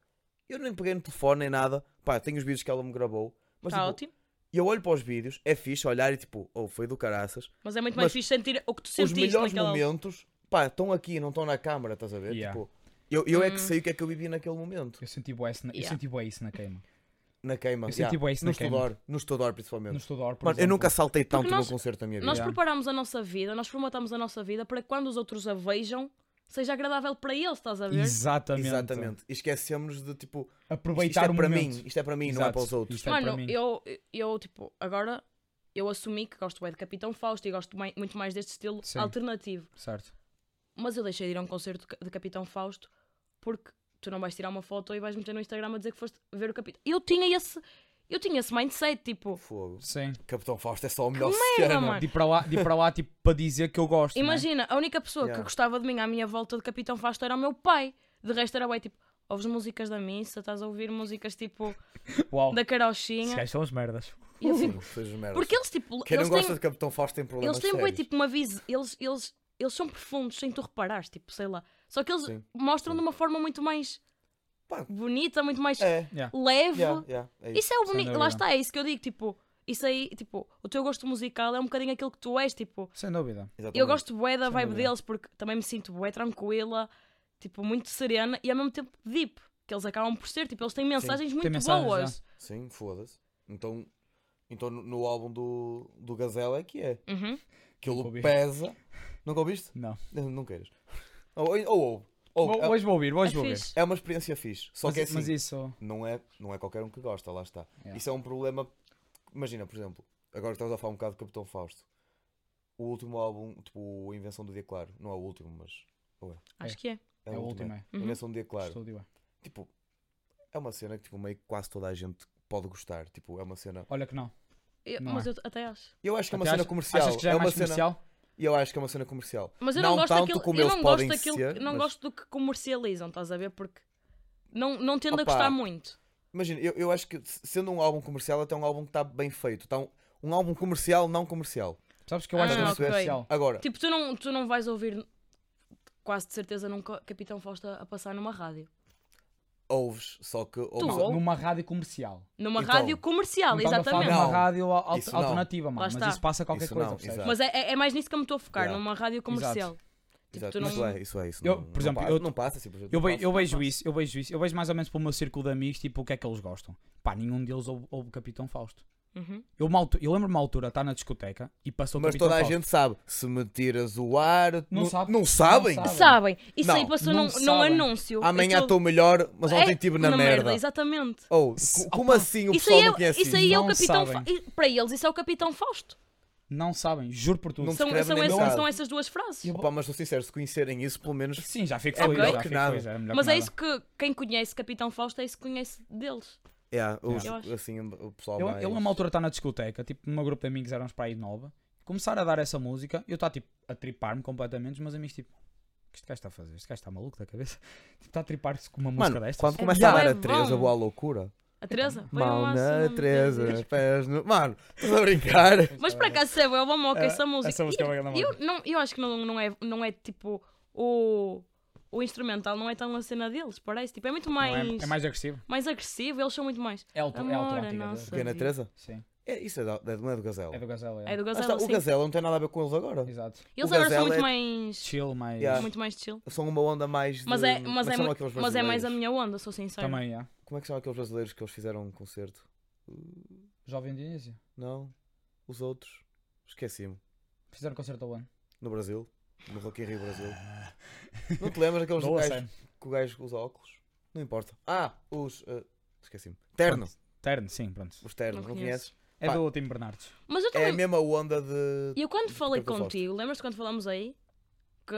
Eu nem peguei no telefone nem nada. Pá, tenho os vídeos que ela me gravou. Mas tipo,
Está Tá ótimo.
eu olho para os vídeos, é fixe olhar e tipo, oh, foi do caraças.
Mas é muito mais
Mas
fixe sentir o que tu
Os
sentiste
melhores
naquela...
momentos, pá, estão aqui, não estão na câmara, estás a ver?
Yeah.
Tipo, eu, eu
Hum.
é que sei o que é que eu vivi naquele momento.
Eu senti bué isso na- eu
Yeah.
senti bué isso na queima.
Na queima.
Eu senti bué isso
no
na queima.
Estudor, no Estudor principalmente.
No Estudor, por
Mano, eu
exemplo.
nunca saltei tanto
nós-
num concerto na minha vida.
Nós
Yeah.
preparamos a nossa vida, nós formatamos a nossa vida para que quando os outros a vejam, seja agradável para eles, estás a ver?
Exatamente.
Exatamente. E esquecemos de tipo, isto,
Aproveitar
é
o
para
momento.
mim, isto é para mim, não é
Exato.
para os outros.
Isto é para
Mano,
mim.
eu, eu, tipo, agora eu assumi que gosto bem de Capitão Fausto e gosto mai- muito mais deste estilo
Sim.
alternativo.
Certo.
Mas eu deixei de ir a um concerto de Ca- de Capitão Fausto porque tu não vais tirar uma foto e vais meter no Instagram a dizer que foste ver o Capitão. Eu tinha esse, eu tinha esse mindset, tipo,
Fogo.
Sim.
Capitão Fausto é só o melhor
merda,
cena.
mano.
De ir para lá, de ir para lá tipo, para dizer que eu gosto. não é?
imagina, a única pessoa
Yeah.
que gostava de mim à minha volta de Capitão Fausto era o meu pai. De resto era bem tipo, ouves músicas da missa, estás a ouvir músicas tipo
Oh,
Uau.
da
Esses
carochinha.
gajos são as merdas.
E eu fico,
Sim, seja merda.
Porque eles tipo,
Quem não
eles
gosta
têm,
de Capitão Fausto tem problemas
eles têm bué,
sérios.
tipo uma visão, eles, eles, eles são profundos sem tu reparares, tipo, sei lá. Só que eles
Sim.
mostram de uma forma muito mais
Pá.
bonita, muito mais
É,
leve.
yeah, yeah, é isso.
Isso é o bonito,
dúvida.
lá está, é isso que eu digo, tipo, isso aí, tipo, o teu gosto musical é um bocadinho aquilo que tu és, tipo,
Sem dúvida.
eu
Exatamente.
gosto bué da
Sem
vibe
dúvida.
deles porque também me sinto bué tranquila, tipo, muito serena e ao mesmo tempo deep, que eles acabam por ser, tipo, eles têm mensagens muito
mensagens,
boas.
Sim, foda-se. Então, então no, no álbum do, do Gazela é que é.
Uhum.
Que ele
Nunca ouvi.
pesa. Nunca ouviste?
Não.
Não não queiras. Ou ou- ou- ou-
Vou-
é-
Hoje vou ouvir, hoje
É
vou ouvir.
fixe.
é uma experiência fixe. Só
Mas,
que é assim,
mas isso.
não, é, não é qualquer um que gosta, lá está.
Yeah.
Isso é um problema. Imagina, por exemplo, agora estamos a falar um bocado de Capitão Fausto. O último álbum, tipo, o Invenção do Dia Claro. Não é o último, mas.
Acho que é.
É,
É
o
o
último.
último, é.
é. Invenção do Dia Claro.
Estúdio, é.
Tipo, é uma cena que tipo, meio que quase toda a gente pode gostar. Tipo, é uma cena.
Olha que não.
Eu-
Não
mas
é.
eu até acho.
Eu acho que é uma
Até
cena
achas-
comercial.
Achas que já é,
é uma
mais
cena...
comercial?
Eu acho que é uma cena comercial.
Mas eu não, gosto
tanto
daquilo,
como
eu
eles
não gosto
podem
daquilo,
ser,
não
mas-
gosto do que comercializam, estás a ver? Porque não, não tendo a
Opa.
gostar muito.
Imagina, eu, eu acho que se- sendo um álbum comercial, até um álbum que está bem feito. Tá um, um álbum comercial, não comercial.
Sabes que eu acho
Ah,
que é
ok.
comercial.
Agora,
Tipo, tu não, tu não vais ouvir quase de certeza nunca Capitão Fausto a passar numa rádio.
ouves, só que ouves.
ouves?
Numa rádio comercial.
Numa
Então,
rádio comercial,
Não estamos a falar
exatamente.
de uma
Não,
rádio al-
isso não.
alternativa, mano.
Lá está.
Mas isso passa qualquer
Isso
coisa,
não,
percebes?
exato.
Mas é, é- é mais nisso que eu me estou a focar,
Yeah.
numa rádio comercial.
Exato,
tipo, tu não-
Isso é, isso é, isso.
Eu,
não,
por
não
exemplo,
passa,
eu-
não passa assim, por exemplo,
Eu,
não
ve-
passa.
eu vejo
faço.
isso, eu vejo isso. Eu vejo mais ou menos pelo meu círculo de amigos, tipo, o que é que eles gostam. Pá, nenhum deles ouve, ouve o Capitão Fausto.
Uhum.
Eu, uma altu- eu lembro-me uma altura, estar na discoteca e passou o
Mas
Capitão
toda a
Fausto.
gente sabe. Se me tiras o ar, não,
sabe.
não sabem.
Não sabe.
Sabem, isso
Não,
aí passou
não
num, num
sabem.
anúncio.
Amanhã
Aquilo-
estou melhor, mas ontem
Então É,
estive na, merda.
Exatamente.
Ou, co- como assim o
Isso
pessoal
aí,
não
é,
conhece
isso aí é o
Não
Capitão
sabem.
Fa- e Para eles, isso é o Capitão Fausto.
Não sabem, juro por tudo.
Não
São,
escreve
são,
nem
essas-
sabe.
são essas duas frases.
Eu-
Opa, mas estou sincero, se conhecerem isso, pelo menos.
Sim, já fico
É
feliz.
melhor
já
que
fico
nada.
feliz, era melhor
Mas
que
é
nada.
isso que quem conhece Capitão Fausto é isso que conhece deles.
Yeah, é, os-
Eu acho.
assim, o pessoal
Eu,
mais-
eu a uma altura está na discoteca, tipo, numa grupo de amigos tá, éramos para aí nova, começar a dar essa música, eu estava tipo a tripar-me completamente, os meus amigos tipo, que este gajo está a fazer? Este gajo está maluco da cabeça? Tipo, está a tripar-se com uma
Mano,
música destas?
quando
É
começa a
bizarro.
dar
É
a Teresa,
bom.
vou à loucura.
A
Então,
Teresa? Foi um
Mão
uma
na
semana.
Teresa, pés no. Mano, estás a brincar?
Mas por acaso, Sebo, eu amo
É,
essa música.
essa música é uma grande
E eu, não, eu acho que não, não, é, não é tipo o, o instrumental, não é tão a cena deles, parece. Tipo, é muito
Não
mais,
é, é mais agressivo.
mais agressivo, eles são muito mais.
É o
Amor, é a temática nossa.
Porque é na Teresa?
Sim.
É, isso é, da, é, não é do Gazela.
É do Gazela.
É do
Lá
Gazela,
está, tá, o
sim.
Gazela não tem nada a ver com eles agora.
Exato.
Eles
o
agora
Gazela
são muito
é-
mais.
Chill, mas.
Yeah.
Muito mais chill.
São uma onda mais.
Mas
de-
é, mas, é,
chamam
mu-
aqueles
mas é mais a
brasileiros?
minha onda, sou sincero.
Também, é.
Como é que são aqueles brasileiros que eles fizeram um concerto? Uh,
Jovem Dionísio.
Não. Os outros. Esqueci-me.
Fizeram concerto ao ano.
No Brasil. No Rock in Rio Brasil. Não te lembras daqueles
Não a
gajos
sério.
que o gajo usa óculos? Não importa. Ah, os. uh, Esqueci-me. Terno.
Terno, sim, pronto.
Os ternos,
Não
não
conheço.
conheces?
É
Pá.
do Tim Bernardes.
Mas eu
É
também.
a mesma onda de.
E eu quando falei
Tenta sorte.
contigo, lembras-te quando falámos aí? Que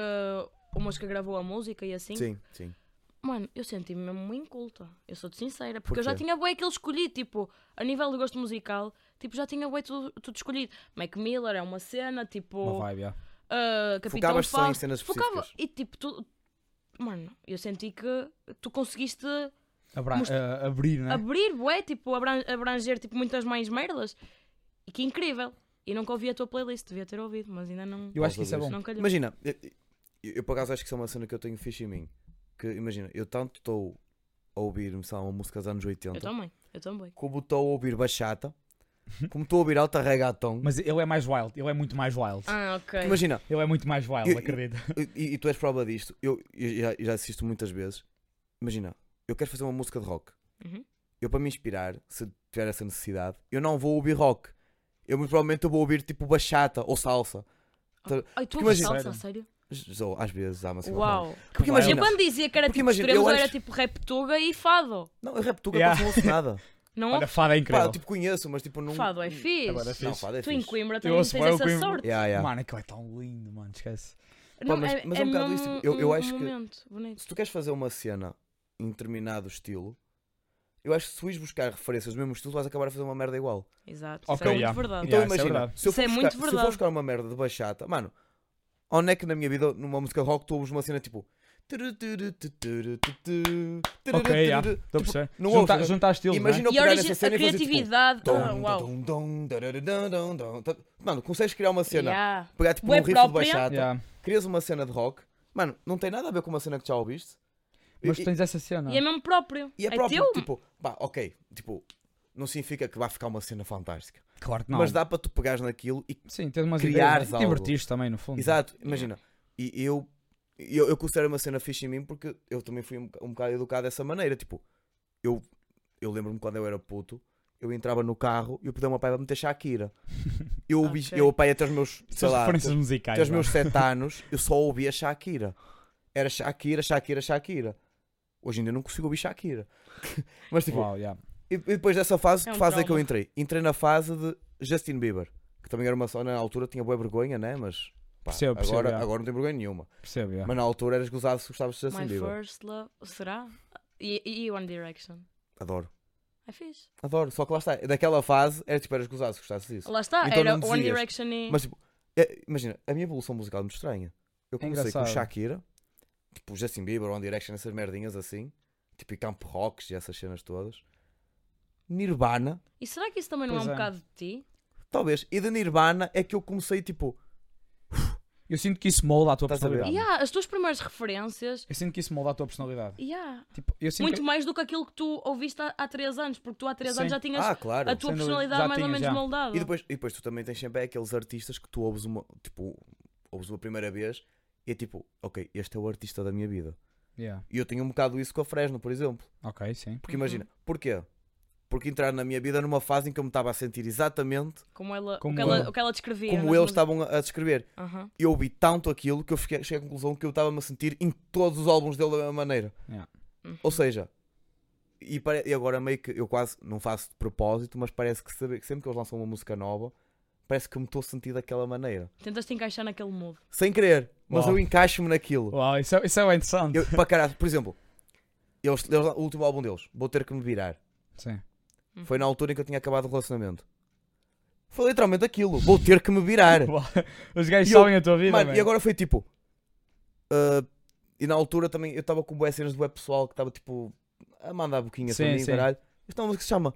o Mosca gravou a música e assim?
Sim, sim.
Mano, eu senti-me mesmo inculta. Eu sou-te sincera. Porque eu já
Porquê?
tinha bué que ele escolhi, tipo, a nível de gosto musical, tipo, já tinha bué tudo, tudo escolhido. Mac Miller é uma cena,
Uma
tipo,
vibe, é.
ah, Capitão
Focavas só em
Fausto.
cenas
Focava,
específicas.
e tipo, tu... Mano, eu senti que tu conseguiste
Abra-
Most-
a- abrir,
É?
né?
abrir, bué, tipo, abran- abranger, tipo, muitas mais merdas. E que incrível. E nunca ouvi a tua playlist, devia ter ouvido, mas ainda não...
Eu acho que isso é bom.
Não calhou.
Imagina, eu, eu- eu por acaso acho que isso é uma cena que eu tenho fixe em mim. Que imagina, eu tanto estou a ouvir, sei lá, uma música dos anos
Eu
80,
também, eu também.
como estou a ouvir bachata, como estou a ouvir alta reggaeton.
Uhum. Mas ele é mais wild, ele é muito mais wild.
Ah, ok.
Imagina,
Ele é muito mais wild,
Eu-
acredito.
e, e tu és prova disto, eu, eu já, eu já assisto muitas vezes. Imagina, eu quero fazer uma música de rock.
Uhum.
Eu, para me inspirar, se tiver essa necessidade, eu não vou ouvir rock. Eu muito provavelmente eu vou ouvir tipo bachata ou salsa.
Ai, tu
tá- Porque
ouves
imagina-
salsa, a sério?
Ou, às vezes há uma cena
Uau.
Porque
Mas
Eu
imagina,
quando dizia que era
Porque
tipo
imagina,
extremos,
eu
era
acho-
tipo rap tuga e fado.
não, eu rap tuga
Yeah.
não ouço nada.
Não
Olha, fada é
Pá, eu
incrível.
tipo conheço, mas tipo não.
ouve fado, é fixe.
Agora é fixe.
Não, fado é
tu
fixe.
em Coimbra
Eu
também
ouço
tens
bué o
essa
Coimbra.
sorte.
Yeah, yeah.
Mano, aquilo é tão lindo, mano, esquece.
Pá, mas- mas é um bocado isso, tipo, eu- eu acho
um
que-
momento bonito.
Se tu queres fazer uma cena em determinado estilo, eu acho que se tu ires buscar referências do mesmo estilo, vais acabar a fazer uma merda igual.
Exato.
Ok,
isso é
yeah.
muito verdade.
Então
Yeah, isso é
imagina,
verdade.
se, eu
Isso
for
é
buscar,
muito
se eu for
verdade.
buscar uma merda de bachata, mano, onde é que na minha vida, numa música rock, tu ouves uma cena tipo.
Ok, yeah, estou a
Tipo,
perceber.
não
Junta-
ouves,
Juntar estilos,
Imagina
né?
eu
E a,
pegar
origi-
nessa
a
cena e fazer tipo.
criatividade. ah,
dum,
uau.
dum, dum, dararã, dum, dum, dum. Mano, consegues criar uma cena,
Yeah.
pegar tipo
Bué
um riff de
própria.
bachata,
Yeah.
crias uma cena de rock, mano, não tem nada a ver com uma cena que já ouviste.
Mas
E-
tens essa cena.
E é mesmo próprio.
E é
é
próprio,
teu?
tipo, pá, ok, tipo, não significa que vai ficar uma cena fantástica.
Claro que não.
Mas dá para tu pegares naquilo e,
Sim, tens umas
criares
ideias. né? E
algo.
Divertiste também, no fundo.
exato, imagina, e eu, eu, eu considero uma cena fixe em mim porque eu também fui um, boca- um bocado educado dessa maneira, tipo, eu, eu lembro-me quando eu era puto, eu entrava no carro e eu pedia uma pai para meter Shakira. né? Eu, ouvi,
Ok.
eu pai até os meus, sei
São
lá,
referências musicais.
até
é?
os
vá.
meus 7 anos, eu só ouvia Shakira. Era Shakira, Shakira, Shakira. Hoje ainda não consigo ouvir Shakira. Mas tipo,
Uau, yeah.
E, e depois dessa fase,
É um
que fase é que eu
trauma.
entrei? Entrei na fase de Justin Bieber, que também era uma só na altura tinha boa vergonha, né? Mas pá,
Percebo, percebo,
agora,
já.
agora não tem vergonha nenhuma.
Percebo, yeah.
Mas na altura eras gozado se gostavas de Justin
My
Bieber.
first love. Será? E, e One Direction.
Adoro,
É fixe.
adoro. Só que lá está, daquela fase era tipo eras gozado se gostasses disso.
Lá está,
Então
era
não
One
dizias.
Direction e.
Mas tipo, é- imagina, a minha evolução musical é muito estranha. Eu comecei com
engraçado.
Shakira, tipo Justin Bieber, One Direction, essas merdinhas assim, tipo e Camp Rocks e essas cenas todas. Nirvana,
E será que isso também não é um
Pois é.
bocado de ti?
talvez, e de Nirvana é que eu comecei tipo.
Eu sinto que isso molda a tua
Estás a ver?
personalidade.
Yeah, as tuas primeiras referências.
Eu sinto que isso molda a tua personalidade.
Yeah.
Tipo, eu sinto
Muito
que...
mais do que aquilo que tu ouviste há- há 3 anos, porque tu há 3
Sim.
anos já tinhas
Ah, claro.
a tua
Sem dúvida,
personalidade
já
mais ou
tinha,
menos
já.
moldada.
E depois, e depois tu também tens sempre aqueles artistas que tu ouves uma, tipo, ouves uma primeira vez e é tipo, ok, este é o artista da minha vida.
Yeah.
E eu tenho um bocado isso com a Fresno, por exemplo.
Ok, sim.
Porque imagina, porquê? Porque entraram na minha vida numa fase em que eu me estava a sentir exatamente
Como ela,
Como
o, que ela,
ela-
o que ela descrevia.
como
nas
eles
músicas.
estavam a a descrever.
Aham.
Eu ouvi tanto aquilo que eu fiquei, cheguei à conclusão que eu estava-me a sentir em todos os álbuns dele da mesma maneira.
Yeah.
Uhum.
Ou seja, e, pare- e agora meio que eu quase não faço de propósito, mas parece que sabe- sempre que eles lançam uma música nova, parece que eu me estou a sentir daquela maneira.
Tentas te encaixar naquele mood.
sem querer, mas
Uau.
eu encaixo-me naquilo.
Uau, isso é, isso é interessante.
Eu, para caralho, por exemplo, eles, eles- o último álbum deles, Vou Ter Que Me Virar,
Sim.
foi na altura em que eu tinha acabado o relacionamento. Foi literalmente aquilo, Vou Ter Que Me Virar.
Uau, Os gajos
E eu-
sabem a tua vida,
Mano,
man.
e agora foi tipo, ah, E na altura também eu estava com boas cenas do web pessoal que estava tipo a mandar boquinha
Sim,
para mim,
sim.
caralho. Eu tenho uma música que se chama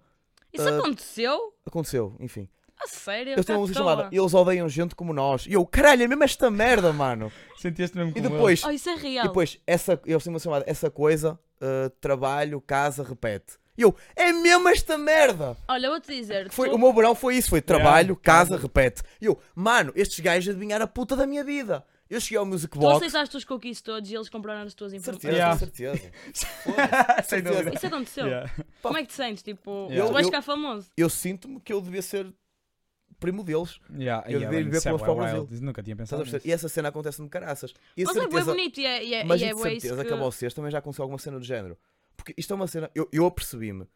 Isso
Ah,
aconteceu?
Aconteceu, enfim.
A sério?
Eu tenho uma
Tá
música
à toa.
chamada Eles Odeiam Gente Como Nós. E eu, caralho, é mesmo esta merda, mano.
Sentiste mesmo
E
como
depois,
Oh, isso é real.
e depois essa, eu tenho uma chamada Essa Coisa, ah, Trabalho, Casa, Repete. E eu, é mesmo esta merda.
Olha, eu vou-te dizer.
Foi,
tu-
o meu verão foi isso: foi trabalho,
Yeah,
casa, repete. E eu, mano, estes gajos adivinharam a puta da minha vida. Eu cheguei ao Music
Tu
Box.
aceitaste os cookies todos e eles compraram as tuas
Certeza,
informações.
Yeah.
certeza.
ele. Sem dúvida.
Isso aconteceu?
Yeah.
Como é que te sentes? Tipo,
Yeah.
tu vais
Eu-
ficar famoso.
Eu sinto-me que eu devia ser primo deles.
Yeah,
Eu
yeah,
devia
mano,
ver
isso é
pelas
bué
palmas
wild. Nunca tinha
Estás
pensado
a perceber?
nisso.
E essa cena acontece-me caraças. E a
Mas é bem
certeza,
bonito e é, e é,
mas
e
e
é
de
bué isso
certeza
que...
que a vocês também já aconteceu alguma cena do género. Porque isto é uma cena. Eu, eu apercebi-me,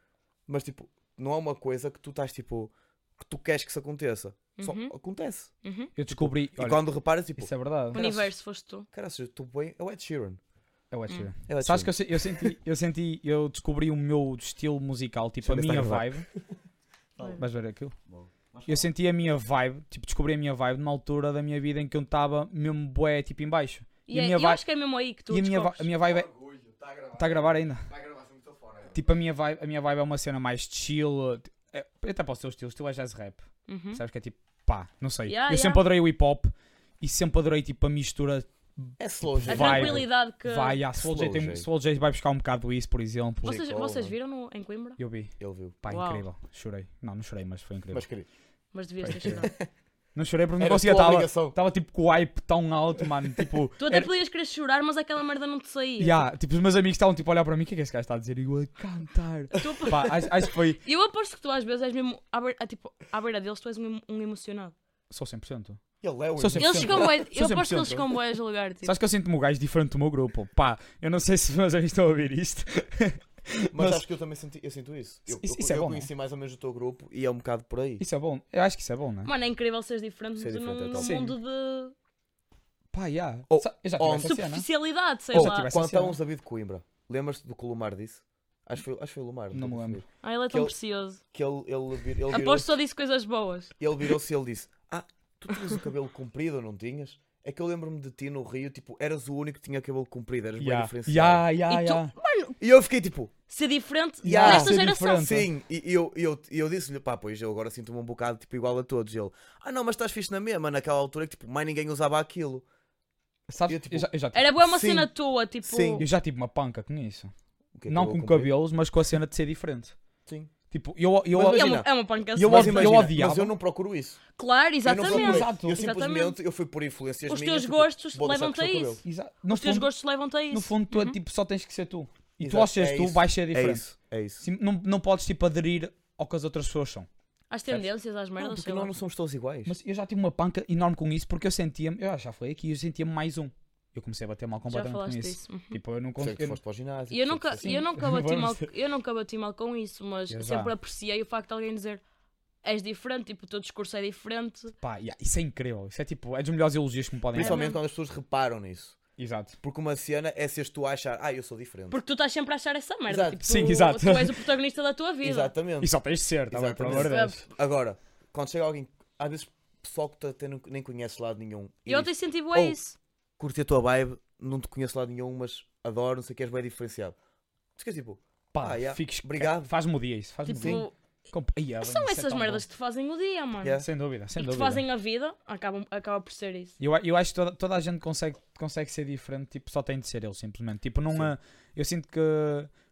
mas tipo, não é uma coisa que tu estás tipo. que tu queres que isso aconteça. Só
Uhum.
acontece.
Uhum.
Eu descobri.
e
olha,
quando reparas, tipo,
Isso é verdade.
O universo foste tu.
caras, eu estou bem. É o Ed Sheeran.
É o Ed Sheeran.
É o Ed
Sabes
Sheeran.
que eu, se- eu senti, eu senti, eu descobri o meu estilo musical,
Deixa eu
tipo a
ver se tá
minha
a gravar.
vibe. Vais ver aquilo? Eu senti a minha vibe, tipo, descobri a minha vibe numa altura da minha vida em que eu estava mesmo bué, tipo, em baixo.
E,
a
é,
minha
eu
vai-
acho que é mesmo aí que tu
e a minha, va-
descobres.
a minha vibe é... Está a gravar ainda? Tipo, a minha, vibe, a minha vibe é uma cena mais chill. eh, é- Eu até posso ter o estilo, o estilo é jazz rap.
Uhum.
Sabes que é tipo, pá, não sei.
Yeah,
eu
yeah.
sempre adorei o hip hop e sempre adorei tipo a mistura.
É
tipo
slow,
A
gente.
Vai.
tranquilidade que...
Vai, a Soul J
Slow
tem-
J.
Soul J vai buscar um bocado isso, por exemplo.
Vocês,
J. Cole,
vocês
mano.
viram no, em Coimbra?
Eu vi.
Ele viu.
Pá,
Uau.
incrível. Chorei. Não, não chorei, mas foi incrível.
Mas querido,
Mas devias
Foi
ter
incrível.
chorado.
Não chorei porque não
era a
conseguia.
tua
Estava
obrigação.
tava, tipo com o hype tão alto, mano. Tipo,
Tu até
era-
podias querer chorar, mas aquela merda não te saía.
yeah, tipo, os meus amigos estavam tipo a olhar para mim. O que é que esse gajo está a dizer? E eu a cantar.
Tu-
Pá, acho, acho que foi.
Eu aposto que tu às vezes és mesmo, à beira, ah, tipo, à beira deles, tu és um, emo- um emocionado.
Sou 100%.
Ele é o
Sou tipo,
Ed
sempre-
Eles ficam bué, eu
Sou
aposto que
100%.
eles ficam bué a lugar, tipo.
Sabes que eu sinto-me um gajo diferente do meu grupo. Pá, eu não sei se os meus amigos estão a ouvir isto.
Mas
Mas-
acho que eu também senti, eu sinto isso. Eu,
Isso-
eu-
isso é
eu
bom,
conheci mais ou menos o teu grupo e é um bocado por aí.
Isso é bom. Eu acho que isso é bom, né?
Mano, é incrível seres diferentes
Ser diferente,
num,
é
num
top.
Sim.
mundo de
Pá, yeah.
Oh,
Sa- eu já
oh,
tive essa cena.
superficialidade, sei
Ou-
lá.
tivesse- essa
Quando estávamos
cena.
a vir de Coimbra, lembras-te do que o Lumar disse? Acho que foi, acho que foi o Lumar.
Não me
foi.
lembro.
Ah, ele é
que
tão
ele-
precioso.
Que ele, ele, vir- ele virou-se
Aposto só disse coisas boas.
ele virou-se e ele disse: Ah, tu tinhas o cabelo comprido ou não tinhas? É que eu lembro-me de ti no Rio, tipo, eras o único que tinha cabelo comprido, eras bem
Yeah.
diferenciado.
Yeah, yeah,
E tu-
yeah.
E eu fiquei tipo,
Ser diferente
Yeah.
nesta
Ser
geração.
é diferente.
sim, e e eu, e eu, e eu disse-lhe, pá, pois eu agora sinto-me um bocado tipo, igual a todos. E ele, ah não, mas estás fixe na mesma, naquela altura que tipo, mais ninguém usava aquilo.
Sabes,
eu,
eu,
tipo,
já, eu, já tive,
Era boa uma
Sim.
cena tua, tipo.
Sim.
eu já tive uma panca com isso.
O que é
não
cabelo
com
comprido?
cabelos, mas com a cena de ser diferente.
Sim.
Tipo, eu... eu,
Mas
É
imagina.
uma, é uma panca
E eu
Mas
odi-
imagina, mas
odiava.
eu não procuro isso.
Claro,
Eu não procurei.
exatamente.
Exato.
Eu
Exatamente.
simplesmente eu fui por influências
Os
minhas,
teus
tipo,
gostos
vou deixar
levam-te a
crescer o
isso.
cabelo.
Exa- no,
Os teus
fundo,
gostos Uhum. levam-te a isso.
no fundo, tu é, tipo, só tens que ser tu. E tu
Exato,
ao seres
é
tu,
isso.
vais ser
É
diferente.
isso, é isso.
Sim, não, não podes, tipo, aderir ao que as outras pessoas são.
As tendências, as
Não,
merdas,
porque
sei
nós
lá.
não somos todos iguais.
Mas eu já tive uma panca enorme com isso porque eu sentia-me... Eu já falei aqui, eu sentia-me mais um. Eu comecei a bater mal
Já
completamente com
falaste
isso.
disso. Uhum.
Tipo, eu não...
Sei
consigo.
que tu foste para o ginásio.
E
sei
eu
que
nunca,
fizeste
e eu
assim.
nunca bati
Vamos
mal,
ver.
eu nunca bati mal com isso, mas
Exato.
sempre apreciei o facto de alguém dizer és diferente, tipo, o teu discurso é diferente.
Pá, yeah, isso é incrível. Isso é tipo, é dos melhores elogios que me podem dar.
Principalmente quando as pessoas reparam nisso.
Exato.
Porque uma cena é se tu a achar, ah, eu sou diferente.
Porque tu estás sempre a achar essa merda.
Exato.
Tipo,
Sim,
tu,
exato.
tu és o protagonista da tua vida.
Exatamente.
E só tens de ser, tá bem, pelo amor de
Exatamente.
Deus.
Agora, quando chega alguém, às vezes pessoal que tu até não- nem conheces de lado nenhum
E
e
eu te
diz,
incentivo
Oh.
a isso.
curti a tua vibe, não te conheço de lado nenhum, mas adoro, não sei o que és bem diferenciado. Ficas tipo,
Pá,
Ah, yeah.
fiques.
Obrigado.
Faz-me o dia isso. Faz-me o
Tipo,
dia.
Sim.
Com- Ai, é,
são
isso é
essas
tão bom.
merdas
É,
que te fazem o dia, mano.
Yeah.
Sem dúvida, sem
e que te
dúvida.
fazem a vida, acaba, acaba por ser isso.
Eu, a- eu acho que toda, toda a gente consegue, consegue ser diferente, tipo, só tem de ser ele, simplesmente. Tipo, não
Sim.
há- Eu sinto que.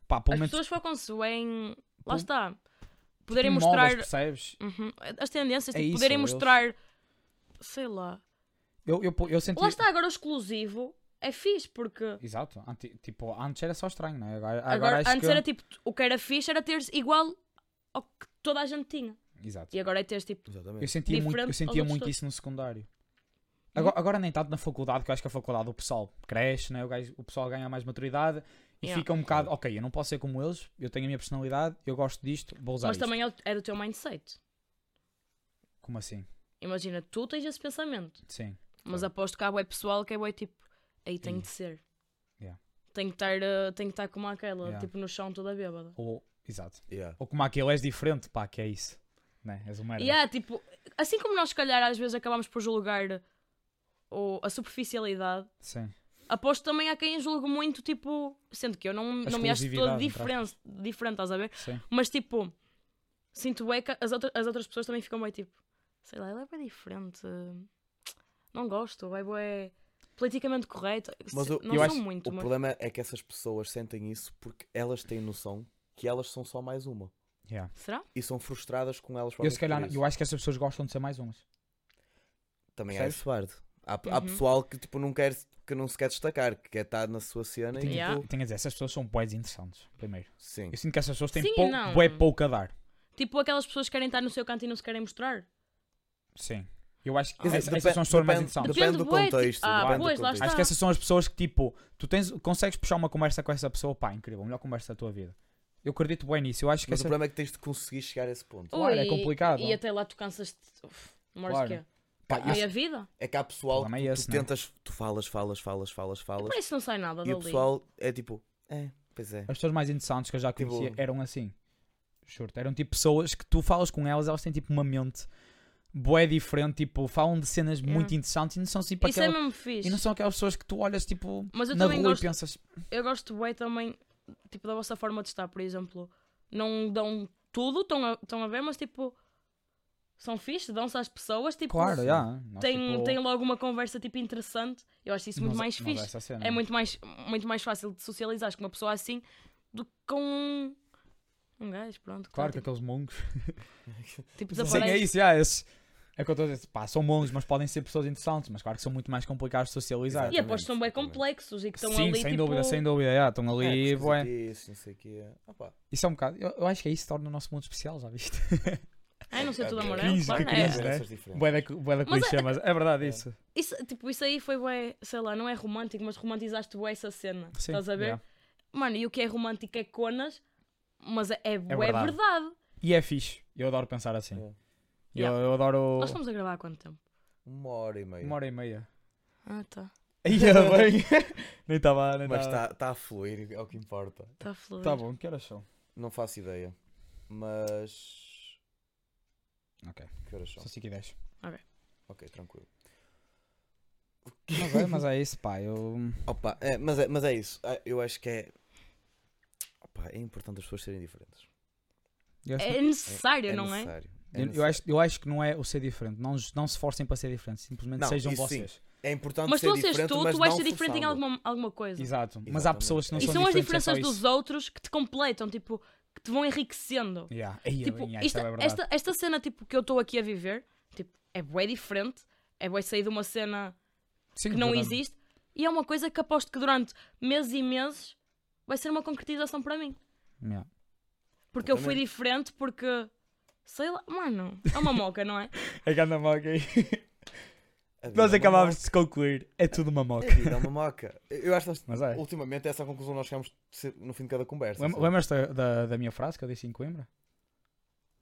Pá, pelo
As
menos.
pessoas focam-se em. Lá
Pum.
está.
tu
Poderem
modas,
mostrar.
percebes?
Uhum. As tendências,
É
tipo,
isso,
poderem
eles-
mostrar. Sei lá.
Eu, eu, eu senti.
Lá está, agora o exclusivo é fixe, porque.
Exato. anti- tipo, antes era só estranho, não é? Agora, agora
Agora,
acho
antes
que.
era tipo, o que era fixe era teres igual ao que toda a gente tinha.
Exato.
E agora é teres tipo.
exatamente.
Eu sentia muito, eu
Diferente
sentia
aos outros
muito
todos.
isso no secundário. Agora, agora nem tanto na faculdade, que eu acho que a faculdade o pessoal cresce, né? o, gajo- o pessoal ganha mais maturidade e
Yeah.
fica um bocado, ok, eu não posso ser como eles, eu tenho a minha personalidade, eu gosto disto, vou usar
Mas
isto.
também é o- é do teu mindset.
Como assim?
Imagina, tu tens esse pensamento.
Sim.
Mas aposto que há bué pessoal que é bué tipo, aí tem de ser.
Yeah.
Tem que estar, eh, tem que estar como aquela,
Yeah.
tipo no chão toda bêbada.
Ou, exato.
Yeah.
Ou como aquele és diferente, pá, que é isso. Né? És uma
E é tipo, assim como nós se calhar às vezes acabamos por julgar o, a superficialidade,
Sim.
Aposto também há quem julgue muito, tipo, sendo que eu não, não me acho toda
exclusividade, entre
diferente, diferente, estás a ver?
Sim.
Mas tipo, sinto bem que as, outra- as outras pessoas também ficam bem tipo, sei lá, ele é bem diferente. Não gosto, é bué politicamente correto.
Mas
Se-
eu-
não
eu
são
acho-
muito,
O
mas
problema é que essas pessoas sentem isso porque elas têm noção que elas são só mais uma.
Yeah.
será?
E são frustradas com elas
Eu, se
próprias
calhar,
por isso.
eu acho que essas pessoas gostam de ser mais umas.
Também há
percebes?
esse bardo. Há, há
Uhum.
pessoal que tipo, não quer que não se quer destacar, que quer estar na sua cena
Tenho,
e
Yeah.
tipo,
tenho a dizer, essas pessoas são boas interessantes. Primeiro,
sim.
eu sinto que essas pessoas têm
Sim e
pou,
não.
bué pouco a dar.
Tipo, aquelas pessoas que querem estar no seu canto e não se querem mostrar.
Sim, eu acho que
Quer dizer,
essas, essas são as pessoas um mais interessantes.
depende do
bué, tipo-
contexto,
Ah,
depende do
pois, lá
contexto.
está.
Acho que essas são as pessoas que, tipo, tu tens, consegues puxar uma conversa com essa pessoa, pá, incrível, a melhor conversa da tua vida. Eu acredito bem nisso. Eu acho que
Mas o
essa-
problema é que tens de conseguir chegar a esse ponto.
Claro, é
Ui,
complicado.
E até lá tu cansas-te. Uf, Moras
Claro.
quê?
Pá,
Meia vida?
É que há pessoal que
problema
tu,
é esse,
tu
não é?
tentas, tu falas, falas, falas, falas, falas,
Parece que não sai nada
e
dali.
o pessoal é tipo, é, pois é.
as pessoas mais interessantes que eu já
Tipo-
conhecia eram assim. Juro, eram tipo pessoas que tu falas com elas, elas têm tipo uma mente boé diferente, tipo, falam de cenas
Yeah.
muito interessantes e não são tipo
Isso
aquela-
é mesmo fixe.
E não são aquelas pessoas que tu olhas tipo
Mas eu
na
também
rua
gosto-
e pensas,
Eu gosto bem também, tipo, da vossa forma de estar, por exemplo. Não dão tudo, estão a, estão a ver, mas tipo. São fixe, dão-se às pessoas, tipo.
claro, já. nós,
Tem,
tipo,
tem logo uma conversa tipo interessante. Eu acho isso muito
nós-
mais
nós
fixe.
essa cena.
É muito mais, muito mais fácil de socializar com uma pessoa assim do que com um. Um gajo, pronto.
Claro que
tá,
aqueles mongos.
tipo, tipo
Sim, é
desaparece.
isso, já, esses. É que eu estou a dizer, pá, são mongos, mas podem ser pessoas interessantes, mas claro que são muito mais complicados de socializar.
Exato.
E aposto que são bem
Exatamente.
complexos e que estão
Sim,
ali.
sem
tipo...
dúvida, sem dúvida, já, estão
É,
ali,
gostas
bué.
disso, não sei o quê. Ah, pá.
Isso é um bocado, eu, eu acho que é isso que torna o nosso mundo especial, já viste?
Ai, não sei tudo
É, é,
amarelo.
cringe,
claro,
que
é.
cringe.
é,
né?
essas diferenças.
Bué da, bué da
Mas
clichê, mas é verdade isso.
Isso, tipo, isso aí foi bué, sei lá, não é romântico, mas romantizaste bué essa cena.
Sim,
estás a ver?
já.
Mano, e o que é romântico é conas, mas é, é bué
verdade.
verdade.
E é fixe, eu adoro pensar assim.
É.
Eu,
Yeah.
eu adoro
Nós estamos a gravar há quanto tempo?
Uma hora e meia.
uma hora e meia.
Ah, tá.
Ia bem, nem estava, nem
Mas
estava.
está tá a fluir, é o que importa.
Está a fluir.
Tá bom, que horas são?
Não faço ideia. Mas.
Ok.
Que horas são?
São 5 e 10.
Ok, tranquilo.
Mas é, mas é isso, pá, eu...
Opa, é, mas, é, mas é isso. Ah, Eu acho que é. Opa, é importante as pessoas serem diferentes.
eu acho-
É necessário,
é
não é?
necessário. É,
Eu- eu,
necessário.
acho, eu acho que não é o ser diferente. Não, não se forcem para ser diferente. Simplesmente
Não,
sejam
isso
vocês.
é importante
Mas
ser
tu a seres
diferente,
tu,
mas
tu vais
não
ser diferente em
forçando.
alguma, alguma coisa.
Exato. Mas há
Exatamente.
pessoas que não
E
E
são
são as
diferentes.
diferenças
é só
dos
isso.
outros que te completam, tipo, que te vão enriquecendo.
Yeah. Ei,
Tipo,
bem, yeah,
isto-
isso é verdade.
esta, esta cena tipo, que eu estou aqui a viver tipo, é bué diferente, é bué sair de uma cena
Sim,
que não
É verdade.
existe e é uma coisa que aposto que durante meses e meses vai ser uma concretização para mim.
Yeah.
Porque eu fui diferente, porque sei lá, mano, é uma moca, não é?
É que anda moca aí.
A vida
Nós
é uma
acabámos de se concluir. É tudo uma
moca.
moca.
A vida é uma moca. Eu acho que nós-
Mas é.
ultimamente essa é a conclusão que nós chegamos se- no fim de cada conversa.
Lem-
sabe?
Lembras-te da, da, da minha frase que eu disse em Coimbra?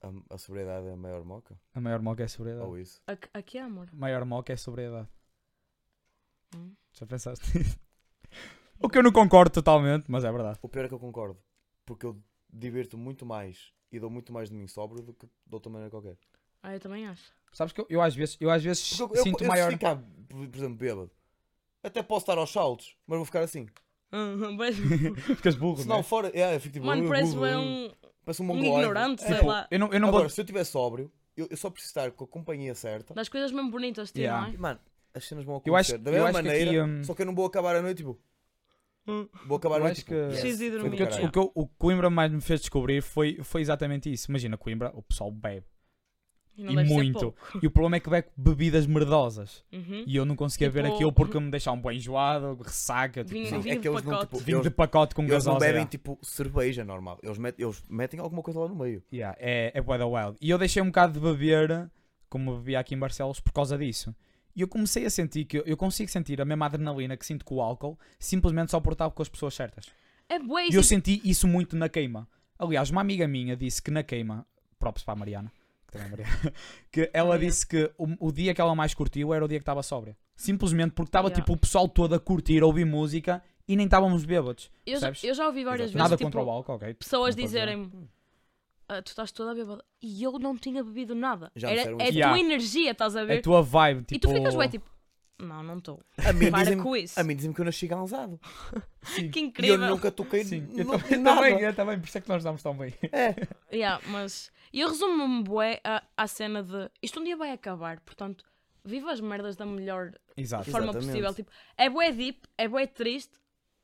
A, a sobriedade é a maior moca?
A maior moca é sobriedade.
Ou isso?
Aqui, aqui é amor.
A maior moca é sobriedade.
Hum.
Já pensaste nisso? O que eu não concordo totalmente, mas é verdade.
O pior é que eu concordo. Porque eu divirto muito mais e dou muito mais de mim sóbrio do que de outra maneira qualquer.
Ah, eu também acho.
Sabes que eu, eu às vezes, eu às vezes
Porque eu, eu,
sinto
eu
maior.
se ficar, por, por exemplo, bêbado, até posso estar aos saltos, mas vou ficar assim.
Uhum, parece-
Ficas burro,
Se
não é?
não fora, é, eu fico tipo.
Mano,
"Uh,
parece
uh,
bem
uh",
um,
parece um
um
mongoloide.
ignorante, sei
É.
lá.
Tipo, Eu não, eu não vou
Agora, se eu estiver sóbrio, eu, eu só preciso estar com a companhia certa.
Das coisas mesmo bonitas, tipo,
Yeah.
não é?
E, Mano, as cenas vão
Eu acho-
acontecer da
eu
mesma
acho que aqui,
maneira,
hum,
só que eu não vou acabar a noite tipo.
Hum.
Vou acabar a
Eu
noite
acho
tipo.
que-
"Yes,
Preciso ir
foi do
O que, eu-
dormir. tipo,
caralho."
o que eu- o que Coimbra mais me fez descobrir foi, foi exatamente isso. Imagina, Coimbra, o pessoal bebe.
não
E
deve ser
muito.
pouco.
E o problema é que bebe bebidas merdosas.
Uhum.
E eu não conseguia ver
Tipo-
aquilo porque me deixavam um bem enjoado, ressaca, tipo,
Vinho,
não.
vinho
que
de
eles não,
pacote.
tipo,
vinho de
Eles-
pacote com
Eles não
gasosa. é.
bebem
yeah.
tipo cerveja normal. Eles, met- eles metem alguma coisa lá no meio.
Yeah, é, é bué da wild. E eu deixei um bocado de beber, como bebia aqui em Barcelos, por causa disso. E eu comecei a sentir que eu- eu consigo sentir a mesma adrenalina que sinto com o álcool, simplesmente só por estar com as pessoas certas.
É bué
E eu
isso.
senti isso muito na queima. Aliás, uma amiga minha disse que na queima, próprios para a Mariana, que também é Mariana, que ela
Mariana.
disse que o, o dia que ela mais curtiu era o dia que estava sóbria. Simplesmente porque estava
Yeah.
tipo o pessoal todo a curtir, a ouvir música e nem estávamos bêbados.
Eu, já-
percebes?
eu já ouvi
Exato.
várias vezes
Nada
tipo,
contra o álcool, ok?
pessoas
Não posso dizer.
dizerem-me "Ah, tu estás toda bêbada e eu não tinha bebido nada.
Já me
Era,
disseram
é a
isso.
Yeah.
tua energia, estás a
É
ver?
a tua vibe, tipo.
E tu ficas bem tipo, Não, não estou.
A mim
Para
dizem-me
com isso.
a mim dizem que eu nasci ganzado.
Que
E eu
incrível.
nunca toquei
Sim,
n-
eu
n-
também, eu
nada.
também, eu também, por isso é que nós damos tão bem.
É.
Yeah, mas e eu resumo-me bué a- à cena de isto um dia vai acabar, portanto, viva as merdas da melhor
Exato.
forma
Exatamente.
possível. Tipo, é bué deep, é bué triste,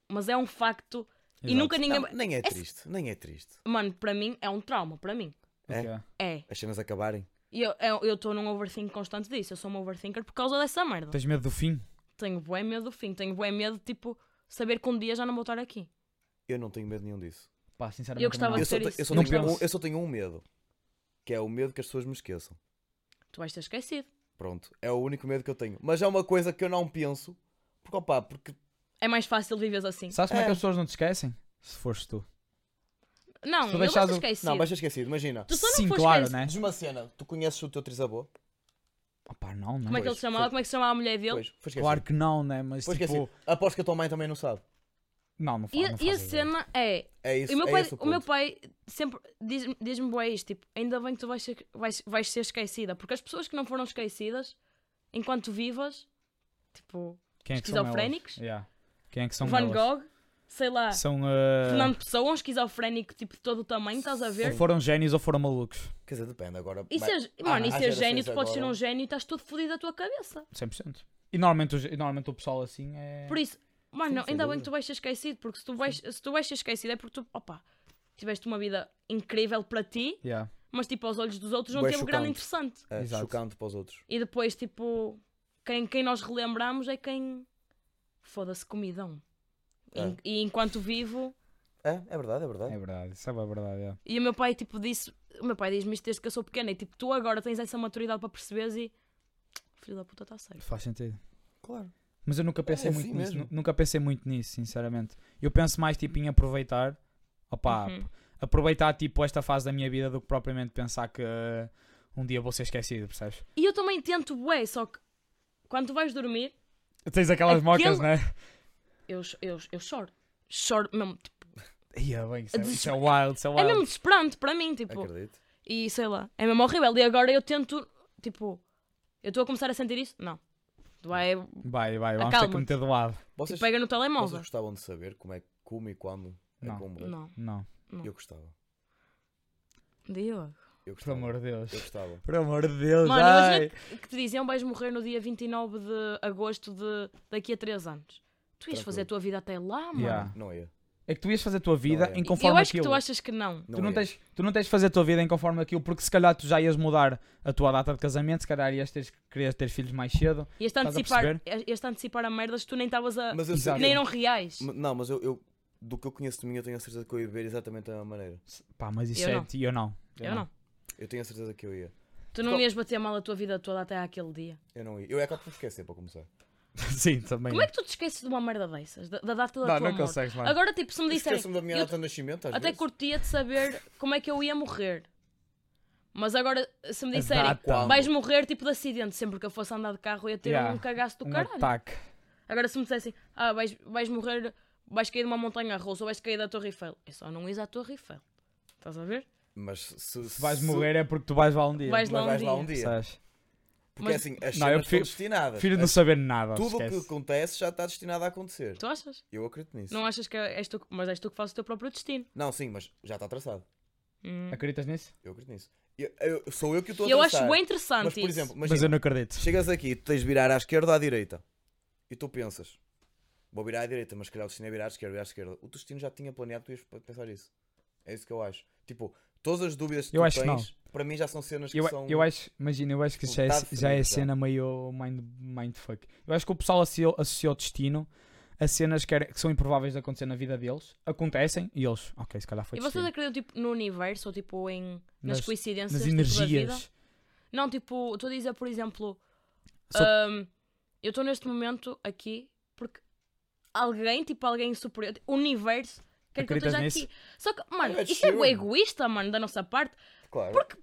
mas é um facto e
Exato.
nunca ninguém.
Não, nem é triste, nem é triste.
Mano, para mim é um trauma, para mim.
É.
Ok.
É.
As cenas acabarem.
E Eu estou eu, tô num overthink constante disso, eu sou um overthinker por causa dessa merda.
Tens medo do fim?
Tenho bué medo do fim, tenho bué medo de tipo saber que um dia já não vou estar aqui.
Eu não tenho medo nenhum disso.
Pá, sinceramente.
Eu gostava
Eu
de
só,
ser
te-
isso.
eu só
Não
tenho um,
penso.
eu só tenho um medo. Que é o medo que as pessoas me esqueçam.
Tu vais ter esquecido.
Pronto. É o único medo que eu tenho. Mas é uma coisa que eu não penso. Porque, opá, porque.
É mais fácil viveres assim.
Sabes como é que
É.
as pessoas não te esquecem? Se fores tu.
Não,
Se tu
eu
deixares
deixaste
o-
esquecido.
Não, mas eu esqueci, imagina.
Tu só não
Sim,
foste
claro,
esquecido.
né?
Diz uma cena, tu conheces o teu trisavô?
Ah, pá, não, né?
Como é
Pois,
que ele se chamava?
foi-
Como é que se chamava a mulher dele?
Pois, foi esquecido.
Claro que não, né? Mas
Foi
tipo.
esquecido. Aposto que a tua mãe também não sabe.
Não, não faz,
E,
não
a-
faz
e a
ideia.
cena é.
É isso.
o, meu
é
pai,
esse o,
o meu
ponto.
pai sempre diz- diz-me boé isto: tipo, ainda bem que tu vais ser, vais, vais ser esquecida. Porque as pessoas que não foram esquecidas, enquanto vivas, tipo,
Quem é que são elas?
Esquizofrénicos?
Yeah. Quem é que são
Van
elas?
Gogh, Ah. sei lá,
São. eh,
Fernando Pessoa, um esquizofrénico tipo, de todo o tamanho, estás a ver?
Ou foram génios ou foram malucos.
Quer dizer, depende agora.
E
vai-
seres,
há-
mano, e
há
seres
gerações
gênio, tu podes ser
agora-
um gênio e estás todo fodido da tua cabeça.
100%. E normalmente, os- e normalmente o pessoal assim é.
Por isso, mano,
Sim, sem
ainda bem que
dúvida.
tu vais ser esquecido, porque se tu vais, se tu vais ser esquecido é porque tu, opa, tiveste uma vida incrível para ti,
Yeah.
mas tipo, aos olhos dos outros não
Bué
teve grande
chocante.
interessante.
É,
Exato.
chocante para os outros.
E depois, tipo, quem, quem nós relembramos é quem. Foda-se, comidão. E-
É.
E, enquanto vivo.
É, é verdade, é verdade.
É verdade, isso é bem verdade. é.
E o meu pai, tipo, disse. O meu pai diz-me isto desde que eu sou pequena. E tipo, tu agora tens essa maturidade para perceberes e. Filho da puta, tá está certo.
Faz sentido.
Claro.
Mas eu nunca pensei
assim
muito nisso.
mesmo.
nu- Nunca pensei muito nisso, sinceramente. Eu penso mais tipo em aproveitar. Opa,
Uhum.
aproveitar tipo esta fase da minha vida do que propriamente pensar que eh, um dia vou ser esquecido, percebes?
E eu também tento, ué, só que. Quando tu vais dormir,
Tens aquelas mocas,
Aquele-
né?
eu, eu, eu choro. Choro mesmo. tipo,
Ia bem, isso é,
Des-
isso é wild, isso é
é
wild.
mesmo desesperante para mim, tipo.
Acredito.
E sei lá, é mesmo horrível. E agora eu tento, tipo, eu estou a começar a sentir isso? Não. Vai,
Vai, vai, vamos ter que
Acalma-te.
meter de lado.
Vocês,
pega no
vocês
telemóvel.
gostavam de saber como é que, como e quando é
Não.
que vão morrer?
Não.
Não,
não.
Eu gostava.
Diogo.
Eu
por
gostava.
amor de Deus.
Eu gostava.
Por amor de Deus,
Mano,
ai.
imagina que, que te diziam vais morrer no dia 29 de agosto de daqui a 3 anos. Tu ias
Tranquilo.
fazer a tua vida até lá, mano.
Yeah.
Não ia.
É que tu ias fazer a tua vida
Não, é.
em
E-
conforme
eu acho
aquilo.
que tu achas que não.
Tu não, é.
ia.
tens, tu não tens de fazer a tua vida em conforme aquilo, porque se calhar tu já ias mudar a tua data de casamento, se calhar ias ter, querias ter filhos mais cedo.
Ias-te
Estás a
antecipar, ias antecipar a merdas que tu nem estavas a.
Mas eu
Exato.
sabia-
nem eram reais.
M- Não, mas eu, eu- do que eu conheço de mim, eu tenho a certeza que eu ia beber exatamente da mesma maneira.
Se- Pá, mas isso
Eu
é
não.
ti, eu não.
Eu não.
Eu tenho a certeza que eu ia.
Tu não
Qual-
ias bater mal a tua vida toda até àquele dia.
Eu não ia. Eu é que eu esquecer para começar.
Sim, também.
Como é que tu te esqueces de uma merda dessas? Da, da data da
não,
tua
não
morte?
consegues, mano.
Agora, tipo, se me disserem.
Esqueço-me da minha
eu
data de nascimento, às
Até
vezes.
curtia de saber como é que eu ia morrer. Mas agora, se me
A
disserem,
data.
vais morrer tipo de acidente, sempre que eu fosse andar de carro eu ia ter
Yeah.
um cagaço do
um
caralho.
ataque.
Agora, se me dissessem, ah, vais, vais morrer, vais cair de uma montanha russa ou vais cair da Torre Eiffel, eu só não ia à Torre Eiffel. Estás a ver?
Mas se,
Se vais
se-
morrer é porque tu vais lá um dia.
Vais
mas
lá um
vais
dia.
lá um dia.
Sabes?
Porque
Mas-
assim, as
Não, eu
cenas estão
prefiro-
destinadas.
Prefiro não
As-
saber nada.
Tudo o que
esquece.
acontece já está destinado a acontecer.
Tu achas?
Eu acredito nisso. Não,
Não é- achas que és tu, que- mas és tu que fazes o teu próprio destino.
sim, mas já está traçado.
Hum.
Acreditas nisso?
Eu acredito nisso. Eu- eu- sou eu que o estou a
Eu
traçar.
acho bem interessante
Mas, por
isso.
exemplo,
Mas,
imagina,
eu não acredito.
chegas aqui e tu tens de virar à esquerda ou à direita. E tu pensas, vou virar à direita, mas se calhar o destino é virar à esquerda, virar à esquerda. O destino já tinha planeado, tu ias pensar isso. É isso que eu acho. Tipo, todas as dúvidas que
Eu
tu
acho que
tens, para mim já são cenas que
Eu,
são...
eu acho, imagina, eu acho que isso já é,
Tá definido
já é
já.
cena meio mind, mindfuck. Eu acho que o pessoal associou, associou destino a cenas que, era- que são improváveis de acontecer na vida deles, acontecem e eles, ok, se calhar foi
E vocês
destino.
acreditam tipo, no universo ou tipo em, nas,
Nas-
coincidências
Nas
tipo, da vida?
energias.
Não, tipo, estou a dizer, por exemplo,
Só-
ahm, eu estou neste momento aqui porque alguém, tipo, alguém superior, o universo, quer que eu
Acreditas
esteja
nisso?
aqui. Só que, mano,
Ah, é
isso é bué
sure.
egoísta, mano, da nossa parte.
Claro.
Porque,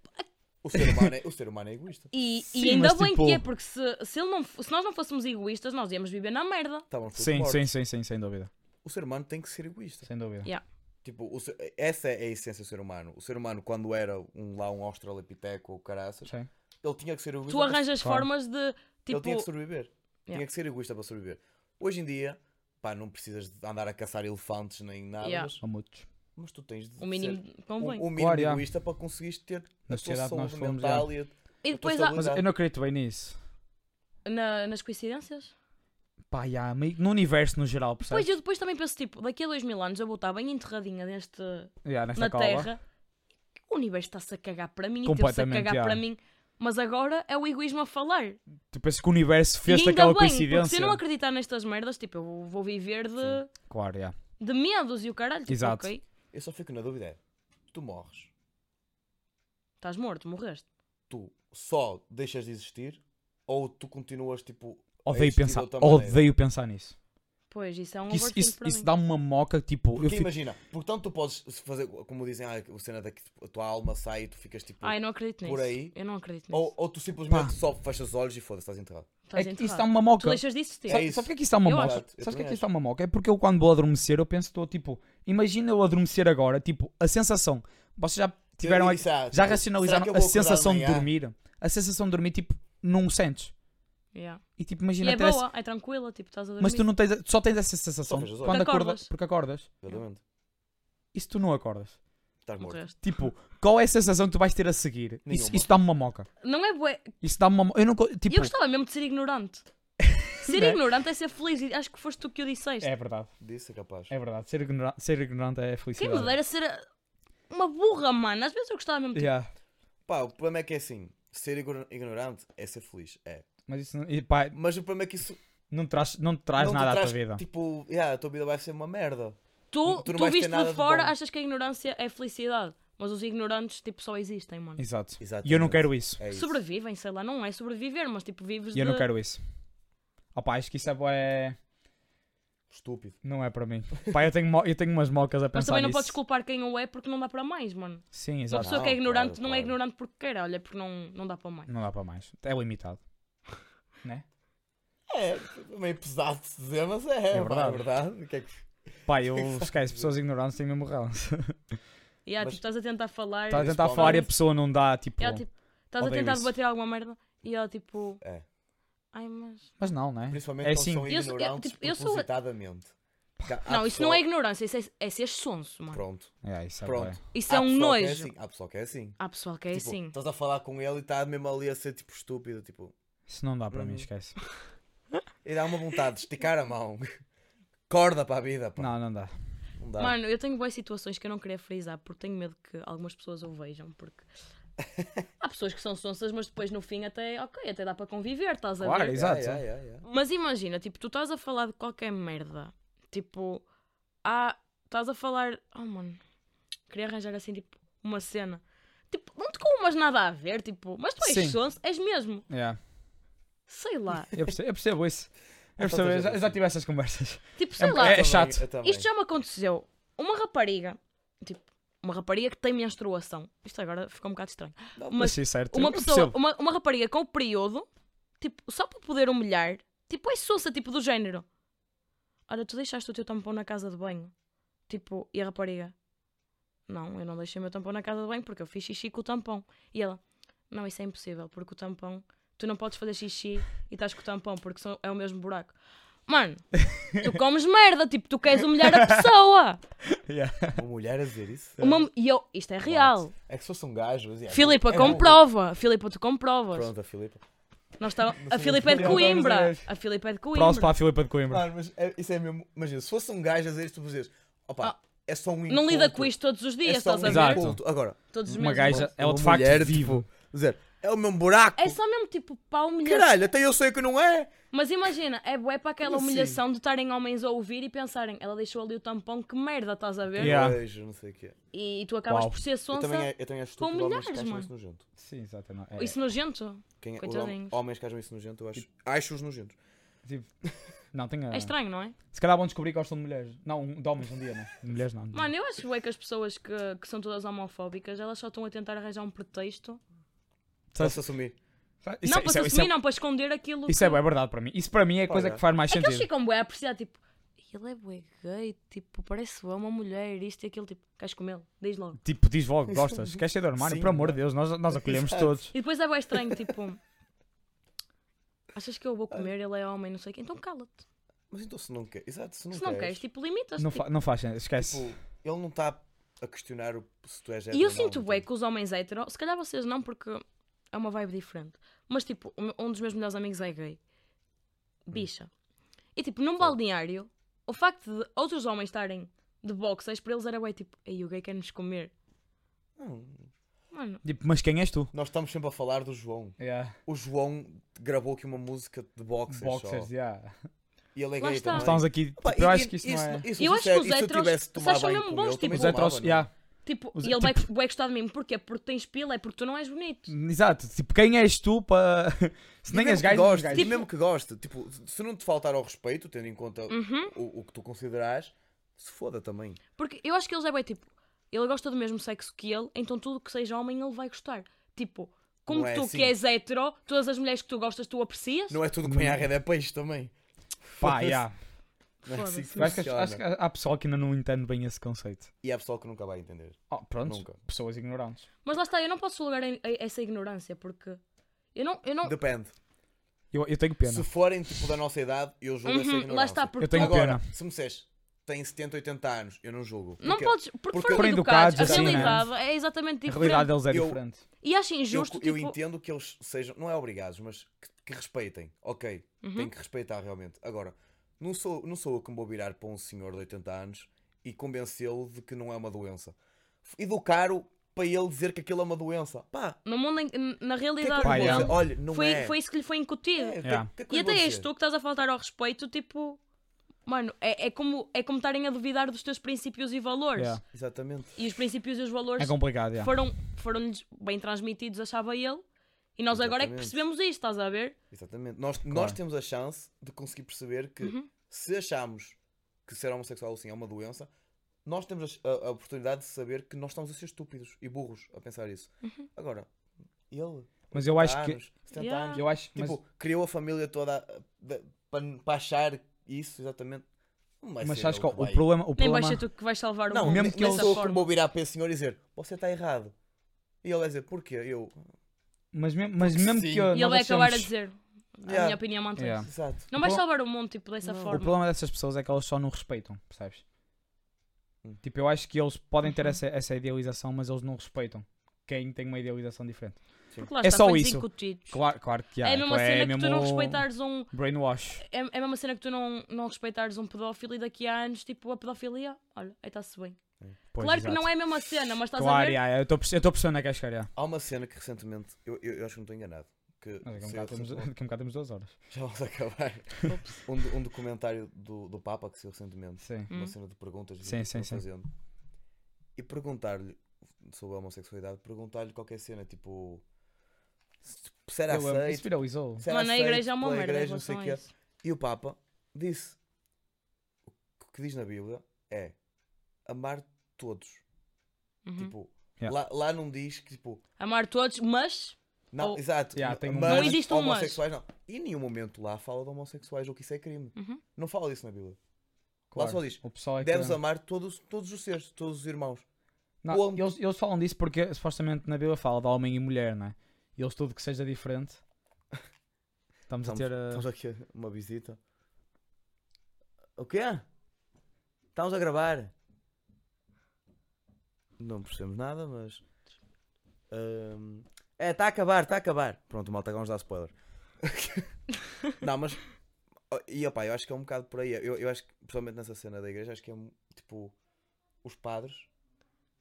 O, ser humano é, o ser humano é egoísta.
e,
Sim,
e ainda
mas,
bem
tipo-
que é, porque se, se, ele não, fo- se nós não fôssemos egoístas, nós íamos viver na merda.
Estávamos todos
Sim,
mortos.
sim, sim, sim, sem dúvida.
O ser humano tem que ser egoísta.
Sem dúvida.
Yeah.
Tipo, o ser- essa é a essência do ser humano. O ser humano, quando era um, lá um australopiteco ou caraças,
Sim.
ele tinha que ser egoísta.
Tu arranjas
Claro.
formas de,
é, Ele tinha que
tipo,
sobreviver. Tinha que ser egoísta para sobreviver. Hoje em dia, pá, não precisas de andar a caçar elefantes nem nada,
Yeah.
mas,
Há muitos.
mas tu tens de
O mínimo
ser um,
convém.
um mínimo
Claro, yeah.
egoísta para conseguires ter
Na
a tua
sociedade nós
saúde
fomos,
mental e a
e
a
depois
tua
há,
Mas eu não acredito bem nisso.
na- nas coincidências?
Pá, já, meio- no universo no geral, percebes?
Pois eu depois também penso, tipo, daqui a dois mil anos eu vou estar bem enterradinha neste,
Já, nesta
na
cova.
Terra. O universo está-se a cagar para mim e teve-se a
Completamente,
cagar
já.
para mim. Mas agora é o egoísmo a falar.
Tu pensas que o universo fez
e ainda
aquela
bem, porque se
coincidência?
eu não acreditar nestas merdas, tipo, eu vou- vou viver de,
Claro,
É
já.
de medos e o caralho. Tipo,
Exato.
ok,
Eu só fico na dúvida é, tu morres,
estás morto, morreste.
tu só deixas de existir ou tu continuas tipo a
Odeio
existir de
pensar,
outra maneira?
odeio pensar nisso.
Pois, isso é um
Que isso
overthink
isso,
para
isso
mim.
dá uma moca, tipo, eu
Porque
fico...
imagina, portanto tu podes fazer, como dizem, ah, o cena daqui, a tua alma sai e tu ficas tipo.
Ai, Ah, não acredito nisso.
por aí,
Eu não acredito nisso.
ou, ou tu simplesmente só fechas os olhos e foda-se, estás enterrado.
É
Estás
que isso
enterrado.
dá uma
Tá Tu
moca.
deixas tipo. de existir.
Sabe-
Sabe, sabe o que é que isso dá uma
Eu
moca?
acho.
Exato, eu
Sabe o que é
também
que isso dá uma moca? É porque eu quando vou adormecer, eu penso, estou tipo, imagina eu adormecer agora, tipo, a sensação. Vocês já tiveram
Eu
a-
disse, ah, será
já
que eu
racionalizaram
vou
a
acordar
sensação de
amanhã?
dormir? A sensação de dormir, tipo, não sentes.
Yeah.
E tipo,
E
imagina
é
ter essa-
boa, é tranquila, tipo, estás a dormir.
Mas tu não tens, a- tu só tens essa sensação
Só fechas os
quando
olhos. Porque
acordas,
acordas.
porque acordas.
Exatamente.
E se tu não acordas?
Estás morto.
Morreste.
Tipo, qual é a sensação que tu vais ter a seguir? Isso,
Nenhuma.
isso dá-me uma moca.
Não é bué.
Isso dá-me uma moca. Eu não. co-
E
Tipo,
eu gostava mesmo de ser ignorante. Ser
Né?
ignorante é ser feliz. e Acho que foste tu que o disseste.
é verdade,
Disse, é capaz.
é verdade. Ser, ignora- ser ignorante é
Quem
felicidade.
me dera ser a- uma burra, mano. Às vezes eu gostava mesmo. Tipo,
Yeah.
Pá, o problema é que é assim, ser igno- ignorante é ser feliz, é.
Mas isso não, e pá,
Mas o problema é que isso
não te traz, não te traz
não te
nada à
traz,
tua vida.
tipo, yeah, a tua vida vai ser uma merda.
tu,
Tu
tu,
não vais ter
viste
nada
de
de
fora,
bom.
achas que a ignorância é felicidade. Mas os ignorantes, tipo, só existem, mano.
Exato.
Exatamente.
E eu não quero isso.
É isso.
Sobrevivem, sei lá, não é sobreviver, mas tipo, vives
E eu
de.
não quero isso. Opa, acho que isso é. bué-
Estúpido.
Não é para mim. Pá, eu tenho, mo- eu tenho umas mocas a
Mas
pensar
também não
nisso.
podes culpar quem o é porque não dá para mais, mano.
Sim,
Uma
exato.
pessoa que é
Não,
ignorante
claro,
não é
claro.
ignorante porque quer, olha, porque não, não dá para mais.
Não dá para mais. É limitado. Né?
É, meio pesado de se dizer, mas é,
É
é verdade.
verdade.
verdade. O que é que-
Pá, eu esquece. Pessoas ignorantes têm mesmo ranço.
E yeah,
Mas-
tipo, estás a tentar falar.
Estás a tentar
Principalmente-
falar e a pessoa não dá, tipo.
e ela, tipo, estás a
odeio
tentar
isso.
debater alguma merda. E ela tipo.
É.
Ai, mas.
Mas não, né?
Principalmente
É
quando
assim.
são
Eu sou- eu,
ignorantes
tipo, eu sou-
propositadamente. Porque há
não, isso não é
pessoa-
ignorância, isso é, é ser sonso, mano.
Pronto,
É, isso é
pronto.
bué.
Isso é
Há
um
pessoal que
nojo.
assim. Há pessoal que é assim.
Há pessoal que é
Tipo,
assim.
Estás a falar com ele e está mesmo ali a ser tipo estúpido. Tipo,
Isso não dá para mim,
Uhum.
esquece.
e dá uma vontade de esticar a mão. Corda para a vida, pá.
Não, não dá.
Não,
Tá.
dá.
Mano, eu tenho boas situações que eu não queria frisar porque tenho medo que algumas pessoas o vejam. Porque há pessoas que são sonsas, mas depois no fim até, ok, até dá para conviver, estás a
Claro,
ver?
É, exato.
Yeah, yeah, yeah, yeah.
Mas imagina, tipo, tu estás a falar de qualquer merda. Tipo, há. Estás a falar. Oh, mano. Queria arranjar assim, tipo, uma cena. Tipo, não te com umas nada a ver, tipo. Mas tu
Sim.
és sonso, és mesmo.
Yeah.
Sei lá.
Eu, percebo, eu percebo isso. Eu
Há
percebo,
tanta
eu já,
gente
eu já
assim.
tive essas conversas.
Tipo, sei
um
lá.
bocado-
Eu também,
chato.
eu também.
Isto já me aconteceu. Uma rapariga. Tipo, uma rapariga que tem menstruação. Isto agora ficou um bocado estranho.
Não,
Mas
sim, certo.
uma
eu
pessoa,
percebo.
uma, uma rapariga com o período, tipo, só para poder humilhar, tipo, é sonsa, tipo, do género. Olha, tu deixaste o teu tampão na casa de banho. Tipo, e a rapariga? Não, eu não deixei o meu tampão na casa de banho porque eu fiz xixi com o tampão. E ela, não, isso é impossível, porque o tampão, tu não podes fazer xixi e estás com o tampão porque são- é o mesmo buraco. Mano, tu comes merda, tipo, tu queres humilhar a pessoa.
Yeah.
Uma mulher a dizer isso.
Uma- e eu, isto é real.
É que se fosse um gajo. mas, yeah,
Filipa,
é bom.
comprova. Filipa, tu comprovas.
Pronto, a Filipa.
Nós estava...
Não sei
A Filipe é de
onde foi. Não
Coimbra.
estamos
A Filipe é de
Props para
Coimbra.
a Filipa de Coimbra.
Mano, mas é- isso é mesmo. Imagina, se fosse um gajo a dizer isto, tu dizes, opa, é só um
Ah, Não lida
inculto,
com isto todos os
É
dias,
só
estás
um
a ver?
Exato.
inculto. Agora,
Todos os
Uma
meses.
gaja, ela
Uma
de facto
mulher, tipo,
vivo.
dizer, é o meu buraco.
É só mesmo tipo para humilhar.
Caralho, até eu sei que não é.
Mas imagina, é bué para aquela
Como assim?
humilhação de estarem homens a ouvir e pensarem, ela deixou ali o tampão, que merda, estás a ver?
Yeah.
Beijo, não sei o que é.
E tu acabas
Uau.
por ser
Eu
sonsa.
também, é, eu também acho
Com
estúpido homens que
milhares,
acham
mano.
isso nojento.
Sim, é, exatamente.
Isso nojento.
Quem, os hom-
Coitadinhos.
homens que acham isso nojento, eu acho. Acho-os nojentos.
Não, tenho a...
É estranho, não é?
Se calhar vão descobrir que gostam de mulheres. Não, de homens um dia, não. De mulheres não.
Mano, eu acho bué que as pessoas que, que são todas homofóbicas, elas só estão a tentar arranjar um pretexto.
Posso assumir.
Isso,
não
é-
para
isso,
se
é-
assumir,
isso, é-
não para esconder aquilo
isso
que...
é bué verdade para mim. Isso para mim é a coisa
Olha.
que faz mais
É que eles
sentido.
ficam bué a apreciar, tipo, ele é bué gay, tipo, parece bué uma mulher, isto e aquilo, tipo, queres comê-lo? Diz logo.
Tipo, diz logo, gostas. Queres ser do armário?
Sim,
é
Por amor de Deus, nós, nós acolhemos
Exato.
todos.
E depois é bué estranho, tipo, achas que eu vou comer, ele é homem, não sei o quê, então cala-te.
Mas então se não quer, exato, se não,
Se não
queres,
queres, tipo, limitas-te.
Não,
tipo.
fa não faz sentido, esquece.
tipo, ele não está a questionar o- se tu és
E eu
hétero ou não,
sinto
então.
bem que os homens hetero, se calhar vocês não, porque é uma vibe diferente. Mas tipo, o meu- um dos meus melhores amigos é gay. Bicha. E tipo, num balneário, o facto de outros homens estarem de boxers para eles era bem tipo, ei, o gay quer nos comer.
Não,
Mano,
Tipo, mas quem és tu?
Nós estamos sempre a falar do João.
Yeah.
O João gravou aqui uma música de boxers,
Boxers,
só.
yeah.
E ele é
Lá
gay
está.
também.
Estamos aqui,
Pá,
tipo, eu
e-
acho
e-
que isso
isso-
não é...
isso,
Eu acho que os
sincero, isso eu
héteros
tivesse
se
tomado
acham
banho
mesmo
com ele,
bons,
também
Os
tipo,
tomava,
heteros,
não é?
yeah.
tipo,
Os-
e ele vai
tipo-
bué gostar de mim. Porquê? Porque tens pila, é porque tu não és bonito.
Exato, tipo, quem és tu para. Se
E
Tipo,
nem
mesmo
és
que
gajo, não és um
goste,
gajo.
e Tipo, mesmo que goste, tipo, se não te faltar ao respeito, tendo em conta
Uhum.
o, o que tu consideras, se foda também.
Porque eu acho que eles é bem tipo, ele gosta do mesmo sexo que ele, então tudo que seja homem ele vai gostar. Tipo, como
Não é
tu
assim.
que és hetero, todas as mulheres que tu gostas tu aprecias.
Não é tudo que vem à rede é peixe também.
Pá, yeah.
Não é assim que
Eu acho, que,
funciona.
acho que há pessoal que ainda não entende bem esse conceito.
E há pessoal que nunca vai entender.
Oh, pronto,
Nunca.
pessoas ignorantes.
Mas lá está, eu não posso julgar em- em- essa ignorância porque eu não. Eu não
Depende.
Eu, eu tenho pena.
Se forem tipo da nossa idade, eu julgo essa
Uhum,
ignorância.
lá está, porque
Eu tenho
tu-
Agora,
pena.
se me disseres, tem 70, 80 anos, eu não julgo.
não
Porquê?
podes. Porque,
Porque
foram
foram
educados,
educados
a
assim, né?
realidade é
A
exatamente diferente.
realidade deles é
Eu-
diferente.
E acho
Eu,
injusto.
eu
tipo,
entendo que eles sejam, não é obrigados, mas que, que respeitem. Ok,
Uhum.
tem que respeitar realmente. Agora, não sou, não sou eu que me vou virar para um senhor de 80 anos e convencê-lo de que não é uma doença. F- Educar-o para ele dizer que aquilo é uma doença. Pá,
No mundo, em- na
o que é que
realidade,
eu
Pá,
vou
yeah.
dizer? Olha, não
foi,
é.
foi isso que lhe foi incutido.
É, o que-
Yeah.
o que é que
E
eu vou
até és
dizer?
tu que estás a faltar ao respeito, tipo. Mano, é, é como é como estarem a duvidar dos teus princípios e valores.
Yeah.
Exatamente.
E os princípios e os valores
É complicado, yeah.
foram, foram bem transmitidos, achava ele. E nós agora é que
Exatamente.
percebemos isto, estás a ver?
Exatamente. Nós, nós temos a chance de conseguir perceber que se achamos que ser homossexual assim é uma doença, nós temos a, a- a oportunidade de saber que nós estamos a ser estúpidos e burros a pensar isso. Agora, ele,
Mas eu acho que.
anos, 70
Yeah.
anos,
Eu acho mas-
tipo, criou a família toda para achar isso, exatamente. Não vai
mas,
ser
acho que
ele
o
vai-
problema. O
Nem vais
problema
ser tu que vais salvar o
Não,
mundo
mesmo
mesmo
que
que
eu
dessa
sou eu que
forma.
vou virar para esse senhor e dizer você está errado. E ele vai dizer porquê? Eu,
mas, mesmo- mas
Porque
mesmo
sim.
que. eu-
E ele
nós
vai acabar a
achamos-
dizer. A
Yeah.
minha opinião mantém-se.
Yeah.
exato.
Não vais
Bom,
salvar o mundo tipo, dessa
não.
O
forma.
problema dessas pessoas é que elas só não respeitam, percebes?
Hum.
Tipo, eu acho que eles podem
Uhum.
ter essa, essa idealização, mas eles não respeitam. Quem tem uma idealização diferente.
Porque lá
É
está,
só
foi
isso.
incutido.
Claro, claro que há.
é a mesma
é
cena que
mesmo
tu não respeitares um.
Brainwash.
É, é a mesma cena que tu não, não respeitares um pedófilo e daqui a anos, tipo, a pedofilia, olha, aí está-se bem.
Pois,
claro
exato.
que não é a mesma cena, mas estás a
Claro,
ver?
yeah, eu estou percebendo a que és cara.
Há uma cena que recentemente, eu, eu, eu acho que não estou enganado, que
Mas daqui a
saiu
um bocado temos-
recentemente-
daqui a um bocado temos duas horas.
já vamos acabar. um, do- um documentário do, do Papa que saiu recentemente,
Sim.
uma
Hum.
cena de perguntas e
Sim,
perguntas
sim,
que vão
sim.
fazendo. E perguntar-lhe sobre a homossexualidade, perguntar-lhe qualquer cena, tipo se se era
Eu lembro- Isso
aceito,
viralizou.
se era
Mano, a
aceito
igreja é uma
pela
merda. em
igreja, não sei
relação
quê.
a isso.
E o Papa disse: o que diz na Bíblia é amar todos.
Uhum.
Tipo,
Yeah.
lá, lá não diz que tipo,
Amar todos, mas
não,
Ou-
exato,
Yeah,
n-
tem um
mas
Não existe um mas.
homossexuais não. E em nenhum momento lá fala de homossexuais ou que isso é crime.
Uhum.
Não fala disso na Bíblia.
Claro.
só diz,
O pessoal é que-
Deves amar todos, todos os seres, todos os irmãos.
Não,
o homem-
eles, eles falam disso porque supostamente na Bíblia fala de homem e mulher, não é? E eles tudo que seja diferente. Estamos a
Estamos,
ter. uh,
estamos aqui a uma visita. O quê? Estamos a gravar. Não percebemos nada, mas. Ahm, É, está a acabar, está a acabar. Pronto, malta, vamos dar spoiler. não, mas. oh, E opá, eu acho que é um bocado por aí. Eu, eu acho que, principalmente nessa cena da igreja, acho que é um- tipo. Os padres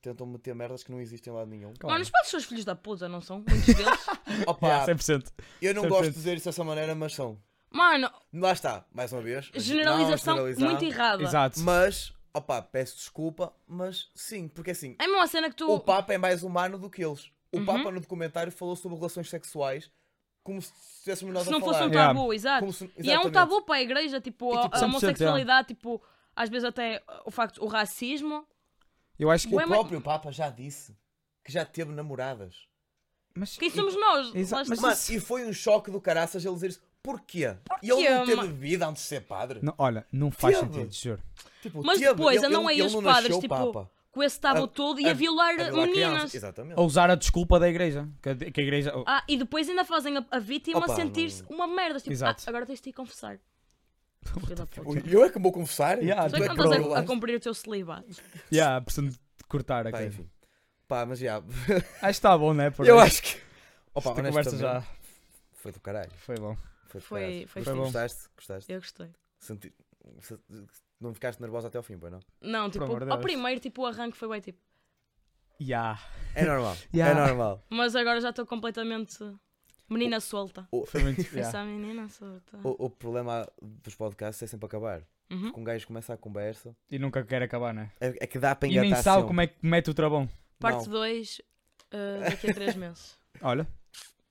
tentam meter merdas que não existem em lado nenhum.
Claro.
Mano, os padres são os filhos da puta, não são? Muitos deles.
Opa,
Yeah, 100%.
eu não
cem por
gosto de
cento.
dizer isso dessa maneira, mas são.
Mano,
Lá está, mais uma vez. não
generalização
generalizar,
muito errada.
Exato.
Mas, opá, peço desculpa, mas sim, porque assim,
É a mesma cena que tu.
o Papa é mais humano do que eles. O
Uhum.
Papa no documentário falou sobre relações sexuais como se estivéssemos nós
se
tá a
não
falar.
fosse um
Yeah.
tabu, exato.
Como se-
E é um
exatamente.
tabu para a igreja, tipo,
E,
a-
tipo,
a
100%,
homossexualidade, tipo, às vezes até uh, o facto, o racismo.
Eu acho que.
Ué,
O próprio Papa já disse que já teve namoradas.
Mas,
Quem somos nós?
Exa-
Lá está.
mas
Mano,
isso-
e foi um choque do caraças ele dizer isso. Porquê? E ele não teve
mano?
vida antes de ser padre?
Não, olha, não faz
Teve.
sentido, juro.
Tipo,
Mas
teve.
depois
Ele-
andam
ele-
aí
ele
os
não
padres,
nasceu
tipo,
Papa.
com com esse tabu
A-
todo e a,
a-
violar
Havia lá
meninas.
crianças- Exatamente.
Ou usar a desculpa da igreja. Que a, que a igreja. oh,
Ah, e depois ainda fazem a, a vítima
Opa,
sentir-se uma merda. Tipo, ah,
Exato.
agora tens de ir confessar. Filho da puta.
Ui, Eu é que me vou confessar.
Yeah,
tu
Só
é que
que não
me
Bro,
estás a- a,
violaste.
cumprir o teu celibato.
Yeah, preciso de cortar a
Pá,
coisa.
enfim. Pá, mas já.
Acho que está bom, né? Por
eu
hoje.
acho que. Opa,
Esta conversa
honestamente,
já
Foi do caralho.
foi bom.
Foi, do
Foi-
caralho.
foi
Gostaste?
fixe.
Gostaste? Gostaste?
Eu gostei.
Senti- se- Não ficaste nervosa até ao fim, pois não?
Não, tipo,
Por amor de
ao
Deus.
primeiro, tipo, o arranque foi bem tipo.
Yeah.
É normal.
Yeah.
É normal.
Mas agora já estou completamente menina solta.
O,
Foi muito. yeah.
Essa menina solta.
o- o problema dos podcasts é sempre acabar.
Uhum.
Porque um gajo começa a conversa.
E nunca quer acabar, né?
É, é que dá para
E
engatar
nem sabe como é que mete o travão.
Parte 2 daqui a 3 meses.
Olha, é-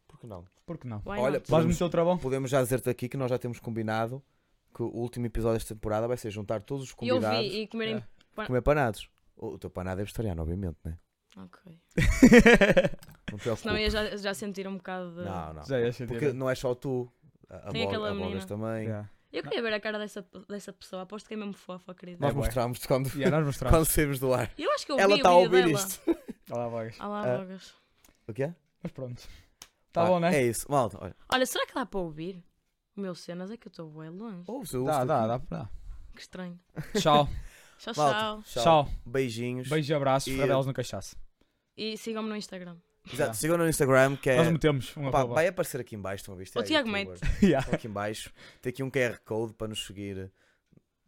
Porque não?
por que não?
Olha,
Why not?
Vais
podemos,
meter o travão?
podemos já dizer-te aqui que nós já temos combinado que o último episódio desta temporada vai ser juntar todos os
E eu
convidados
vi e comerem.
Yeah.
e comer panados. O, o teu panado é vegetariano, obviamente, né?
Ok.
Não te preocupes.
Senão eu ia já, já sentir um bocado de.
Não, não.
Já ia ser
Porque não é só tu. A, a,
Tem
Bog-
aquela
a Bogas
menina.
também.
Yeah.
Eu queria ver a cara dessa, dessa pessoa. Aposto que é mesmo fofa, querida.
Nós
É, bué.
mostramos-te quando,
Yeah, nós mostramos.
quando saímos do ar.
Eu acho que eu
Ela
vi
está a
o vídeo
ouvir
dela.
isto.
Olha lá, vagas.
Ah lá,
Ah.
Bogas.
O que é?
Mas pronto. Está bom, né?
É isso, malta. Olha,
Olha, será que dá para ouvir? O meu cenas é que eu estou bem longe.
ouve-se, ouve-se
Dá,
aqui.
dá, dá, dá.
Que estranho.
Tchau.
Tchau,
Malta,
tchau.
Tchau.
Beijinhos.
Beijo e abraço.
E-
Fradelas no cachaço.
E sigam-me no Instagram.
Exato,
Yeah.
sigam no Instagram que
Nós
é.
metemos um
Pá,
arroba.
vai aparecer aqui em baixo, estão a ver? Isto
O
é
Tiago
youtuber.
mete.
Yeah.
Está aqui em baixo. Tem aqui um QR Code para nos seguir.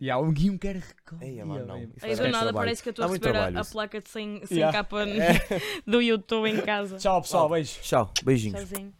Yeah, o Guinho quer recolher.
Ei, mano, não. Isso vai
Aí do
dar
nada
trabalho.
parece que eu estou a
Dá muito
receber
trabalho
a, a
isso.
placa de 100, 100
Yeah.
capa no- do YouTube em casa.
Tchau, pessoal.
Malta.
Beijo.
Tchau, beijinhos.
Tchauzinho.